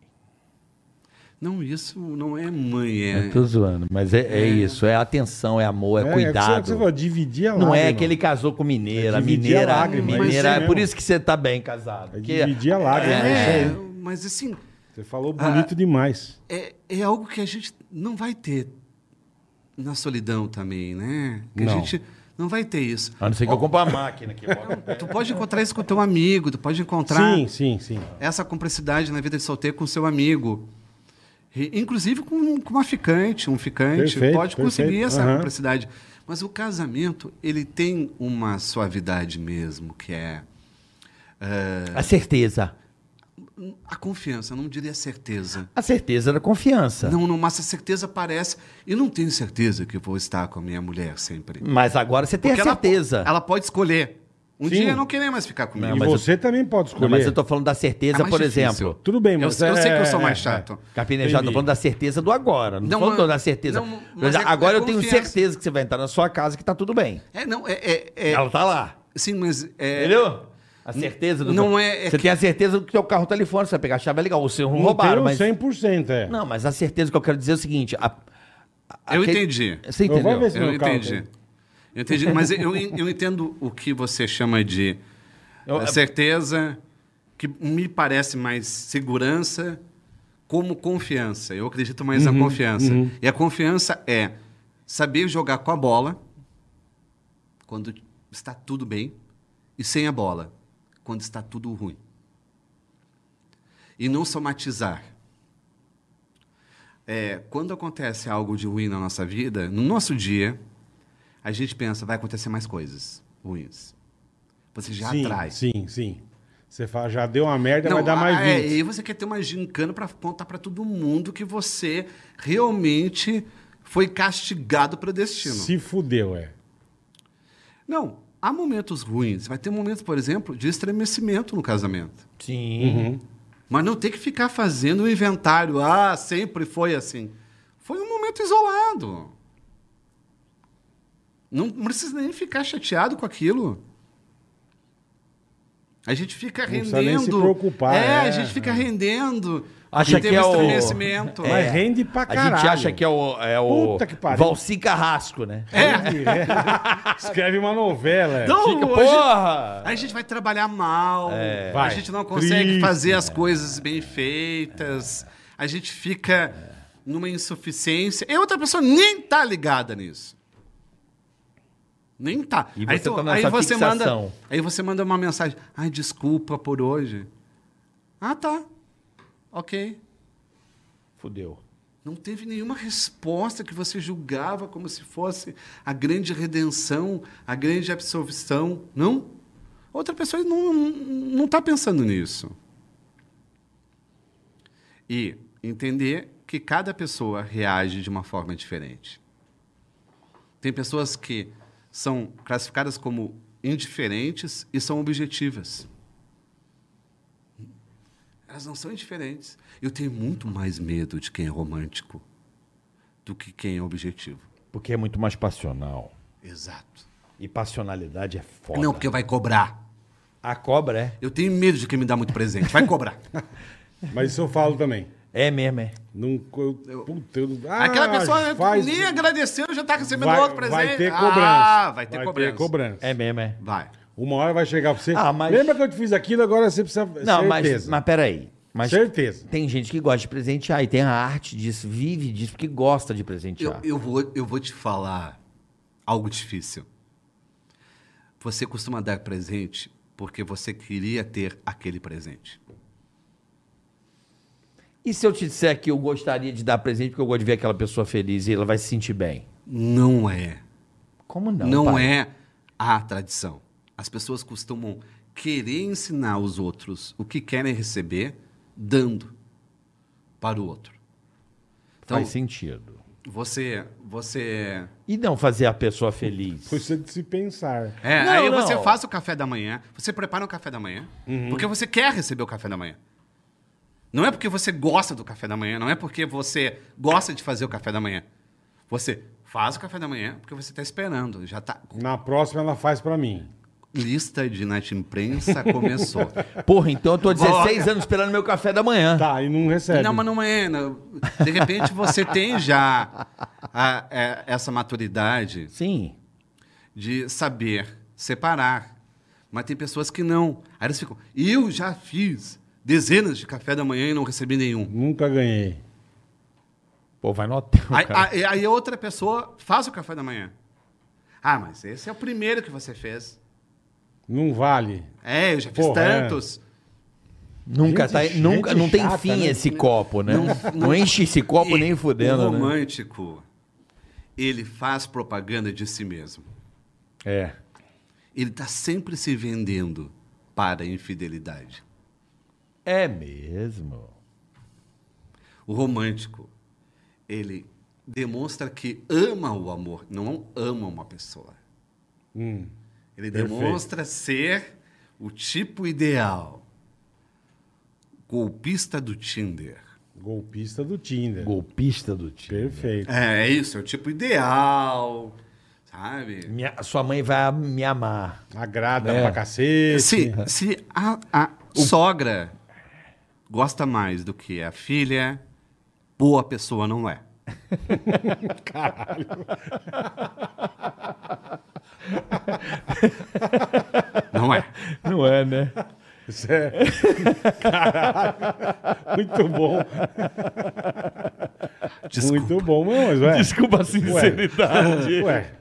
Não, isso não é mãe, é.
Eu tô zoando, mas é, é isso, é atenção, é amor,
o
é,
né? que você-
cuidado.
você falou, dividir a
Não é
lágrima.
que ele casou com mineira,
É dividir
mineira,
a lágrima,
é isso
mineira, é
mesmo.
por isso que você tá bem casado.
É
porque-
dividir a lágrima.
É,
É. isso aí.
mas assim,
Você falou
Ah,
bonito demais.
é, é algo que a gente não vai ter na solidão também, né? Que
Não.
a gente não vai ter isso.
A não ser que eu compre uma máquina que bota-
Tu pode encontrar isso com teu amigo, tu pode encontrar
Sim, sim, sim.
essa cumplicidade na vida de solteiro com seu amigo. E, inclusive com, com uma ficante, um ficante,
Perfeito,
pode conseguir
perfeito,
essa
aham.
cumplicidade. Mas o casamento, ele tem uma suavidade mesmo, que é
A certeza.
a confiança, eu não diria certeza.
A certeza da confiança.
Não, não, mas a certeza parece. Eu não tenho certeza que eu vou estar com a minha mulher sempre.
Mas agora você tem a
Porque ela-
certeza.
Ela, pode escolher. Um
Sim.
dia eu não querer mais ficar comigo.
e
mas eu-
você também pode escolher.
Não, mas eu tô falando da certeza,
É mais
por
difícil.
exemplo.
Tudo bem,
Eu-
mas...
eu,
é-
sei que eu sou
é-
mais
é-
chato.
Capinejado, tô
Entendi.
falando da certeza do agora. Não,
Não,
tô falando
mas-
da certeza.
não, mas é-
agora
é
eu tenho
confiança.
certeza que você vai entrar na sua casa que tá tudo bem.
É, não, é. é, é-
Ela tá lá.
Sim, mas. É,
Entendeu? A certeza do
não é- é
Você
que-
tem a certeza do que teu carro tá ali fora, você vai pegar a chave, é legal. Ou se não
Não
roubaram,
tem um
mas.
100%, é.
Não, mas a certeza que eu quero dizer é o seguinte. a- a-
Eu
aquele-
entendi.
Você
Eu vou
entendeu?
ver se-
Eu
Meu carro
entendi.
tem.
Eu entendi. Mas eu, en- eu entendo o que você chama de
Eu-
é-
eh, certeza, que me parece mais segurança, como confiança. Eu acredito mais
Uhum,
na confiança. E a confiança é saber jogar com a bola quando está tudo bem e sem a bola quando está tudo ruim. E não somatizar. É, quando acontece algo de ruim na nossa vida, no nosso dia, a gente pensa, vai acontecer mais coisas ruins. Você já
sim,
atrai.
Sim, sim. Você fala, já deu uma merda, vai dar
ah,
mais
é,
20.
e você quer ter uma gincana para contar para todo mundo que você realmente foi castigado pelo destino.
Se fudeu, é.
Não, há momentos ruins. Vai ter momentos, por exemplo, de estremecimento no casamento.
Sim.
Mas não tem que ficar fazendo um inventário. Ah, sempre foi assim. Foi um momento isolado. Não precisa nem ficar chateado com aquilo. A gente fica
Não
rendendo.
precisa nem se preocupar,
É,
é,
a gente fica
é.
rendendo.
Acha
Teve
que é o-
estremecimento.
Mas rende pra caralho.
É. A gente acha que é o. É o
Puta que pariu.
Valci Carrasco, né?
É. Escreve uma novela. é.
Não,
Fica,
a gente-
porra!
A gente vai trabalhar mal,
É.
a
Vai.
gente não consegue
Triste,
fazer as coisas bem feitas, a gente fica
É.
numa insuficiência. E outra pessoa nem tá ligada nisso. Nem tá.
E você
tu-
tá nessa fixação.
manda, aí você manda uma mensagem: "Ai, desculpa por hoje". Ah, tá. OK.
Fudeu.
Não teve nenhuma resposta que você julgava como se fosse a grande redenção, a grande absolvição, não? Outra pessoa não não está pensando nisso. E entender que cada pessoa reage de uma forma diferente. Tem pessoas que são classificadas como indiferentes e são objetivas. Elas não são indiferentes. Eu tenho muito mais medo de quem é romântico do que quem é objetivo.
Porque é muito mais passional.
Exato.
E passionalidade é foda.
Não, porque vai cobrar.
A cobra é.
Eu tenho medo de quem me dá muito presente. Vai cobrar.
Mas isso eu falo também.
É mesmo, é.
Não, eu, puta, eu, ah,
Aquela pessoa
faz-
nem agradecendo já está recebendo
vai,
outro presente.
Vai ter cobrança.
Ah, vai ter cobrança.
cobrança.
É mesmo, é.
Vai.
Uma hora vai chegar pra você.
Ah, mas-
Lembra que eu te fiz aquilo, agora você precisa.
Não, mas,
Certeza.
mas peraí. Mas
Certeza.
Tem gente que gosta de presentear e tem a arte disso, vive disso, porque gosta de
Eu,
presentear.
eu vou, eu vou te falar algo difícil. Você costuma dar presente porque você queria ter aquele presente.
E se eu te disser que eu gostaria de dar presente porque eu gosto de ver aquela pessoa feliz e ela vai se sentir bem?
Não é.
Como não?
não
pai?
é a tradição. As pessoas costumam querer ensinar os outros o que querem receber, dando para o outro. Então,
Faz sentido.
Você. Você.
E não fazer a pessoa feliz.
Precisa de se pensar.
É,
Não,
aí
não. Uhum.
você faz o café da manhã, você prepara o café da manhã, porque você quer receber o café da manhã. Não é porque você gosta do café da manhã, não é porque você gosta de fazer o café da manhã. Você faz o café da manhã porque você está esperando, já está.
Na próxima ela faz pra mim.
Lista de Night Imprensa começou.
Porra, então eu tô 16
Bora.
anos esperando meu café da manhã.
Tá, e não recebe.
Não, mas não é. não. De repente você tem já a- é, essa maturidade
Sim.
de saber separar. Mas tem pessoas que não. Aí eles ficam, eu já fiz dezenas de café da manhã e não recebi nenhum.
Nunca ganhei.
Pô, vai no hotel,
Aí,
cara.
aí- aí outra pessoa faz o café da manhã. Ah, mas esse é o primeiro que você fez.
Não vale.
É, eu já fiz
Porra, é.
tantos.
Nunca,
Gente-
tá,
gente
nunca não tem
chata,
fim
né?
esse copo, né? Não, enche esse copo nem
O
fudendo, né?
romântico, ele faz propaganda de si mesmo.
É.
Ele está sempre se vendendo para a infidelidade.
É mesmo.
O romântico, ele demonstra que ama o amor, não ama uma pessoa.
Hum.
Ele
Perfeito.
demonstra ser o tipo ideal. Golpista do Tinder.
Golpista do Tinder.
Golpista do time.
Perfeito.
É, é isso, é o tipo ideal, sabe?
Minha, sua mãe vai me amar.
Agrada
É.
pra cacete.
Se, se a, a sogra gosta mais do que a filha, boa pessoa não é. Caralho. Não é.
Não é, né?
Isso é- Caralho. Muito bom.
Desculpa.
Muito bom, não, mas ué.
Desculpa a
Ué.
sinceridade.
ué.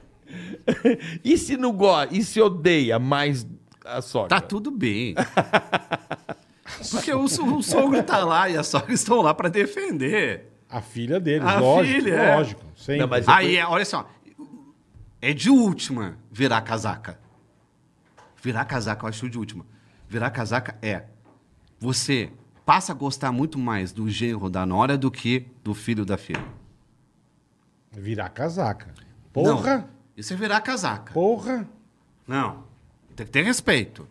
E se não gosta? E se odeia mais a sogra?
Tá tudo bem. Porque o, so- o sogro tá lá e a sogra estão lá para defender.
A filha dele,
A
lógico.
filha, é.
Lógico. Sempre.
Não, mas-
Aí, é, olha só. É de última virar casaca. Virar casaca, eu acho de última. Virar casaca é. Você passa a gostar muito mais do genro da nora do que do filho da filha.
Virar casaca. Porra.
Não, isso é virar casaca.
Porra.
Não. Tem que ter respeito.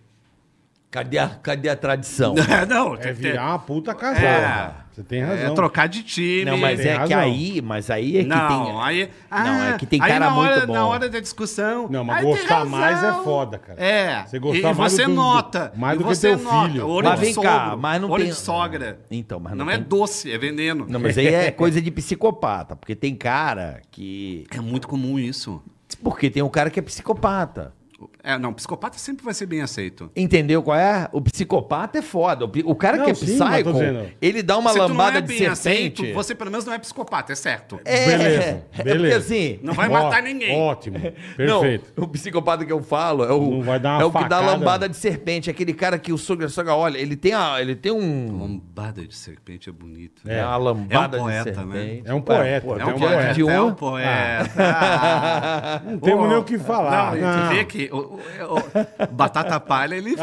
Cadê, a, cadê a tradição?
não,
É
tem que ter.
virar uma puta casaca.
É.
Você tem
É
razão.
trocar de time.
Não, mas
Tem
é que
razão.
aí, mas aí é que
não,
tem.
aí,
Não, é que tem
ah, aí
cara
na hora,
muito bom.
Na hora da discussão.
Não, mas
"Ai, tem
gostar mais é
razão."
foda, cara.
É.
Você gostar mais
e você
do- do-
nota.
mais
e
do que
você
teu
nota.
filho.
Olho
Mas
de
vem
sogro,
cá, mas não
olho
tem-
de sogra.
Então, mas não
não, é
tem-
doce, é veneno.
Não, mas aí é coisa de psicopata, porque tem cara que.
É muito comum isso.
Porque tem um cara que é psicopata.
É, não, psicopata sempre vai ser bem aceito.
Entendeu qual é? O psicopata é foda. O pi- O cara
Não,
que é
sim, mas tô
psycho,
dizendo.
ele dá uma
Se tu não
lambada
é
de
bem
serpente.
aceito, você pelo menos não é psicopata, é certo.
É,
Beleza,
é porque
beleza.
assim.
Não vai matar
Ó-
ninguém.
Ótimo.
não,
Perfeito.
o psicopata que eu falo é o,
Não vai dar uma
é o que dá
facada.
lambada de serpente. Aquele cara que o sogro e a sogra olha, ele tem, a, ele tem um.
Lombada de serpente é bonito.
É uma lambada
É um poeta,
de
né?
serpente.
É um poeta,
pô,
é
É
tem
um
um
dia
poeta.
poeta.
de um-
É um poeta. Ah.
Não temos
Pô,
nem o que falar.
Não, e
Não.
Tu vê que o- o- o- batata palha ele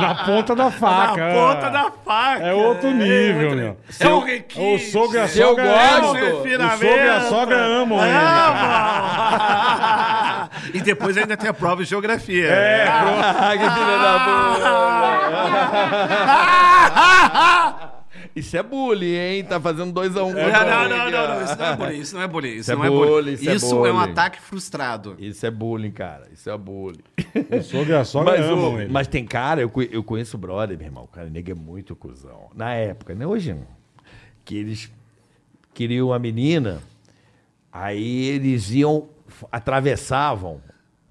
Na ponta da faca.
Na ponta da faca.
É outro nível,
outro-
meu.
É um requinte.
O sogro é assim e a
Se eu
sogra amam.
gosto- É
O sogro e
um
a sogra amam ele. cara.
Amam. É, e depois ainda tem a prova de geografia. É,
Ah, que filha da puta! Isso é bullying, hein? Tá fazendo 2x1. Um
Não, não, não, não, não, isso não é bullying, isso não é bullying, isso,
é
não é
bullying,
bullying.
isso é
Isso é um
bullying.
ataque frustrado.
Isso é bullying, cara. Isso é bullying.
O sogro e a sogra
Mas,
amam
o-
ele.
mas tem cara, eu, co- eu conheço o brother, meu irmão. O cara nega é muito cuzão. Na época, né? Hoje não. Que eles queriam uma menina, aí eles iam, f- atravessavam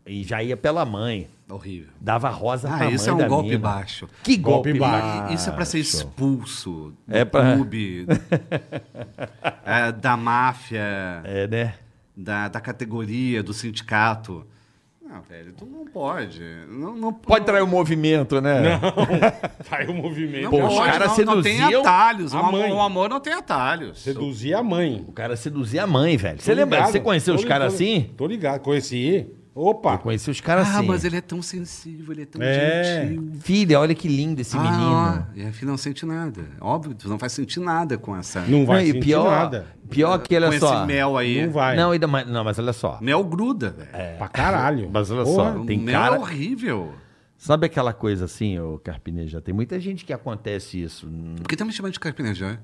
e já ia pela mãe.
Horrível.
Dava rosa pra
Ah,
mãe
isso é um
da
golpe
mina.
baixo.
Que golpe,
Golpe
baixo.
E- Isso é pra ser expulso do
É pra-
clube, é, da máfia,
É, né?
da, da categoria, do sindicato. Não, velho, tu não pode. Não, não
Pode trair o movimento, né?
Sai o movimento.
Não,
Pô, os
pode,
caras
não, não tem
seduziam
atalhos. O
a
amor,
mãe.
o amor não tem atalhos.
Seduzir a mãe.
O cara seduzia a mãe, velho. Você
Tô
lembra?
ligado.
Você conheceu
Tô
os caras
ligado.
assim?
Tô ligado, conheci. Opa!
Eu conheci os caras
ah,
assim.
mas ele é tão sensível, ele é tão
É.
gentil.
Filha, olha que lindo esse menino.
Ah, ó, e afinal não sente nada. Óbvio, tu não vai sentir nada com essa.
Não vai
Não,
sentir
pior,
nada.
Pior que,
com
olha só.
esse mel aí.
Não vai.
Não, ainda mais, não, mas olha só.
Mel gruda, velho. É.
Pra caralho.
Mas olha
Porra.
só.
O
Tem
mel
cara-
é horrível.
Sabe aquela coisa assim, ô Carpineja? Tem muita gente que acontece isso. hum,
Por que tá me chamando de carpinejã?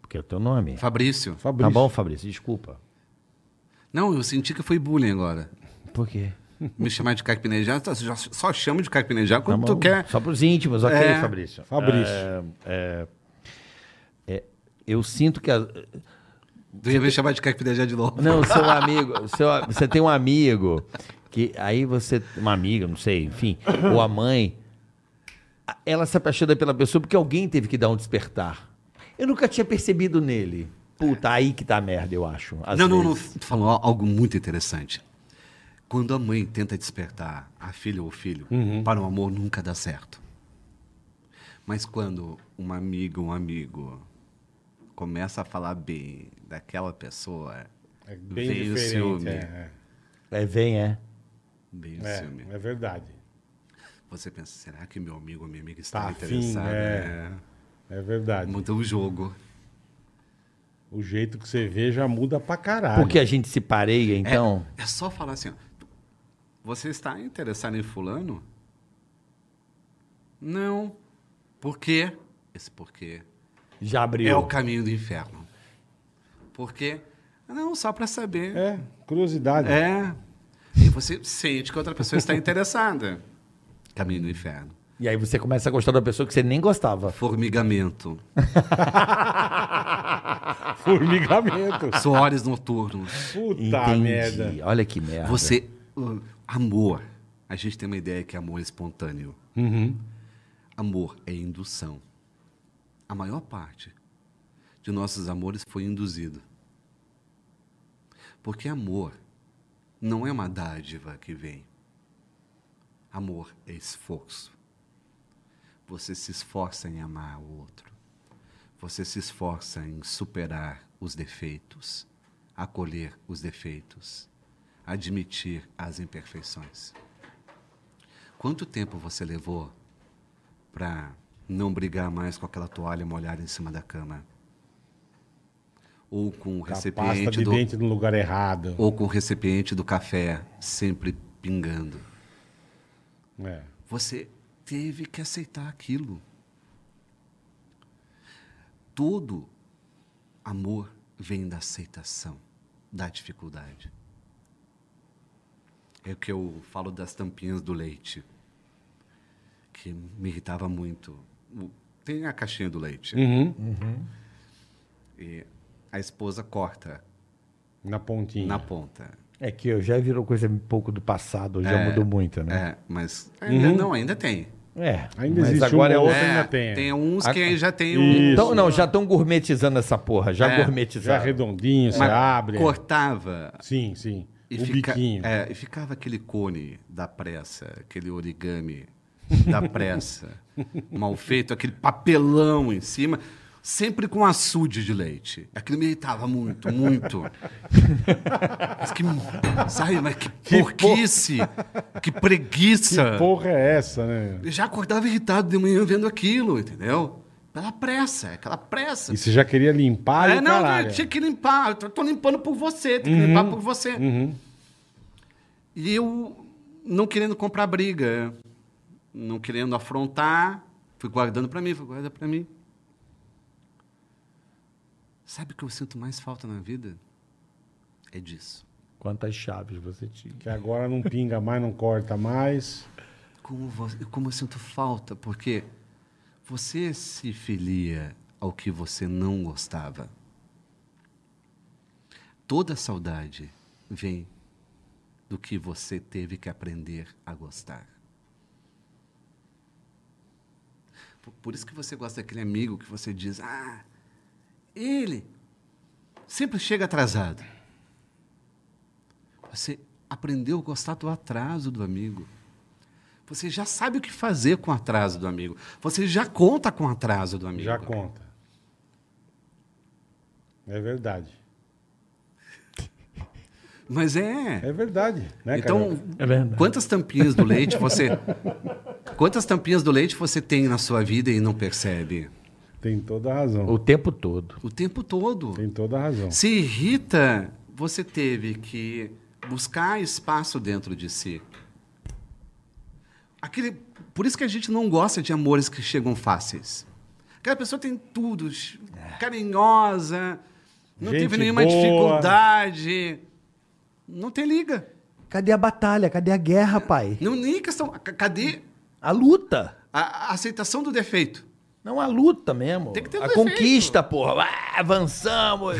Porque é o teu nome.
Fabrício.
Fabrício.
Tá bom, Fabrício, desculpa.
Não, eu senti que foi bullying agora.
Por quê?
Me chamar de carpinejar, só, já- só chama de carpinejar
Tá
quando
bom.
tu quer.
Só pros íntimos, ok,
É.
Fabrício.
Fabrício.
É, é, é, eu sinto que. a-
Tu ia me chamar de carpinejar de novo.
Não, seu amigo. seu a- você tem um amigo que aí você. Uma amiga, não sei, enfim. Ou a mãe. a- Ela se apaixona pela pessoa porque alguém teve que dar um despertar. Eu nunca tinha percebido nele. Puta, aí que tá a merda, eu acho. às
não, não, não.
vezes.
Tu falou algo muito interessante. Quando a mãe tenta despertar a filha ou o filho para o amor, nunca dá certo. Mas quando uma amiga ou um amigo começa a falar bem daquela pessoa,
É bem
vem o
diferente.
ciúme.
É,
É, vem, é.
bem o
é.
ciúme.
É, é verdade.
Você pensa, será que meu amigo ou minha amiga está
Tá afim,
interessada?
é. É
É.
verdade.
Muda o jogo.
O jeito que você vê já muda pra caralho.
Porque a gente se pareia,
É,
então.
É, só falar assim, ó, você está interessado em fulano? Não. Por quê? Esse porquê
Já abriu.
é o caminho do inferno. Por quê? Não, só para saber.
É, curiosidade.
É. E você sente que outra pessoa está interessada. Caminho do inferno.
E aí você começa a gostar da pessoa que você nem gostava.
Formigamento.
Formigamento.
Suores noturnos.
Puta
Entendi.
merda.
Olha que merda.
Você. uh, amor. A gente tem uma ideia que amor é espontâneo. Amor é indução. A maior parte de nossos amores foi induzido. Porque amor não é uma dádiva que vem. Amor é esforço. Você se esforça em amar o outro. Você se esforça em superar os defeitos, acolher os defeitos, admitir as imperfeições. Quanto tempo você levou para não brigar mais com aquela toalha molhada em cima da cama? Ou com o
Com a Tá, pasta
recipiente
de
do
dente no lugar errado.
ou com o recipiente do café sempre pingando.
É.
Você teve que aceitar aquilo. Todo amor vem da aceitação da dificuldade. É o que eu falo das tampinhas do leite, que me irritava muito. O- Tem a caixinha do leite. E a esposa corta
Na pontinha.
na ponta.
É que eu já virou coisa um pouco do passado, já mudou muito, né?
É, mas ainda, não, ainda tem.
É.
Ainda
mas
existe um
agora
uma
é
ou
outra.
outra. ainda tem.
uns
A-
que já tem
Isso.
um.
Então, não, já estão gourmetizando essa porra. Já
É,
Já
gourmetizaram.
redondinho, você
mas
abre.
Cortava
Sim, sim.
e,
o
fica-
biquinho.
é, e ficava aquele cone da pressa, aquele origami da pressa, mal feito, aquele papelão em cima, sempre com açude de leite. Aquilo me irritava muito, muito. Mas que, sabe, mas que
por-
porquice, que preguiça.
Porra é essa, né?
Eu já acordava irritado de manhã vendo aquilo, entendeu? Pela pressa, é aquela pressa.
E você já queria limpar e
É,
o
não,
caralho.
eu tinha que limpar. Eu tô- tô limpando por você, tem que limpar por você.
Uhum.
E eu não querendo comprar briga, não querendo afrontar, fui guardando pra mim, fui guardando pra mim. Sabe o que eu sinto mais falta na vida? É disso.
Quantas chaves você tinha?
Que agora não pinga mais, não corta mais.
Como, vo- como eu sinto falta, porque você se filia ao que você não gostava. Toda saudade vem do que você teve que aprender a gostar. Por- Por isso que você gosta daquele amigo que você diz: Ah, ele sempre chega atrasado. Você aprendeu a gostar do atraso do amigo. Você já sabe o que fazer com o atraso do amigo. Você já conta com o atraso do amigo. né?
Já conta. É verdade.
Mas é.
É verdade. Né,
então,
Carioca?
É verdade.
quantas tampinhas do leite você. quantas tampinhas do leite você tem na sua vida e não percebe?
tem toda a razão.
O tempo todo.
O tempo todo.
Tem toda a razão.
Se irrita, você teve que buscar espaço dentro de si. Aquele, por isso que a gente não gosta de amores que chegam fáceis. Aquela pessoa tem tudo, ch- carinhosa, não
É. Gente
teve nenhuma
boa.
dificuldade. Não tem liga.
Cadê a batalha? Cadê a guerra, pai?
Não nem questão. c- Cadê
A luta.
a, a aceitação do defeito?
Não a luta mesmo.
Tem que ter um
a
defeito.
conquista, porra. Ah, avançamos.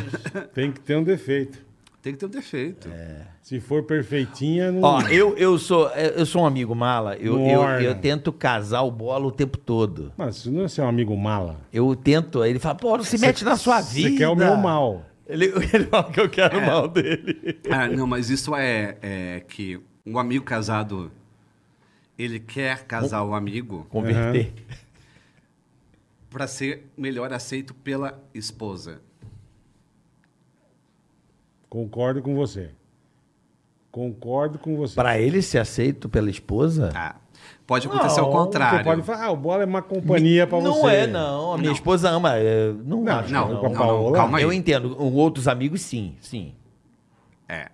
Tem que ter um defeito.
Tem que ter um defeito.
É.
Se for perfeitinha, não.
Ó, eu, eu, sou, eu sou um amigo mala. Eu, eu,
Morna.
eu tento casar o bola o tempo todo.
Mas isso não é ser um amigo mala.
Eu tento. Aí ele fala, pô, não se mete na sua vida.
Você quer o meu mal.
Ele, ele fala que eu quero o mal dele.
Ah, não, mas isso é, é que um amigo casado, ele quer casar o amigo
Converter.
para ser melhor aceito pela esposa.
Concordo com você. Concordo com você.
Pra ele ser aceito pela esposa?
Ah, pode acontecer ao
Não,
contrário.
Você pode falar, ah, o bola é má companhia pra
não
você.
é, não. A minha esposa ama. é, Não,
Não,
acho que
Não,
Com
não,
a
não,
Paola?
calma aí.
Eu entendo. Com outros amigos, sim, sim.
É.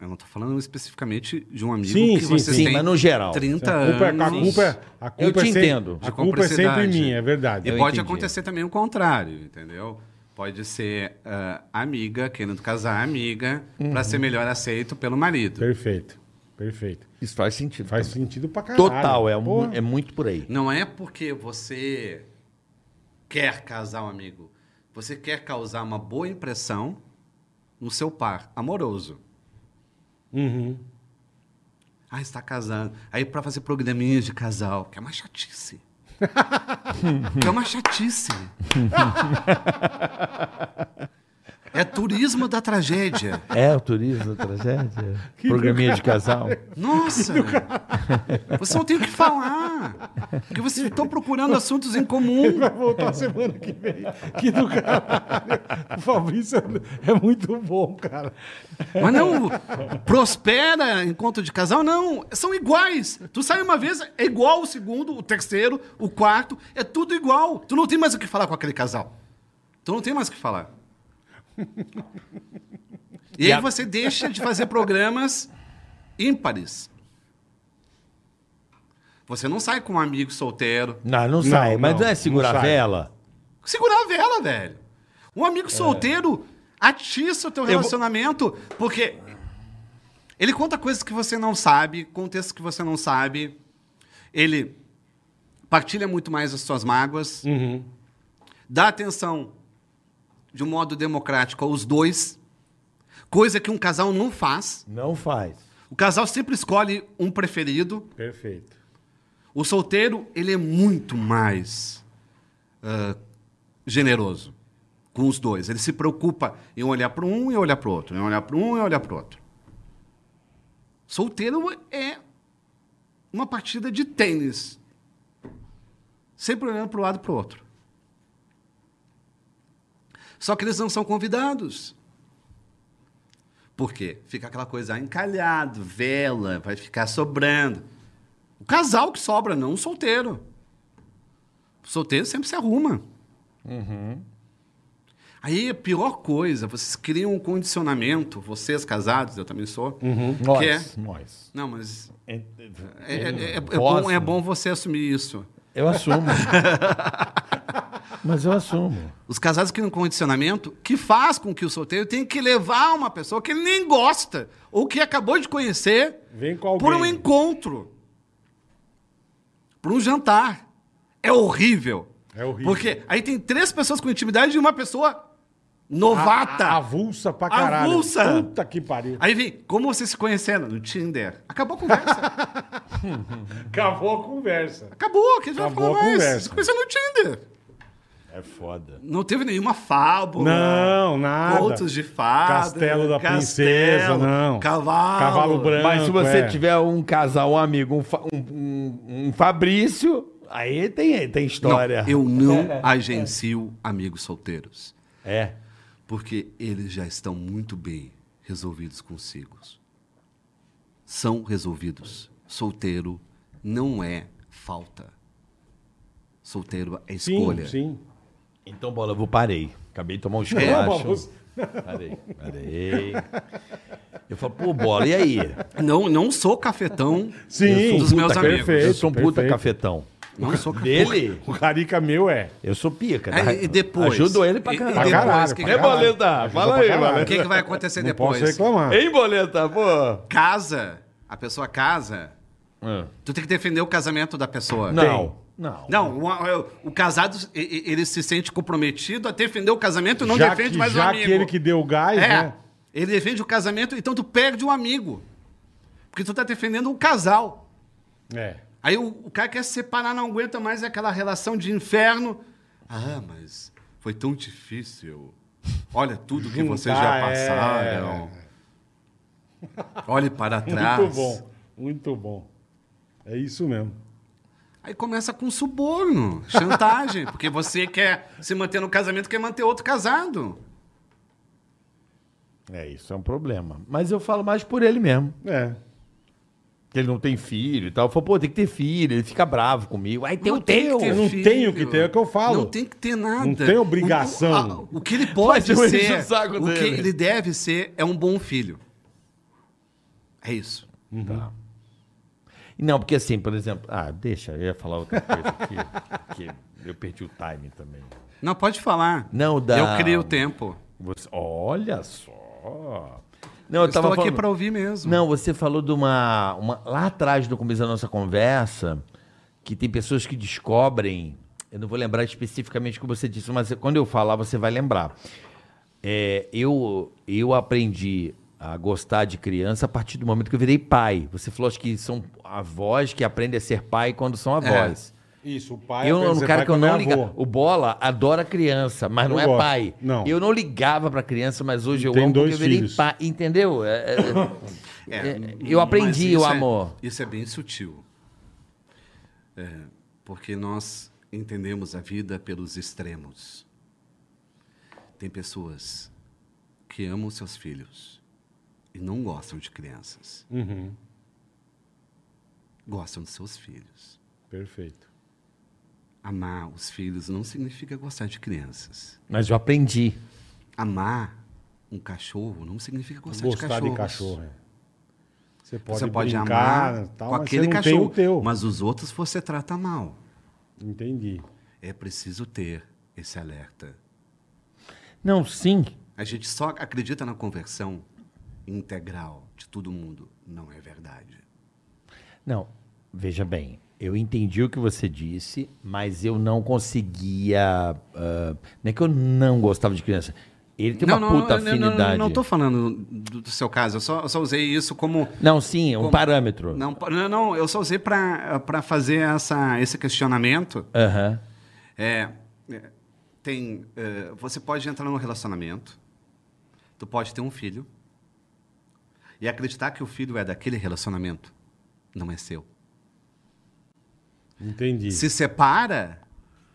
Eu não tô falando especificamente de um amigo
Sim,
que
sim,
você
sim,
tem
mas no geral.
30
A culpa, é- a
anos.
culpa, é- a culpa
Eu te
é sempre,
entendo.
A
De
culpa é sempre
cumplicidade.
minha, é verdade.
E
Eu
pode
entendi.
acontecer também o contrário, entendeu? Pode ser ah, amiga querendo casar amiga
Uhum.
para ser melhor aceito pelo marido.
Perfeito, perfeito.
Isso faz sentido.
Faz sentido pra caralho.
Total, é, um-
Porra.
é muito por aí.
Não é porque você quer casar um amigo. Você quer causar uma boa impressão no seu par amoroso.
Uhum.
Ah, está casando. Aí para fazer programinhas de casal, que é uma chatice. que é uma chatice. é turismo da tragédia.
É, o turismo da tragédia. Programinha de casal.
Nossa! Você não tem o que falar. Porque vocês estão procurando assuntos em comum.
Vai voltar semana que vem. Que do caralho. O Fabrício é muito bom, cara.
Mas não prospera encontro de casal, não. São iguais. Tu sai uma vez, é igual o segundo, o terceiro, o quarto, é tudo igual. Tu não tem mais o que falar com aquele casal. Tu não tem mais o que falar. E, aí
E a-
você deixa de fazer programas ímpares. Você não sai com um amigo solteiro.
Não, não sai. mas
não,
não é
não
segurar a
sai.
vela.
Segurar a vela, velho. Um amigo solteiro atiça o teu relacionamento, porque ele conta coisas que você não sabe, contextos que você não sabe. Ele partilha muito mais as suas mágoas,
Uhum,
dá atenção de um modo democrático aos dois, coisa que um casal não faz.
Não faz.
O casal sempre escolhe um preferido.
Perfeito.
O solteiro, ele é muito mais ah, generoso com os dois. Ele se preocupa em olhar para um e olhar para o outro, em olhar para um e olhar para o outro. Solteiro é uma partida de tênis. Sempre olhando para um lado e para o outro. Só que eles não são convidados. Por quê? Fica aquela coisa ah, encalhado, vela, vai ficar sobrando. O casal que sobra, não o solteiro. O solteiro sempre se arruma. Aí a pior coisa, vocês criam um condicionamento, vocês casados, eu também sou, que é.
Uhum. Nós, nós.
Não, mas
É-
é, é- é- é
Posso?
bom, é bom você assumir isso.
Eu assumo. mas eu assumo.
Os casados criam um condicionamento que faz com que o solteiro tenha que levar uma pessoa que ele nem gosta ou que acabou de conhecer
Vem com alguém.
por um encontro, por um jantar. É horrível.
É horrível.
Porque aí tem três pessoas com intimidade e uma pessoa novata.
A- a- Avulsa pra caralho.
Tá. Avulsa.
Puta que pariu.
Aí vem, como vocês se conheceram? No Tinder. Acabou a conversa.
Acabou a conversa.
Acabou, que a gente vai
Acabou
falar
a
mais.
conversa.
Vocês se conheceram no Tinder.
É foda.
Não teve nenhuma fábula.
Não, nada.
Contos de fada.
Castelo da
castelo,
princesa, não.
Cavalo.
Cavalo branco.
Mas se você
é.
tiver um casal, um amigo, um, fa- um, um- um Fabrício, aí tem, tem
Não,
história.
eu não agencio amigos solteiros.
É.
Porque eles já estão muito bem resolvidos consigo. São resolvidos. Solteiro não é falta. Solteiro é escolha.
Sim, sim.
Então, bola, eu parei. Acabei de tomar um
Bola,
esculacho.
você-
Parei, parei. Eu falo, pô, bola, e aí?
Não, não sou cafetão
Sim,
um dos meus
puta,
amigos.
perfeito.
eu sou um puta
perfeito.
cafetão.
Não sou cafetão.
Dele,
O carica meu é.
eu sou pica.
Aí,
tá?
e depois?
Ajudo ele pra
E- e
caralho.
Pra
Depois,
caralho.
que
pra
que-
caralho.
É boleta,
Ajudou
fala
pra
aí,
caralho.
boleta.
O que, que vai acontecer
Não
depois?
posso reclamar.
Hein, boleta, pô?
Casa. A pessoa casa. Tu tem que defender o casamento da pessoa.
Não.
Não.
Não, o, o- o casado, e- e- ele se sente comprometido a defender o casamento e não
já
defende
que,
mais o
já
amigo.
que ele que deu o gás,
É,
né?
ele defende o casamento, então tu perde um amigo. Porque tu tá defendendo o casal.
É.
Aí o, o cara quer se separar, não aguenta mais aquela relação de inferno. Ah, mas foi tão difícil. Olha tudo que vocês
Juntar, é.
já passaram. Olhe para trás.
Muito bom. Muito bom. É isso mesmo.
Aí começa com suborno, chantagem, porque você quer se manter no casamento, quer manter outro casado.
É, isso é um problema. Mas eu falo mais por ele mesmo.
É.
Que ele não tem filho e tal. Eu falo, pô, tem que ter filho. Ele fica bravo comigo. Aí tem o teu.
ter
Eu não
filho.
tenho que ter, é o que eu falo.
Não tem que ter nada.
Não tem obrigação.
O, a- o que ele pode
Mas eu encho
ser,
o saco
o que
dele.
ele deve ser, é um bom filho. É isso.
Tá. Não, porque assim, por exemplo... Ah, deixa, eu ia falar outra coisa aqui. porque eu perdi o time também.
Não, pode falar.
Não dá.
Eu criei o tempo.
Você- olha só. Não, eu,
Eu
tava
Estou aqui
falando-
para ouvir mesmo.
Não, você falou de uma, uma- Lá atrás, no começo da nossa conversa, que tem pessoas que descobrem. Eu não vou lembrar especificamente o que você disse, mas quando eu falar, você vai lembrar. É, eu, eu aprendi a gostar de criança a partir do momento que eu virei pai. Você falou acho que são avós que aprendem a ser pai quando são avós.
Isso, o É, pai...
Eu era um
você
cara
vai
que eu
quando é
não
avô.
ligava. O Bola adora criança, mas não
Eu
é
gosto.
pai.
Não.
Eu não ligava pra criança, mas hoje eu
Tem
amo
dois
porque eu virei
filhos.
pai. Entendeu? É, é,
É,
é,
mas
eu aprendi
isso
o
é-
amor.
isso é bem sutil. É, porque nós entendemos a vida pelos extremos. Tem pessoas que amam seus filhos e não gostam de crianças.
Uhum,
Gostam de seus filhos.
perfeito.
Amar os filhos não significa gostar de crianças.
Mas eu aprendi.
Amar um cachorro não significa gostar,
Gostar de
de cachorro.
cachorro, é. Você pode,
Você pode
brincar, né,
amar
tal,
com
mas
aquele
você não
cachorro,
tem o teu.
mas os outros você trata mal.
Entendi.
É preciso ter esse alerta.
Não, sim.
A gente só acredita na conversão integral de todo mundo. Não é verdade.
Não, veja bem. Eu entendi o que você disse, mas eu não conseguia. ah, não é que eu não gostava de criança. Ele tem uma puta
eu- eu- eu- eu
afinidade.
Não estou falando do, do seu caso, eu só, eu só usei isso como.
Não, sim, é um
Como-
parâmetro.
Não, pa- não, não, eu só usei para fazer essa, esse questionamento.
Aham.
É, é, tem, é, você pode entrar num relacionamento, tu pode ter um filho e acreditar que o filho é daquele relacionamento, não é seu.
Entendi.
Se separa,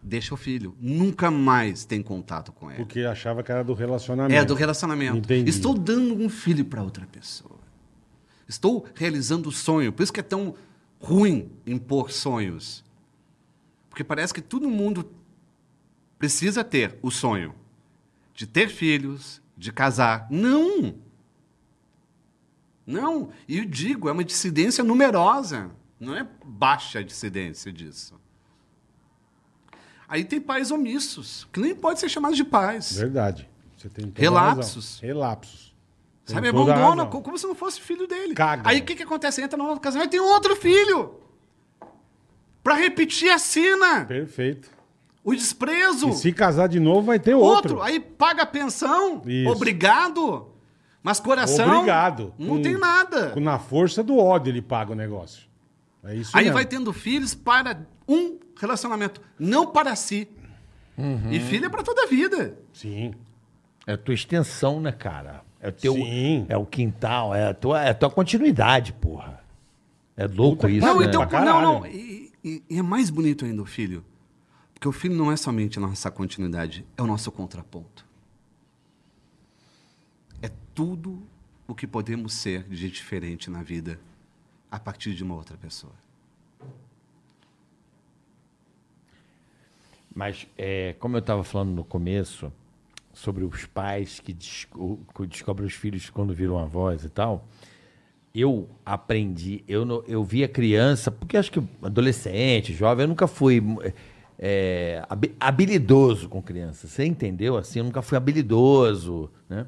deixa o filho. Nunca mais tem contato com ele.
Porque achava que era do relacionamento.
É do relacionamento.
Entendi.
Estou dando um filho para outra pessoa. Estou realizando o sonho. Por isso que é tão ruim impor sonhos. Porque parece que todo mundo precisa ter o sonho de ter filhos, de casar. Não! Não! E eu digo, é uma dissidência numerosa. Não é baixa a dissidência disso. Aí tem pais omissos, que nem pode ser chamado de pais.
Verdade. Você tem toda a
Relapsos.
razão. Relapsos. Tem
Sabe, é
toda a
abandona,
razão.
co- como se não fosse filho dele.
Caga.
Aí o que, que acontece? Entra no novo casamento e tem outro filho. Pra repetir a cena.
Perfeito.
O desprezo.
E se casar de novo, vai ter
outro.
outro.
Aí paga a pensão.
Isso.
Obrigado. Mas coração.
Obrigado.
Não
Com-
tem nada.
com- Na força do ódio ele paga o negócio. É isso
Aí
mesmo.
vai tendo filhos para um relacionamento, não para si.
Uhum.
E filho é pra toda a vida.
Sim.
É a tua extensão, né, cara? É o teu.
Sim.
É o quintal, é a tua, é a tua continuidade, porra. É louco
Puta que
isso.
Não,
né?
então,
Pra
não, não.
caralho.
E, e- e é mais bonito ainda o filho. Porque o filho não é somente a nossa continuidade, é o nosso contraponto. É tudo o que podemos ser de diferente na vida a partir de uma outra pessoa.
Mas, é, como eu estava falando no começo, sobre os pais que, desco- que descobrem os filhos quando viram avós e tal, eu aprendi, eu, não- eu via criança, porque acho que adolescente, jovem, eu nunca fui é, habi- habilidoso com criança. Você entendeu? Assim, eu nunca fui habilidoso, né?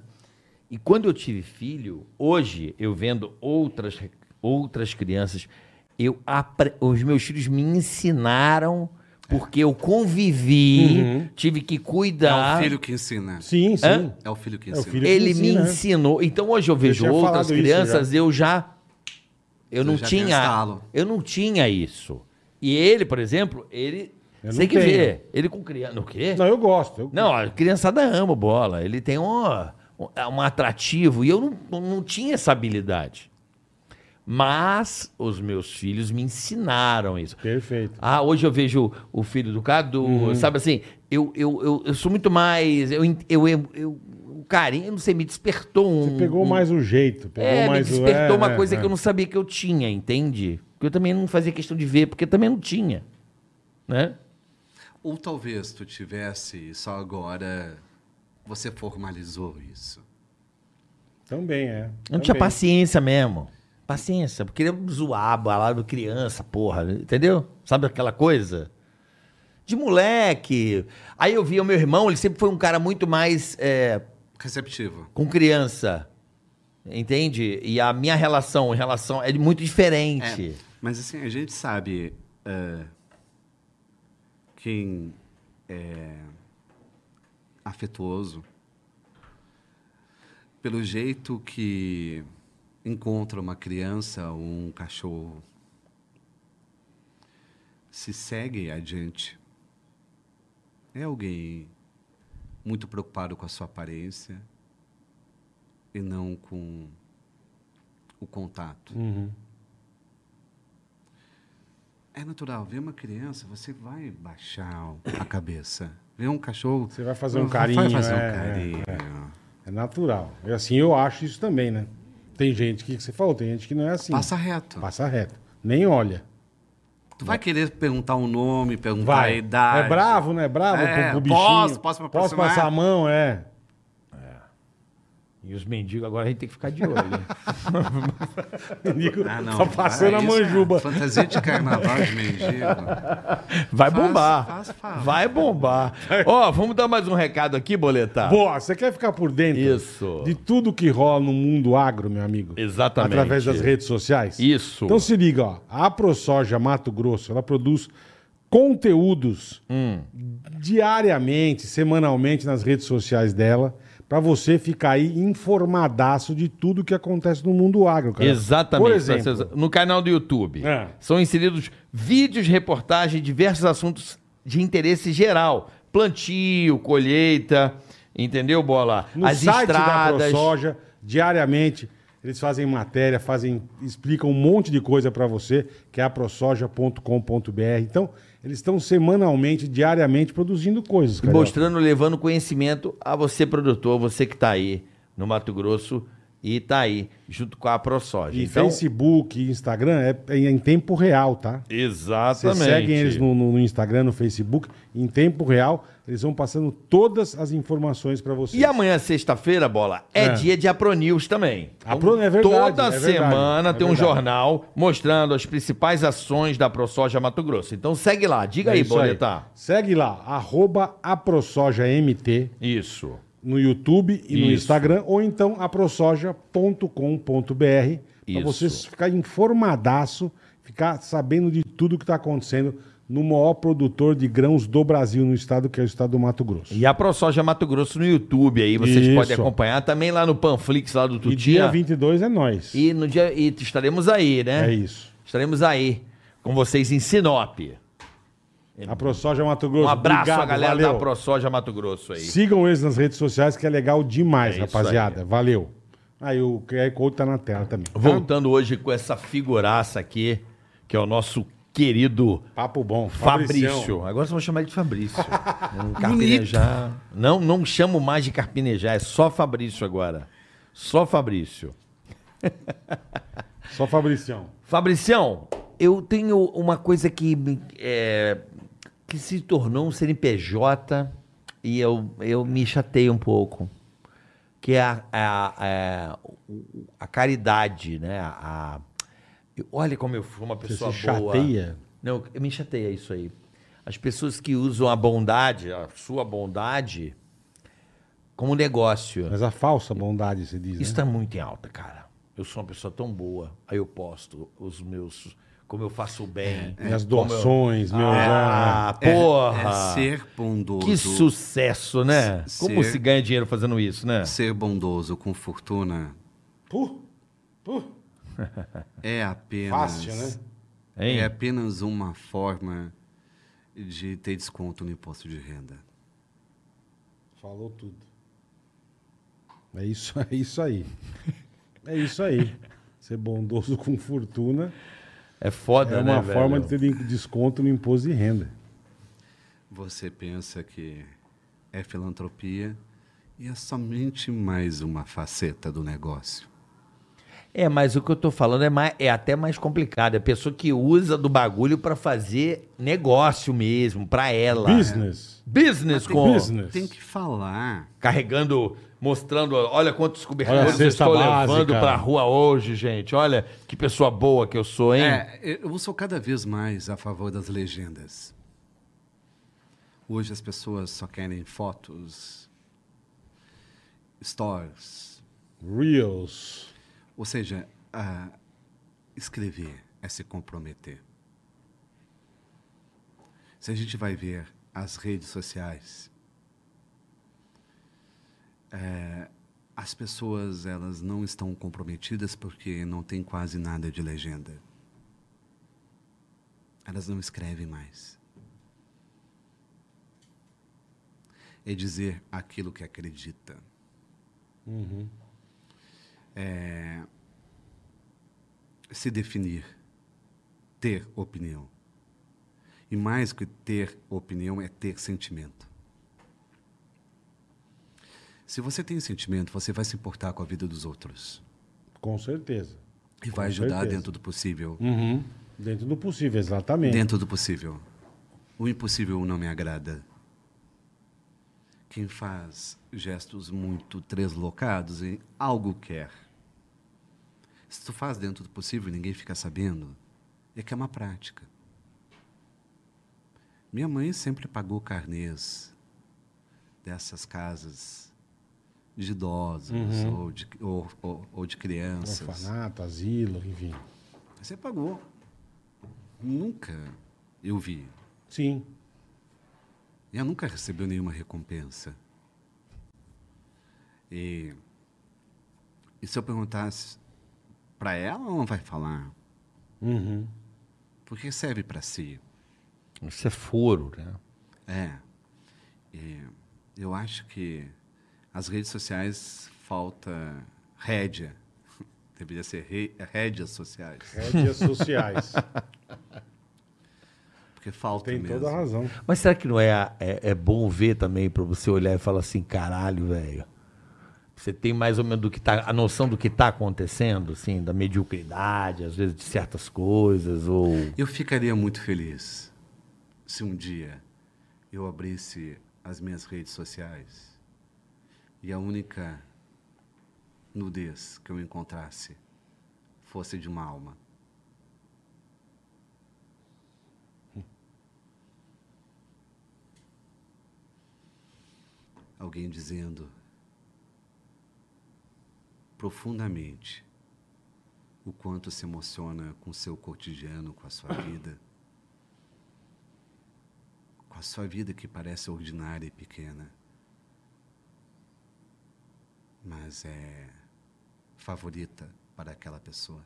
E quando eu tive filho, hoje eu vendo outras, outras crianças, eu apre- os meus filhos me ensinaram porque eu convivi, tive que
É
cuidar.
o filho que ensina.
Tá. Sim, sim.
Hã?
É o filho que
É o
ensina.
filho que
Ele me
ensina, né?
ensinou. Então hoje eu vejo
tinha
outras
falado isso
crianças, eu já eu
Você
não
já tem
tinha
estalo.
eu não tinha isso. E ele, por exemplo, ele
Eu
tem
não
que
tenho.
ver. Ele com criança, no quê?
Não, eu gosto. eu-
Não, a criançada ama bola. Ele tem um, um, um atrativo. E eu não, não- não tinha essa habilidade. Mas os meus filhos me ensinaram isso.
Perfeito.
Ah, hoje eu vejo o filho do Cadu,
Uhum.
sabe assim? Eu, eu, eu, eu sou muito mais. Eu, en- eu, eu, eu- o carinho, não sei, me despertou um.
Você
Hum,
pegou
um,
mais o jeito. Pegou
É, me
mais o-
despertou
é,
uma
é,
coisa
é.
que eu não sabia que eu tinha, entende? Que eu também não fazia questão de ver, porque eu também não tinha. Né?
Ou talvez tu tivesse, e só agora você formalizou isso.
Também é.
Eu não
também.
tinha paciência mesmo. Paciência. Porque queria zoar, balada criança, porra. Entendeu? Sabe aquela coisa? De moleque. Aí eu via o meu irmão, ele sempre foi um cara muito mais é,
Receptivo.
com criança. Entende? E a minha relação, em relação é muito diferente.
É, mas assim, a gente sabe eh, quem é afetuoso pelo jeito que encontra uma criança ou um cachorro se segue adiante. É alguém muito preocupado com a sua aparência e não com o contato.
Uhum.
É natural. Ver uma criança, você vai baixar o- a cabeça. Ver um cachorro.
Você vai fazer um
Vai
carinho,
fazer
é,
um carinho.
É natural. Eu, assim, eu acho isso também, né? Tem gente que, que você falou, tem gente que não é assim.
Passa reto.
Passa reto. Nem olha.
Tu vai querer perguntar o nome, perguntar a
Vai.
idade.
É bravo, né? É bravo
É,
pro, pro bichinho.
posso- posso me
posso
aproximar?
passar a mão, é.
E os mendigos agora a gente tem que ficar de olho. hein?
Nico
Ah, não.
tá
para
passando a
isso,
manjuba.
cara. Fantasia de carnaval de mendigo.
Vai
Faz-
bombar.
faz favor.
Vai bombar. Ó, vamos dar mais um recado aqui, Boleta.
Boa, você quer ficar por dentro
Tá. Isso.
de tudo que rola no mundo agro, meu amigo?
Exatamente.
Através das redes sociais?
Isso.
Então se liga, ó. A ProSoja Mato Grosso, ela produz conteúdos
Hum.
diariamente, semanalmente nas redes sociais dela, pra você ficar aí informadaço de tudo que acontece no mundo agro, cara.
Exatamente.
Por exemplo,
Francisco. No canal do YouTube.
É.
São inseridos vídeos, reportagens, diversos assuntos de interesse geral. Plantio, colheita, entendeu, Bola?
no site da ProSoja, diariamente, eles fazem matéria, fazem, explicam um monte de coisa pra você, que é a prosoja.com.br. Então, eles estão semanalmente, diariamente produzindo coisas, cara.
mostrando, levando conhecimento a você, produtor, você que está aí no Mato Grosso e está aí junto com a ProSoja. Então,
E Facebook, Instagram, é, é em tempo real, tá? Vocês
Exatamente.
seguem eles no, no- no Instagram, no Facebook, em tempo real. Eles vão passando todas as informações pra vocês.
E amanhã, sexta-feira, bola, é,
É.
dia de AproNews também.
A Pro- é verdade,
Toda
é verdade,
semana
é
tem um
verdade.
jornal mostrando as principais ações da ProSoja Mato Grosso. Então segue lá, diga
É
aí,
isso aí.
Boletar.
Segue lá, arroba aprosojamt
Isso.
no YouTube e no
Isso.
Instagram, ou então aprosoja.com.br, pra
Isso.
você ficar informadaço, ficar sabendo de tudo que tá acontecendo no maior produtor de grãos do Brasil, no estado que é o estado do Mato Grosso.
E a ProSoja Mato Grosso no YouTube aí, vocês
Isso.
podem acompanhar. Também lá no Panflix, lá do
E dia
Tutia.
22 é nós.
E, no dia, e estaremos aí, né?
É isso.
Estaremos aí com vocês em Sinop.
A ProSoja Mato
Um
Grosso.
abraço
obrigado,
à galera
valeu.
da ProSoja Mato Grosso aí.
Sigam eles nas redes sociais, que é legal demais,
É isso
rapaziada. Valeu. Aí o QR Code tá na tela também. tá?
Voltando hoje com essa figuraça aqui, que é o nosso querido
Papo bom.
Fabrício.
Fabricião.
Agora só vou chamar ele de Fabrício. Um carpinejar. Não, não chamo mais de carpinejar, é só Fabrício agora. Só Fabrício.
Só Fabricião.
Fabricião, eu tenho uma coisa que, me- é, que se tornou um CNPJ e eu, eu me chateio um pouco. Que é a, a, a, o- a caridade, né? A, a- eu- olha como eu fui uma pessoa
se
boa.
chateia?
Não, eu me chateia isso aí. As pessoas que usam a bondade, a sua bondade, como negócio.
Mas a falsa bondade, se diz,
Isso
né?
tá muito em alta, cara. Eu sou uma pessoa tão boa. Aí eu posto os meus. Como eu faço o bem.
E É, as
É, como eu-
doações, meu. né? já-
Ah,
É-
porra!
É, ser bondoso.
que sucesso, né?
Ser-
Como se ganha dinheiro fazendo isso, né?
Ser bondoso com fortuna
Puh, puh.
é apenas.
Fácil, né?
Hein?
É apenas uma forma de ter desconto no imposto de renda.
Falou tudo. É isso, é isso aí. É isso aí. Ser bondoso com fortuna
É foda,
é
né?
uma forma de
velho?
ter desconto no imposto de renda.
Você pensa que é filantropia e é somente mais uma faceta do negócio.
É, mas o que eu tô falando é, mais- é até mais complicado. É a pessoa que usa do bagulho pra fazer negócio mesmo, pra ela.
Business.
Business
Mas tem-
com.
business.
Tem que falar.
carregando, mostrando, olha quantos
Olha a
cobertores eu
cesta
estou
básica.
levando pra rua hoje, gente. Olha que pessoa boa que eu sou, hein?
É, eu sou cada vez mais a favor das legendas. Hoje as pessoas só querem fotos, stories,
Reels.
ou seja, ah, escrever é se comprometer. Se a gente vai ver as redes sociais, eh, as pessoas elas não estão comprometidas porque não tem quase nada de legenda. Elas não escrevem mais. É dizer aquilo que acredita. se definir, ter opinião. E mais que ter opinião é ter sentimento. Se você tem sentimento, você vai se importar com a vida dos outros
Com certeza.
e vai
Com
ajudar
certeza.
dentro do possível.
Uhum. Dentro do possível, exatamente.
Dentro do possível. O impossível não me agrada. Quem faz gestos muito treslocados em algo quer. Se tu faz dentro do possível e ninguém fica sabendo, é que é uma prática. Minha mãe sempre pagou carnês dessas casas de idosos ou, de, ou, ou, ou de crianças.
Orfanato, asilo, enfim.
Você pagou. Nunca eu vi.
Sim.
Ela nunca recebeu nenhuma recompensa. E, e se eu perguntasse para ela, ela não vai falar.
Uhum.
Porque serve para si.
Isso é foro, né?
É. E eu acho que as redes sociais falta rédea. Deveria ser re, rédeas sociais.
Rédeas é sociais.
Porque falta
Tem
mesmo.
toda a razão.
Mas será que não é, é, é bom ver também pra você olhar e falar assim, caralho, velho? Você tem mais ou menos do que tá, a noção do que tá acontecendo, assim, da mediocridade, às vezes de certas coisas, ou.
Eu ficaria muito feliz se um dia eu abrisse as minhas redes sociais e a única nudez que eu encontrasse fosse de uma alma. Alguém dizendo profundamente o quanto se emociona com o seu cotidiano, com a sua vida. Com a sua vida que parece ordinária e pequena. Mas é favorita para aquela pessoa.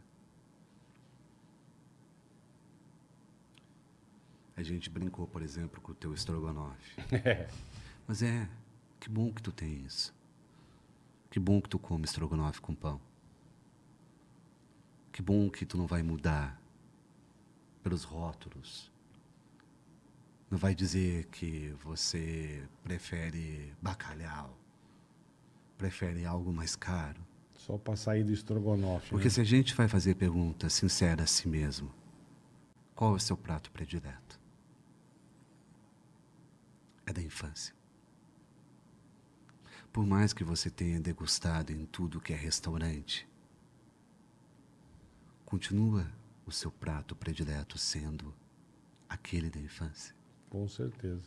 A gente brincou, por exemplo, com o teu estrogonofe. Mas é, que bom que tu tem isso. Que bom que tu come estrogonofe com pão. Que bom que tu não vai mudar pelos rótulos. Não vai dizer que você prefere bacalhau, prefere algo mais caro.
Só pra sair do estrogonofe. né?
Porque se a gente vai fazer pergunta sincera a si mesmo, qual é o seu prato predileto? É da infância. Por mais que você tenha degustado em tudo que é restaurante, continua o seu prato predileto sendo aquele da infância.
Com certeza.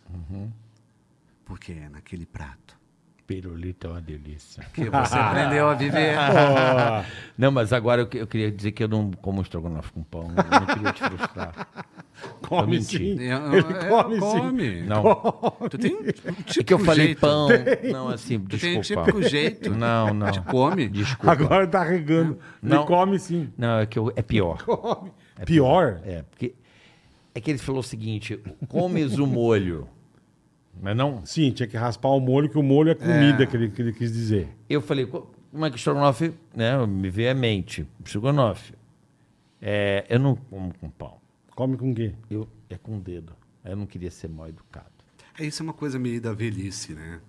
Porque é naquele prato
Pirulito é uma delícia.
que você aprendeu a viver.
Não, mas agora eu, que- eu queria dizer que eu não como estrogonofe com pão. Eu não queria te frustrar.
Come
menti.
sim.
É, é,
Ele come, sim.
come.
Não.
Tu tem um tipo-
É que eu
típico
falei
jeito.
pão. Não, assim,
Tu tem um
desculpa.
típico jeito. Tipo-
Não, não.
Tu come.
Desculpa.
Agora tá regando. Ele
Não.
come sim.
Não, é que eu, é pior.
Come. Pior?
É, porque. É que ele falou o seguinte: comes o molho. Mas não.
Sim, tinha que raspar o molho, que o molho é comida, Que, ele, que ele quis dizer.
Eu falei, "Co- como é que estrogonofe, né? Me veio à mente. Estrogonofe. É, eu não como com pão.
Come com o quê?
Eu, é com o dedo. Eu não queria ser mal educado.
É, Isso é uma coisa meio da velhice, né?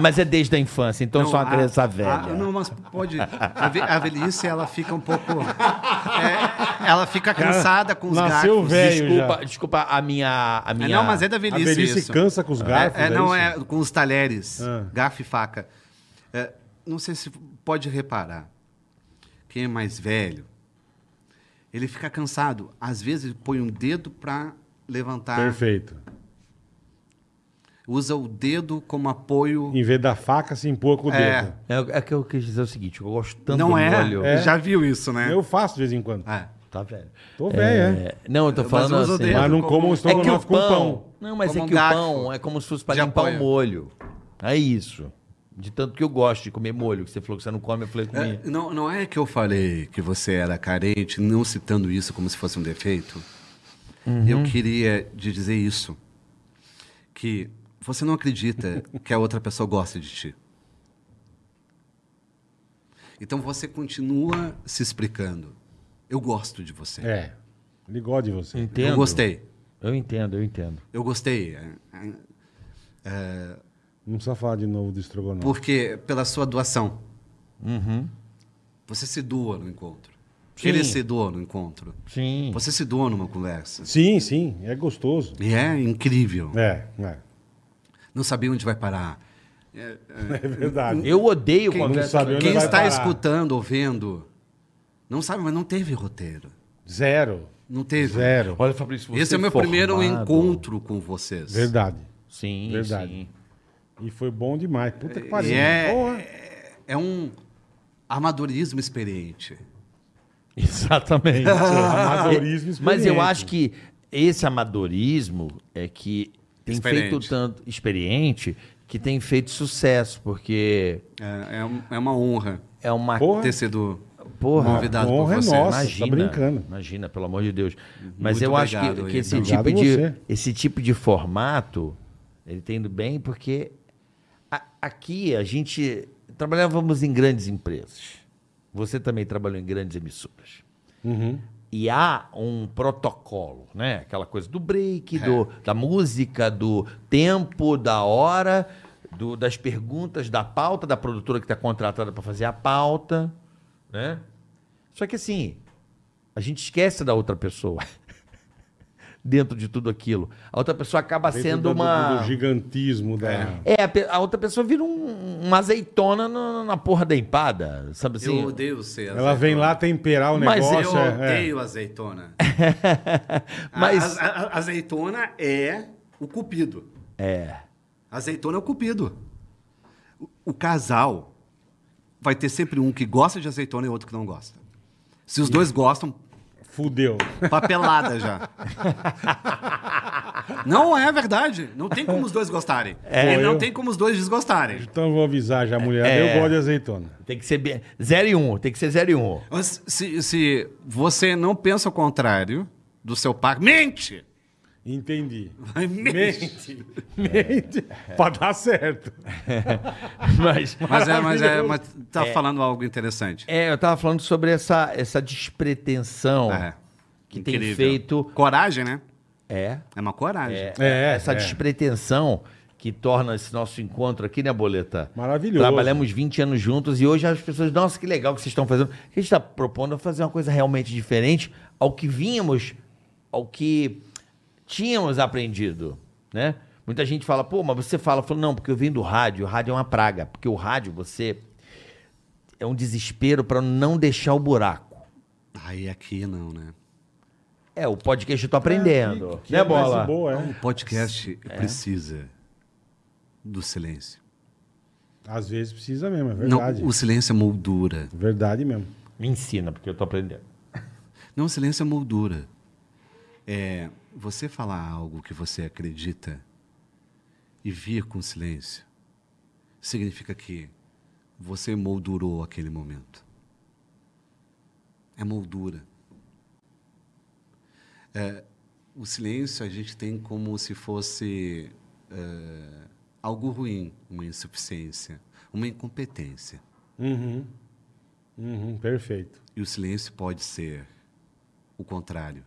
Mas é desde a infância, então eu sou uma
a-
criança
a-
velha.
não, mas pode. A, ve- a velhice, ela fica um pouco. é, ela fica cansada com os
Nasceu
garfos.
velho.
desculpa,
já.
desculpa a minha. A
É,
minha
não, mas é da
A
velhice.
velhice
isso.
cansa com os garfos.
É, é, não, é
isso?
com os talheres,
Ah.
garfo e faca. É, não sei se pode reparar. Quem é mais velho, ele fica cansado. Às vezes ele põe um dedo para levantar.
Perfeito.
Usa o dedo como apoio.
Em vez da faca, se empurra com o
É.
dedo.
É, é que eu quis dizer o seguinte: eu gosto tanto
Não
do
é?
molho.
É.
Já viu isso, né?
Eu faço de vez em quando.
É.
Tá velho.
Tô velho, é.
É, não, eu tô falando
usa o
assim.
dedo
Mas não
como-
como um
É que o
estrogonofe com
pão,
pão.
Não, mas
Como
é
um
que
garfo.
o pão é como se fosse pra
De
limpar
apoio.
o molho. É isso. De tanto que eu gosto de comer molho, que você falou que você não come, eu falei comi.
É, não, não é que eu falei que você era carente, não citando isso como se fosse um defeito.
Uhum.
Eu queria te dizer isso. Que você não acredita que a outra pessoa gosta de ti. Então você continua se explicando. Eu gosto de você.
É. Ele gosta de você.
Entendo.
Eu gostei.
Eu entendo, eu entendo.
Eu gostei. É, é,
Não precisa falar de novo do estrogonofe.
Porque pela sua doação.
Uhum.
Você se doa no encontro.
Sim.
Ele se doa no encontro.
Sim.
Você se doa numa conversa.
Sim, sim. É gostoso.
E é incrível.
É, é.
Não sabia onde vai parar.
É verdade.
Eu odeio
não
conversa.
sabe onde
Quem
vai
está
parar.
escutando ou vendo, não sabe, mas não teve roteiro.
Zero.
Não teve.
Zero.
Olha, Fabrício, você
Esse é o meu
formado.
primeiro encontro com vocês.
Verdade.
Sim,
Verdade.
sim.
E foi bom demais. Puta que pariu.
E
Porra.
é, é um amadorismo experiente.
Exatamente. É,
Amadorismo
Mas eu
experiente.
acho que esse amadorismo é que tem
Experiente.
feito tanto experiente que tem feito sucesso, porque
É, é um- é uma honra
é uma
Porra.
ter sido
Porra,
um convidado por
honra é
você.
nossa.
Imagina,
tá brincando.
Imagina, pelo amor de Deus. Mas
Muito
eu acho
obrigado,
que, que esse,
Ivan.
tipo
Obrigado
de,
você.
esse tipo de formato, ele tem indo bem porque a- aqui a gente trabalhávamos em grandes empresas. Você também trabalhou em grandes emissoras. E há um protocolo, né? Aquela coisa do break,
É.
do, da música, do tempo, da hora, do- das perguntas, da pauta, da produtora que está contratada para fazer a pauta, né? Só que assim, a gente esquece da outra pessoa dentro de tudo aquilo. A outra pessoa acaba
Dentro
sendo
do- do-
uma.
do gigantismo da.
É, a, pe- a outra pessoa vira um- uma azeitona na, na porra da empada, sabe assim?
Eu odeio ser
Ela vem lá temperar o
Mas
negócio.
Eu
é, é.
odeio azeitona.
Mas
A, a- a- azeitona é o cupido. É. Azeitona é o cupido. O, o casal vai ter sempre um que gosta de azeitona e outro que não gosta. Se os dois gostam,
Fudeu.
papelada já. não é verdade. Não tem como os dois gostarem.
É.
e não
Eu-
tem como os dois desgostarem.
Então eu vou avisar já a mulher.
É.
Eu gosto de azeitona.
tem que ser bem- zero e um, tem que ser zero e um.
Mas Se, se você não pensa o contrário do seu par, mente!
Entendi.
Vai, mente. É.
Mente. Mente. Pra dar certo.
Mas,
Mas é, mas é,
Maravilhoso.
mas tá falando algo interessante.
é, eu tava falando sobre essa, essa despretensão
É.
que tem
Incrível.
feito.
Coragem, né?
É,
É uma coragem.
É,
essa
é.
despretensão que torna esse nosso encontro aqui, né, Boleta?
Maravilhoso.
Trabalhamos 20 anos juntos e hoje as pessoas, nossa, que legal que vocês estão fazendo. A gente está propondo fazer uma coisa realmente diferente ao que vínhamos, ao que tínhamos aprendido, né? Muita gente fala, pô, mas você fala, falo, não, porque eu vim do rádio, o rádio é uma praga, porque o rádio você é um desespero para não deixar o buraco.
Aí aqui não, né?
É, o podcast eu tô aprendendo.
Ah, Que- que
né,
frase
bola?
Boa,
O
é.
podcast precisa do silêncio.
Às vezes precisa mesmo, é verdade.
Não, o silêncio é moldura.
Verdade mesmo.
Me ensina, porque eu tô aprendendo.
Não, o silêncio é moldura. É você falar algo que você acredita e vir com silêncio significa que você moldurou aquele momento. É moldura. É, o silêncio a gente tem como se fosse é, algo ruim, uma insuficiência, uma incompetência.
Uhum. Uhum, perfeito.
E o silêncio pode ser o contrário,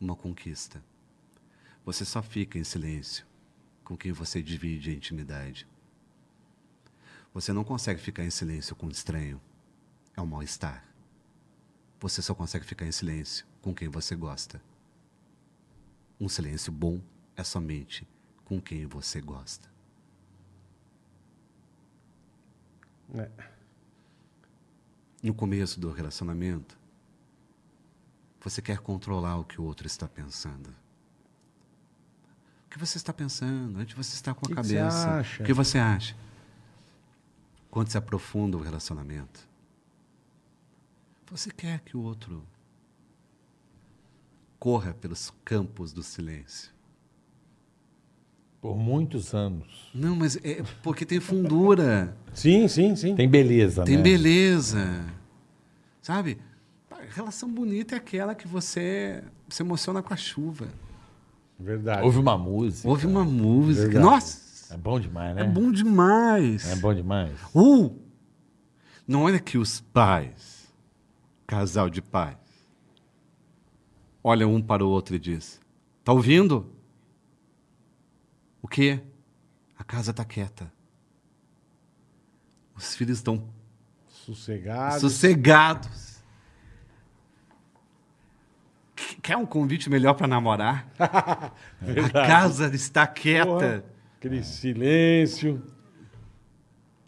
uma conquista. Você só fica em silêncio com quem você divide a intimidade. Você não consegue ficar em silêncio com um estranho. É um mal-estar. Você só consegue ficar em silêncio com quem você gosta. Um silêncio bom é somente com quem você gosta.
É.
No começo do relacionamento, você quer controlar o que o outro está pensando. O que você está pensando? Onde você está com a
O que que você
cabeça?
acha?
O que você acha? Quando se aprofunda o relacionamento, você quer que o outro corra pelos campos do silêncio.
Por muitos anos.
Não, mas é porque tem fundura.
Sim, sim, sim.
Tem beleza,
Tem
né?
beleza. Sabe? Pá, Relação bonita é aquela que você se emociona com a chuva.
Verdade.
Ouve uma música.
Ouve uma música.
Verdade.
Nossa!
É bom demais, né?
É bom demais.
É bom demais.
Uh! Não olha que os pais, casal de pais, olha um para o outro e diz: Tá ouvindo? O quê? A casa tá quieta. Os filhos estão
Sossegado.
sossegados. Qu- Quer um convite melhor para namorar? A casa está
Porra,
quieta.
Aquele silêncio.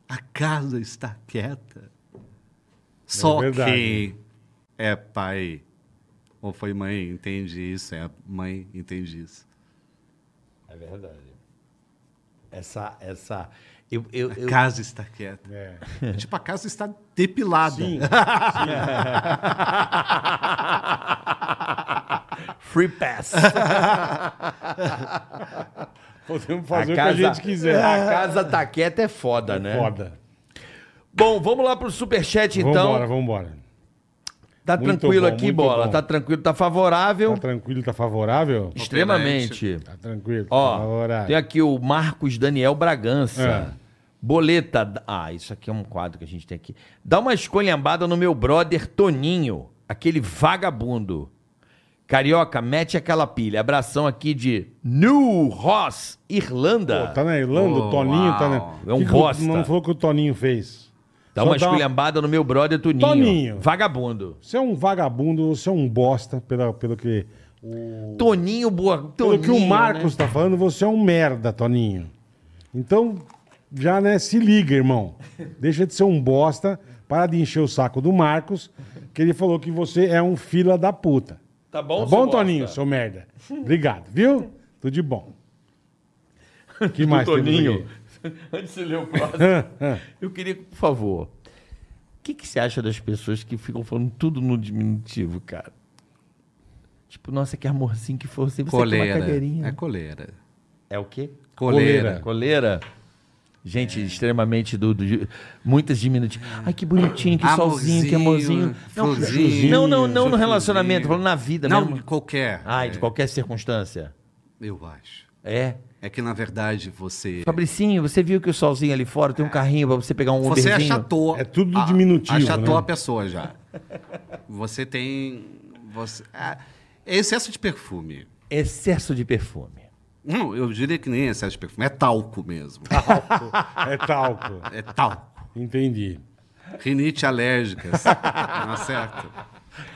A casa está quieta.
É
Só
verdade.
que é pai ou foi mãe entende isso, é mãe entende isso.
É verdade. Essa. essa eu, eu,
A
eu-
casa está quieta.
É.
Tipo, a casa está depilada. É
Sim.
Free pass.
Podemos fazer o que a gente quiser.
A casa tá quieta é foda, né?
Foda.
Bom, vamos lá pro superchat então.
Vambora, vambora.
Tá
Muito
tranquilo
bom,
aqui,
muito
bola.
bom.
Tá tranquilo, tá favorável.
Tá tranquilo, tá favorável?
Extremamente.
Tá tranquilo, tá
Ó,
favorável.
tem aqui o Marcos Daniel Bragança.
É.
Boleta. Ah, isso aqui é um quadro que a gente tem aqui. Dá uma escolhambada no meu brother Toninho, aquele vagabundo. Carioca, mete aquela pilha. Abração aqui de New Ross, Irlanda.
Pô, tá na Irlanda, o
Oh,
Toninho tá na...
uau.
É um
Que que o-
bosta.
Não falou o que o Toninho fez.
Dá
Só
uma
uma-
esculhambada no meu brother Toninho.
Toninho.
Vagabundo.
Você é um vagabundo, você é um bosta, pelo, pelo que... O...
Toninho boa.
Pelo
Toninho,
que o Marcos tá
né?
falando, você é um merda, Toninho. Então, já, né, se liga, irmão. Deixa de ser um bosta, para de encher o saco do Marcos, que ele falou que você é um fila da puta.
Tá bom,
Tá bom,
seu
Toninho,
bosta?
seu merda? Obrigado, viu? Tudo de bom. que mais temos
Toninho.
aqui?
Antes de ler o próximo, eu queria, por favor, o que, que você acha das pessoas que ficam falando tudo no diminutivo, cara? Tipo, nossa, que amorzinho que for. Você, você quer uma
Coleira.
cadeirinha.
É coleira.
É o quê?
Coleira.
Coleira. Gente, extremamente do, do- muitas diminutivas. Ai, que bonitinho, que solzinho, que amorzinho. Não,
florzinho,
não, não, não no
frufruzinho.
relacionamento, falando na vida
Não, de
mesmo.
qualquer.
Ai, de
é,
qualquer circunstância.
Eu acho.
É.
É que, na verdade, você...
Fabricinho, você viu que o solzinho ali fora tem um carrinho pra você pegar um
Você
Uberzinho?
achatou.
É tudo
a-
diminutivo,
Achatou
né?
a pessoa já. Você tem. Você, ah, é excesso de perfume.
Excesso de perfume.
Não, eu diria que nem excesso de perfume. É talco mesmo.
É talco.
É talco.
Entendi.
Rinite alérgicas. tá Não acerta?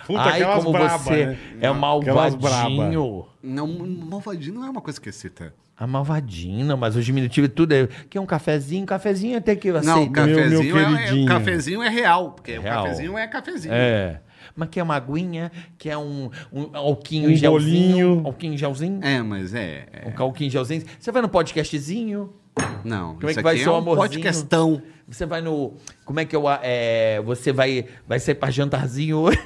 Puta,
Ai,
aquelas
como
braba,
você
né?
é
Aquelas braba.
malvadinho.
Não, malvadinho não é uma coisa que excita.
A malvadinha, mas o diminutivo é tudo é... Quer um cafezinho? Cafezinho até que eu
Não,
aceito.
cafezinho, é, é,
queridinho.
cafezinho é real, porque
Real.
o cafezinho é cafezinho.
É. Mas quer uma aguinha? Quer um, um alquinho
Um
em gelzinho?
bolinho.
Alquinho em gelzinho?
É, mas é. é.
Um alquinho em gelzinho? Você vai no podcastzinho?
Não,
Como é
isso
que vai
aqui
ser
é
o
um
amorzinho?
podcastão.
Você vai no... Como é que eu... É, você vai, vai sair pra jantarzinho hoje?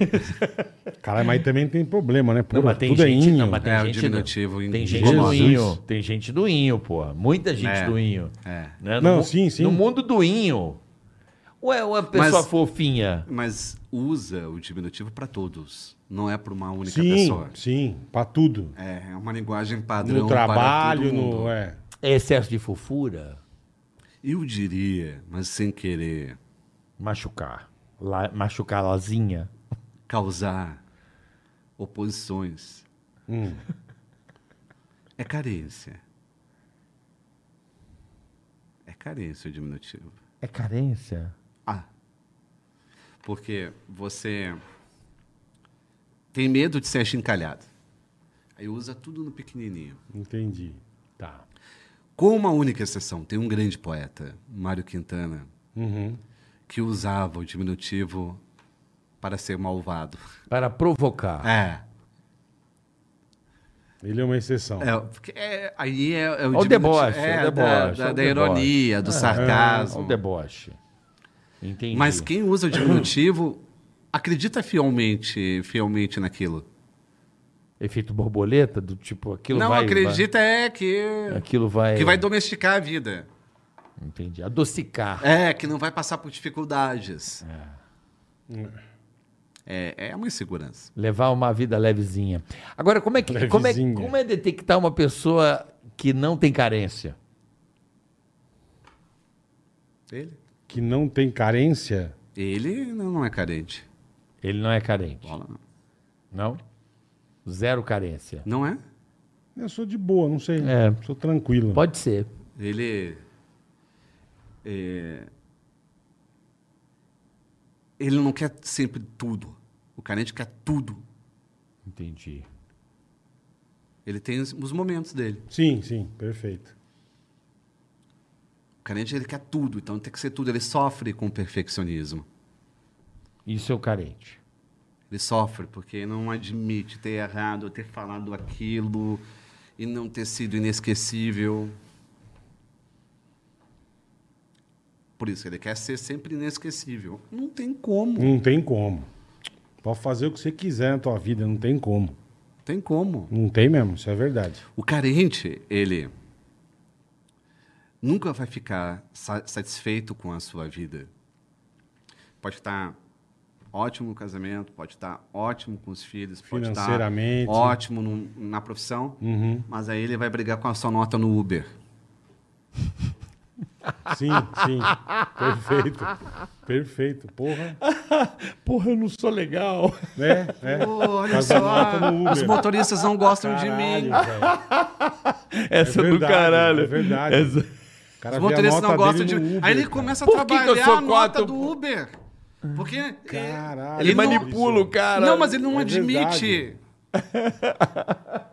Caralho, mas aí também tem problema, né? Pô,
Não, mas tem
tudo
gente,
é inho.
não, mas tem
É, o
gente
diminutivo
do,
em-
tem
em
gente do
Jesus.
inho, tem gente do inho, pô. Muita gente
É,
do inho.
é.
Né?
Não,
mu-
sim, sim.
No mundo do inho. Ou é uma pessoa
Mas-
fofinha.
Mas usa o diminutivo para todos, não é para uma única
Sim,
pessoa.
sim, pra tudo.
É, é uma linguagem padrão
No
para
trabalho,
todo mundo.
no. É.
É excesso de fofura.
Eu diria, mas sem querer,
Machucar. La, machucar lazinha.
causar oposições.
Hum.
É carência. É carência o diminutivo.
É carência?
Ah. Porque você tem medo de ser chincalhado. Aí usa tudo no pequenininho.
Entendi. Tá.
Com uma única exceção, tem um grande poeta, Mário Quintana,
Uhum.
que usava o diminutivo para ser malvado.
Para provocar.
É.
Ele é uma exceção.
é, porque é- aí é, é o,
Olha o
diminutivo-
deboche,
é,
é, o
da,
deboche.
da-
olha o
da
deboche.
ironia, do
Ah,
sarcasmo.
olha o deboche. Entendi.
É Mas quem usa o diminutivo acredita fielmente, fielmente naquilo.
Efeito borboleta, do tipo, aquilo
Não
vai... é.
acredita é que
vai- aquilo vai...
que vai domesticar a vida.
Entendi. Adocicar.
É, que não vai passar por dificuldades. É, é uma insegurança.
Levar uma vida levezinha. Agora, como é que como é,
Levezinha.
como é detectar uma pessoa que não tem carência?
Ele?
Que não tem carência.
Ele não não é carente.
Ele não é carente.
Bola não.
Não? Zero carência.
Não é?
Eu sou de boa, não sei.
É.
Sou tranquilo.
Pode ser.
Ele. é, ele não quer sempre tudo. O carente quer tudo.
Entendi.
Ele tem os- os momentos dele.
Sim, sim, perfeito.
O carente ele quer tudo, então tem que ser tudo. Ele sofre com o perfeccionismo.
Isso é o carente.
Ele sofre porque não admite ter errado, ter falado aquilo e não ter sido inesquecível. Por isso, ele quer ser sempre inesquecível. Não tem como.
Não tem como. Pode fazer o que você quiser na tua vida, não tem como.
Não tem como.
Não tem mesmo, isso é verdade.
O carente, ele nunca vai ficar sa- satisfeito com a sua vida. Pode estar ótimo no casamento, pode estar ótimo com os filhos, pode estar
Financeiramente. Uhum.
ótimo num- na profissão, mas aí ele vai brigar com a sua nota no Uber.
Sim, sim. perfeito. Perfeito, porra.
Porra, eu não sou legal.
É, é.
Pô, olha
Faz a nota no
só,
Uber.
os motoristas não gostam de
Caralho,
mim.
velho.
Essa é do
verdade,
caralho.
É verdade.
Essa-
O cara
Os
vê a
motoristas não
nota
gostam de
dele no
mim.
Uber,
Aí ele
cara.
começa a
Por que que eu
trabalhar
sou
a nota
quatro,
do
pô?
Uber. Porque
Caralho,
Ele
não-
manipula o cara.
Não, mas ele não
É
admite.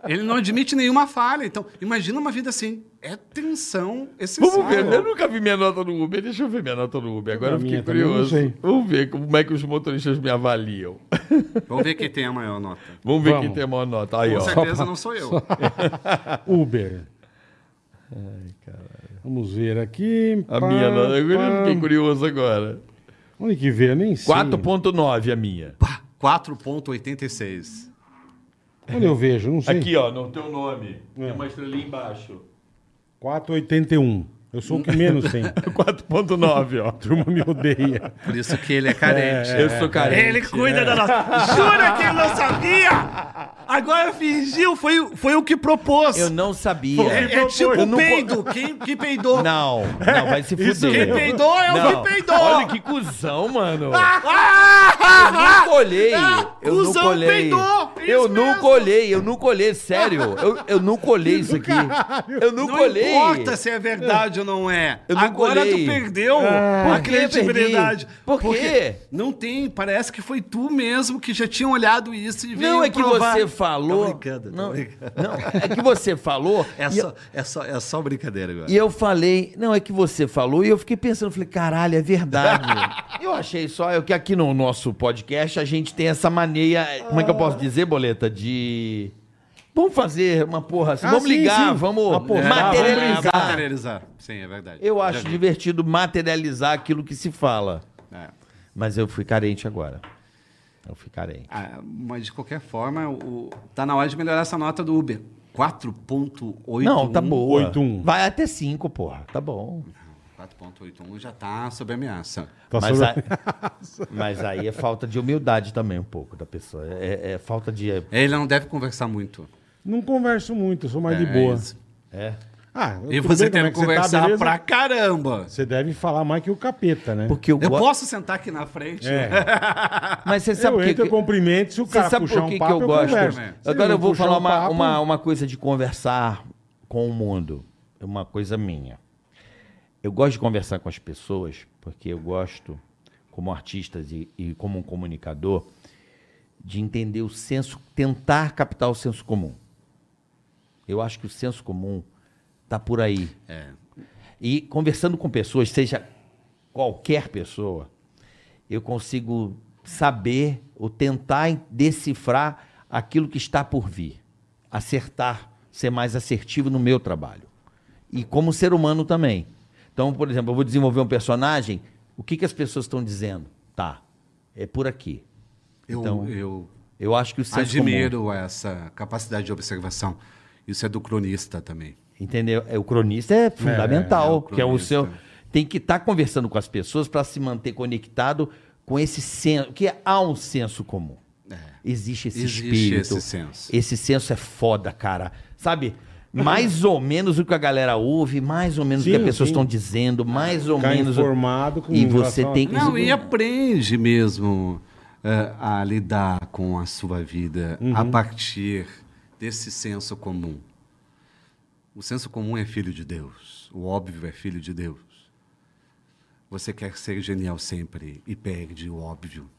ele não admite nenhuma falha. Então, imagina uma vida assim. É tensão
Vamos
excessiva.
ver, né? eu nunca vi minha nota no Uber. Deixa eu ver minha nota no Uber. Agora eu
A
fiquei
minha também não
curioso.
sei.
Vamos ver como é que os motoristas me avaliam.
Vamos ver quem tem a maior nota.
Vamos ver
Vamos.
quem tem a maior nota. Aí,
Com
ó.
certeza não sou eu.
Uber. Vamos ver aqui.
A
Pá,
minha nota. Agora eu
pá.
fiquei curioso agora.
Onde que vê? Eu nem sei.
4.9 a minha.
Pá, 4,86.
Onde eu vejo? Não sei.
Aqui, ó, no teu nome.
É.
Tem uma estrelinha embaixo.
4,81. Eu sou o que menos tem.
4.9, ó.
A turma me odeia.
Por isso que ele é carente.
Eu sou carente. é.
Ele cuida da nossa. Jura que ele não sabia? Agora fingiu, foi, foi o que propôs.
Eu não sabia.
É, é tipo
Eu
o
não
peido. Quem, quem peidou?
Não, não, vai se fuder.
Quem peidou é o
Não.
que peidou.
Olha que cuzão, mano.
Ah,
Eu não colhei.
ah,
Eu não
cuzão
colhei.
peidou. isso
Eu nunca
mesmo.
olhei, eu nunca olhei, sério. Eu, eu nunca olhei isso aqui. Eu nunca
Não
olhei.
importa se é verdade ou não é.
Eu nunca
Agora
olhei.
tu perdeu
Por
a
que eu perdi?
credibilidade.
Por quê?
Porque não tem, parece que foi tu mesmo que já tinha olhado isso e veio
Não, é que
provar.
você falou.
Tô brincando, tô
não,
brincando.
não, é que você falou.
É
e,
só, é, só, é só brincadeira agora.
e eu falei, não, é que você falou, e eu fiquei pensando, falei, caralho, é verdade. eu achei só eu, que aqui no nosso podcast a gente tem essa mania, como é que eu posso dizer, Boleta, de... Vamos fazer uma porra assim,
Ah,
vamos
sim,
ligar,
sim.
vamos
Apostar,
materializar.
É, materializar. Sim, é verdade.
Eu
Já
acho
vi.
divertido materializar aquilo que se fala.
É.
Mas eu fui carente agora. Eu fui carente.
Ah, mas de qualquer forma, o, tá na hora de melhorar essa nota do Uber. 4.81.
Não, tá boa.
8-1.
Vai até 5, porra. Tá bom.
4.81 já tá sob ameaça.
Tá
mas,
sobre-
aí, mas aí é falta de humildade também um pouco da pessoa. É, é falta de... É,
Ele não deve conversar muito.
Não converso muito, eu
Tá
sou mais
É,
de boa.
é isso.
Ah,
E
tudo bem,
você
como
deve
é que
conversar
beleza?
pra caramba.
Você deve falar mais que o capeta, né?
porque eu,
Eu
gosto...
posso sentar aqui na frente?
É,
Mas você
eu
sabe que...
entro, eu cumprimento, se o
Você
cara
sabe
puxar
por que,
um
que eu
papo, eu,
gosto?
converso.
né?
Se ele
Agora
não
eu vou
puxar
falar
um
uma,
papo,
uma, uma coisa de conversar com o mundo. É Uma coisa minha. Eu gosto de conversar com as pessoas, porque eu gosto, como artista e, e como um comunicador, de entender o senso, tentar captar o senso comum. Eu acho que o senso comum está por aí.
É.
E conversando com pessoas, seja qualquer pessoa, eu consigo saber ou tentar decifrar aquilo que está por vir. Acertar, ser mais assertivo no meu trabalho. E como ser humano também. Então, por exemplo, eu vou desenvolver um personagem, o que, que as pessoas estão dizendo? Tá, é por aqui.
Eu,
Então,
eu
Eu acho que o senso
admiro
é.
essa capacidade de observação. Isso é do cronista também.
Entendeu? É, o cronista é fundamental,
é, o
que é o
cronista.
seu tem que estar conversando com as pessoas para se manter conectado com esse senso, que há um senso comum.
É.
Existe esse
Existe
espírito.
esse senso.
Esse senso é foda, cara. Sabe? Mais ou menos o que a galera ouve, mais ou menos o que
Sim,
as pessoas
sim.
estão dizendo, mais ou
Ficar
menos. o-
informado com
E você
relação a-
tem que.
Não, e aprende mesmo eh, a lidar com a sua vida a
Uhum.
partir desse senso comum. O senso comum é filho de Deus. O óbvio é filho de Deus. Você quer ser genial sempre e perde o óbvio.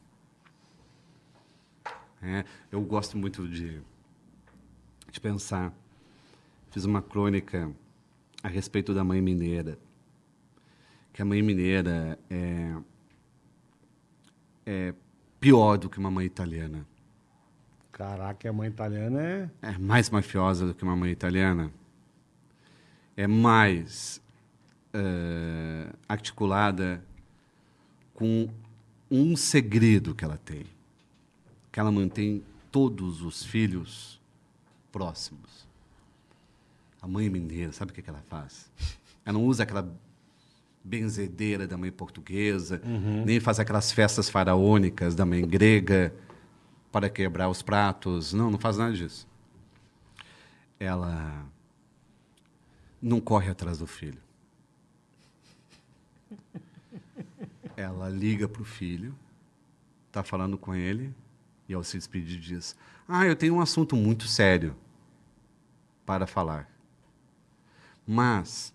É, eu gosto muito de, de pensar. Fiz uma crônica a respeito da mãe mineira que a mãe mineira é, é pior do que uma mãe italiana.
Caraca, a mãe italiana é...
É mais mafiosa do que uma mãe italiana. É mais eh, articulada com um segredo que ela tem. Que ela mantém todos os filhos próximos. A mãe mineira, sabe o que, que ela faz? Ela não usa aquela benzedeira da mãe portuguesa, nem faz aquelas festas faraônicas da mãe grega para quebrar os pratos. Não, não faz nada disso ela não corre atrás do filho. Ela liga para o filho, está falando com ele, e ao se despedir diz: Ah, eu tenho um assunto muito sério para falar. Mas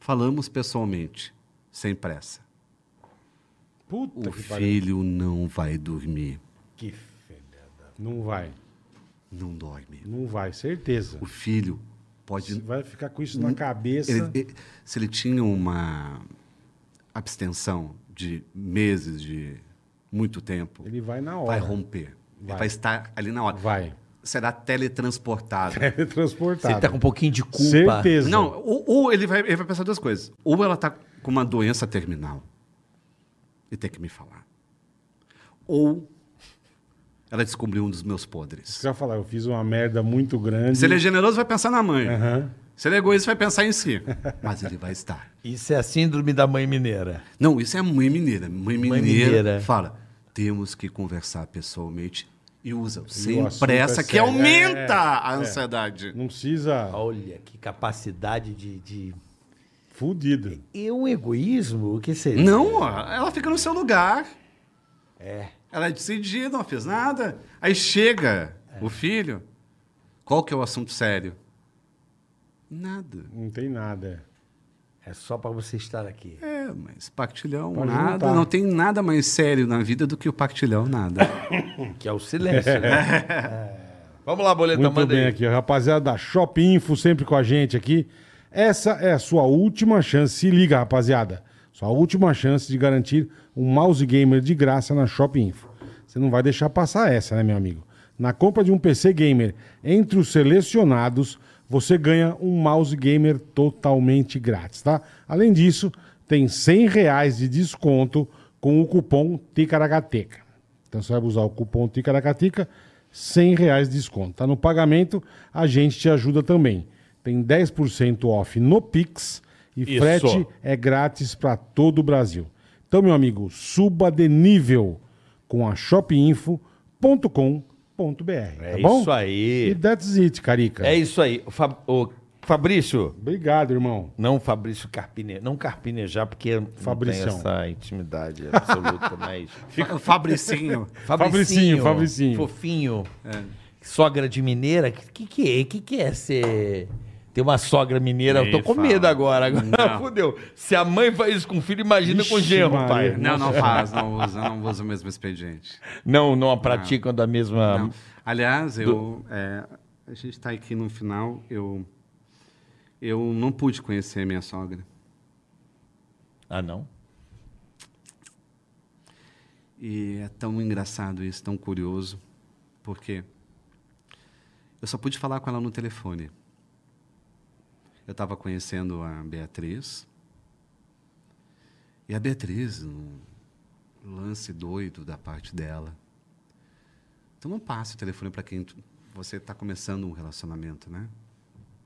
falamos pessoalmente, sem pressa.
Puta
O
que pariu.
filho não vai dormir,
Que filha da... Não vai,
não dorme.
não vai, certeza.
O filho pode
Você vai ficar com isso na cabeça.
Ele- ele- se ele tinha uma abstenção de meses, de muito tempo,
Ele vai na
vai
hora.
romper.
Vai.
Vai. estar ali na hora.
Vai.
Será teletransportado.
É transportado.
Você tá com um pouquinho de culpa.
Certeza.
Não, ou, ou ele, vai, ele vai pensar duas coisas. Ou ela está com uma doença terminal e tem que me falar. Ou ela descobriu um dos meus podres.
Você vai falar, eu fiz uma merda muito grande.
Se ele é generoso, vai pensar na mãe.
Aham.
Se ele é egoísta, vai pensar em si. Mas ele vai estar.
Isso é a síndrome da mãe mineira.
Não, isso é a mãe mineira. Mãe mineira,
mineira.
fala, temos que conversar pessoalmente e usa
o
sem
assunto
pressa,
é
que
sério.
aumenta
É,
a ansiedade.
Não precisa...
Olha que capacidade de. de...
Fudido.
E um egoísmo, o que seria?
Não, ó, ela fica no seu lugar. É. Ela é decidida, não fez nada. Aí chega O filho? Qual que é o assunto sério? Nada.
Não tem nada.
É só pra você estar aqui.
É, mas pactilhão,
Pode
nada.
juntar.
Não tem nada mais sério na vida do que o pactilhão, nada.
Que é o silêncio, né?
É. Vamos lá, boleta,
Muito
manda
bem
aí.
aqui, rapaziada da Shop Info, sempre com a gente aqui. Essa é a sua última chance. Se liga, rapaziada. Sua última chance de garantir um mouse gamer de graça na Shop Info. Você não vai deixar passar essa, né, meu amigo? Na compra de um PC gamer entre os selecionados, você ganha um mouse gamer totalmente grátis, tá? Além disso, tem R$ 100 reais de desconto com o cupom TICARAGATECA. Então você vai usar o cupom Ticaracatica, R$ 100 reais de desconto. Tá no pagamento, a gente te ajuda também. Tem 10% off no Pix e
Isso.
frete é grátis para todo o Brasil. Então, meu amigo, suba de nível com a shopinfo.com.br,
É
tá bom?
isso
E
aí.
that's it, Carica.
É isso aí. O Fab... o Fabrício.
Obrigado, irmão.
Não Fabrício Carpine... Não carpinejar, porque eu não tem
Fabricião.
essa intimidade absoluta, né? mas...
Fa- Fabricinho.
Fabricinho, Fabricinho.
Fofinho.
É.
Sogra de mineira. Que que, que é? Que que é ser... Ter uma sogra mineira, eu tô
Ih,
com
fala.
medo agora. Agora
Não.
fudeu. Se a mãe faz isso com o filho, imagina com o
Ixi,
genro,
Maria.
pai.
Não, não faz, não usa, não usa o mesmo expediente.
Não, não a praticam da mesma.
Não. Aliás, eu, é, a gente está aqui no final. Eu, eu não pude conhecer a minha sogra.
Ah, não?
E é tão engraçado isso, tão curioso, porque eu só pude falar com ela no telefone. Eu estava conhecendo a Beatriz. E a Beatriz, um lance doido da parte dela. Então não passe o telefone para quem tu- você está começando um relacionamento, né?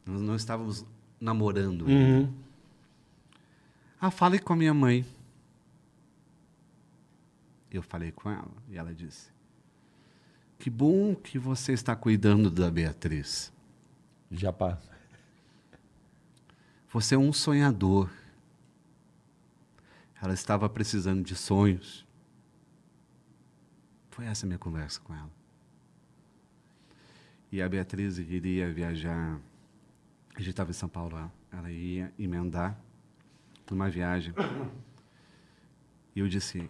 Nós não estávamos namorando ainda. Ah, fale com a minha mãe. Eu falei com ela e ela disse: Que bom que você está cuidando da Beatriz.
Já passa.
Você é um sonhador. Ela estava precisando de sonhos. Foi essa a minha conversa com ela. E a Beatriz iria viajar. A gente estava em São Paulo, ela- ela ia emendar numa viagem. E eu disse: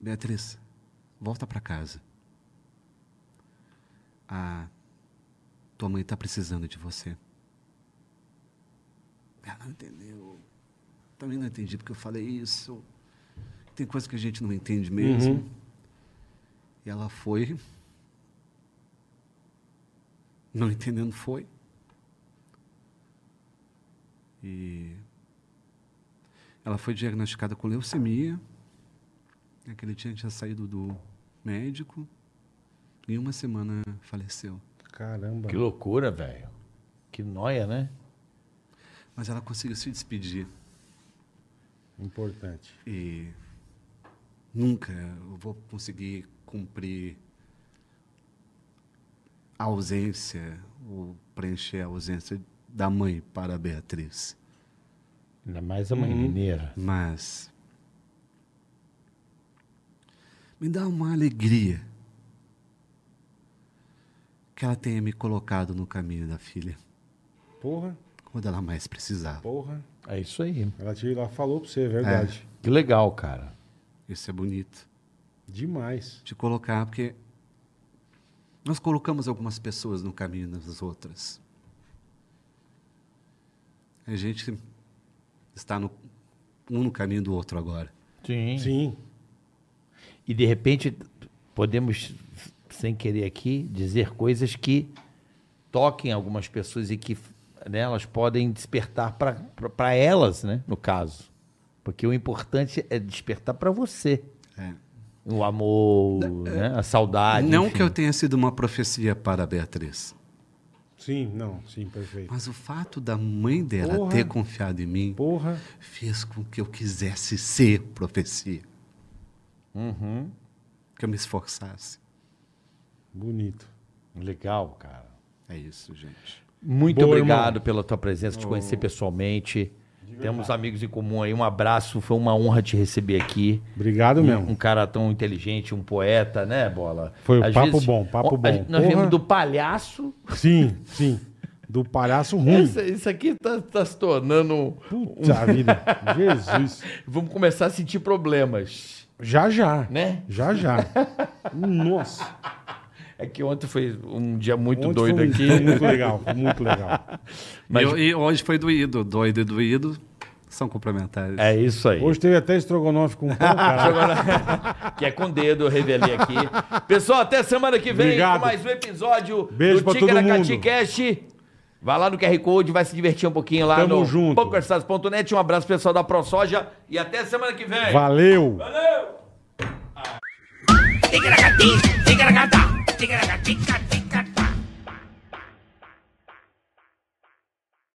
Beatriz, volta para casa. A tua mãe está precisando de você. Ela não entendeu. Também não entendi porque eu falei isso. Tem coisa que a gente não entende mesmo. E ela foi. Não entendendo, foi. E. Ela foi diagnosticada com leucemia. Naquele dia tinha saído do médico. E em uma semana faleceu.
Caramba. é
Que loucura, velho. Que noia, né?
Mas ela conseguiu se despedir.
Importante.
E nunca eu vou conseguir cumprir a ausência, ou preencher a ausência da mãe para a Beatriz.
Ainda mais a
Uhum.
mãe mineira.
Mas me dá uma alegria que ela tenha me colocado no caminho da filha,
Porra,
quando ela mais precisava.
porra.
É isso aí.
Ela te lá falou pra você, é verdade.
Que legal, cara.
Isso é bonito.
É.
Demais.
de colocar, porque nós colocamos algumas pessoas no caminho das outras. A gente está no, um no caminho do outro agora.
Sim.
Sim.
E de repente podemos, sem querer aqui, dizer coisas que toquem algumas pessoas e que né, elas podem despertar para elas, né? No caso. Porque o importante é despertar para você.
É.
O amor, né? a saudade.
Não
enfim.
que eu tenha sido uma profecia para a Beatriz,
Sim, não, sim, perfeito.
mas o fato da mãe dela
Porra.
ter confiado em mim
Porra,
fez com que eu quisesse ser profecia.
Uhum.
Que eu me esforçasse.
bonito.
Legal, cara.
É isso, gente.
Muito
Boa,
Oh. obrigado pela tua presença, te conhecer pessoalmente. Temos amigos em comum aí. Um abraço, foi uma honra te receber aqui.
Obrigado
um,
mesmo.
Um cara tão inteligente, um poeta, né, Bola?
Foi um papo bom, papo
ó, a
bom.
gente- nós
Porra.
viemos do palhaço.
Sim, sim. Do palhaço ruim.
Essa- isso aqui tá, tá se tornando... Um.
Puta vida. Jesus.
Vamos começar a sentir problemas,
Já, já.
né?
Já, já. Nossa.
É que ontem foi um dia muito
Ontem
doido
foi um-
aqui.
foi Muito legal, foi muito legal.
Mas
E, e hoje foi doído. Doido e doído são complementares.
é isso aí.
Hoje teve até estrogonofe com pão, cara.
que é com dedo, eu revelei aqui. Pessoal, até semana que vem
Obrigado.
com mais um episódio
Beijo
do
pra todo
Ticaracati
mundo.
Cast. Vai lá no QR Code, vai se divertir um pouquinho lá
Tamo
no
junto.
pokerstars.net. Um abraço pessoal da ProSoja e até semana que vem.
Valeu.
Tigra gatín, tigra gata, tigra gatín, gatín.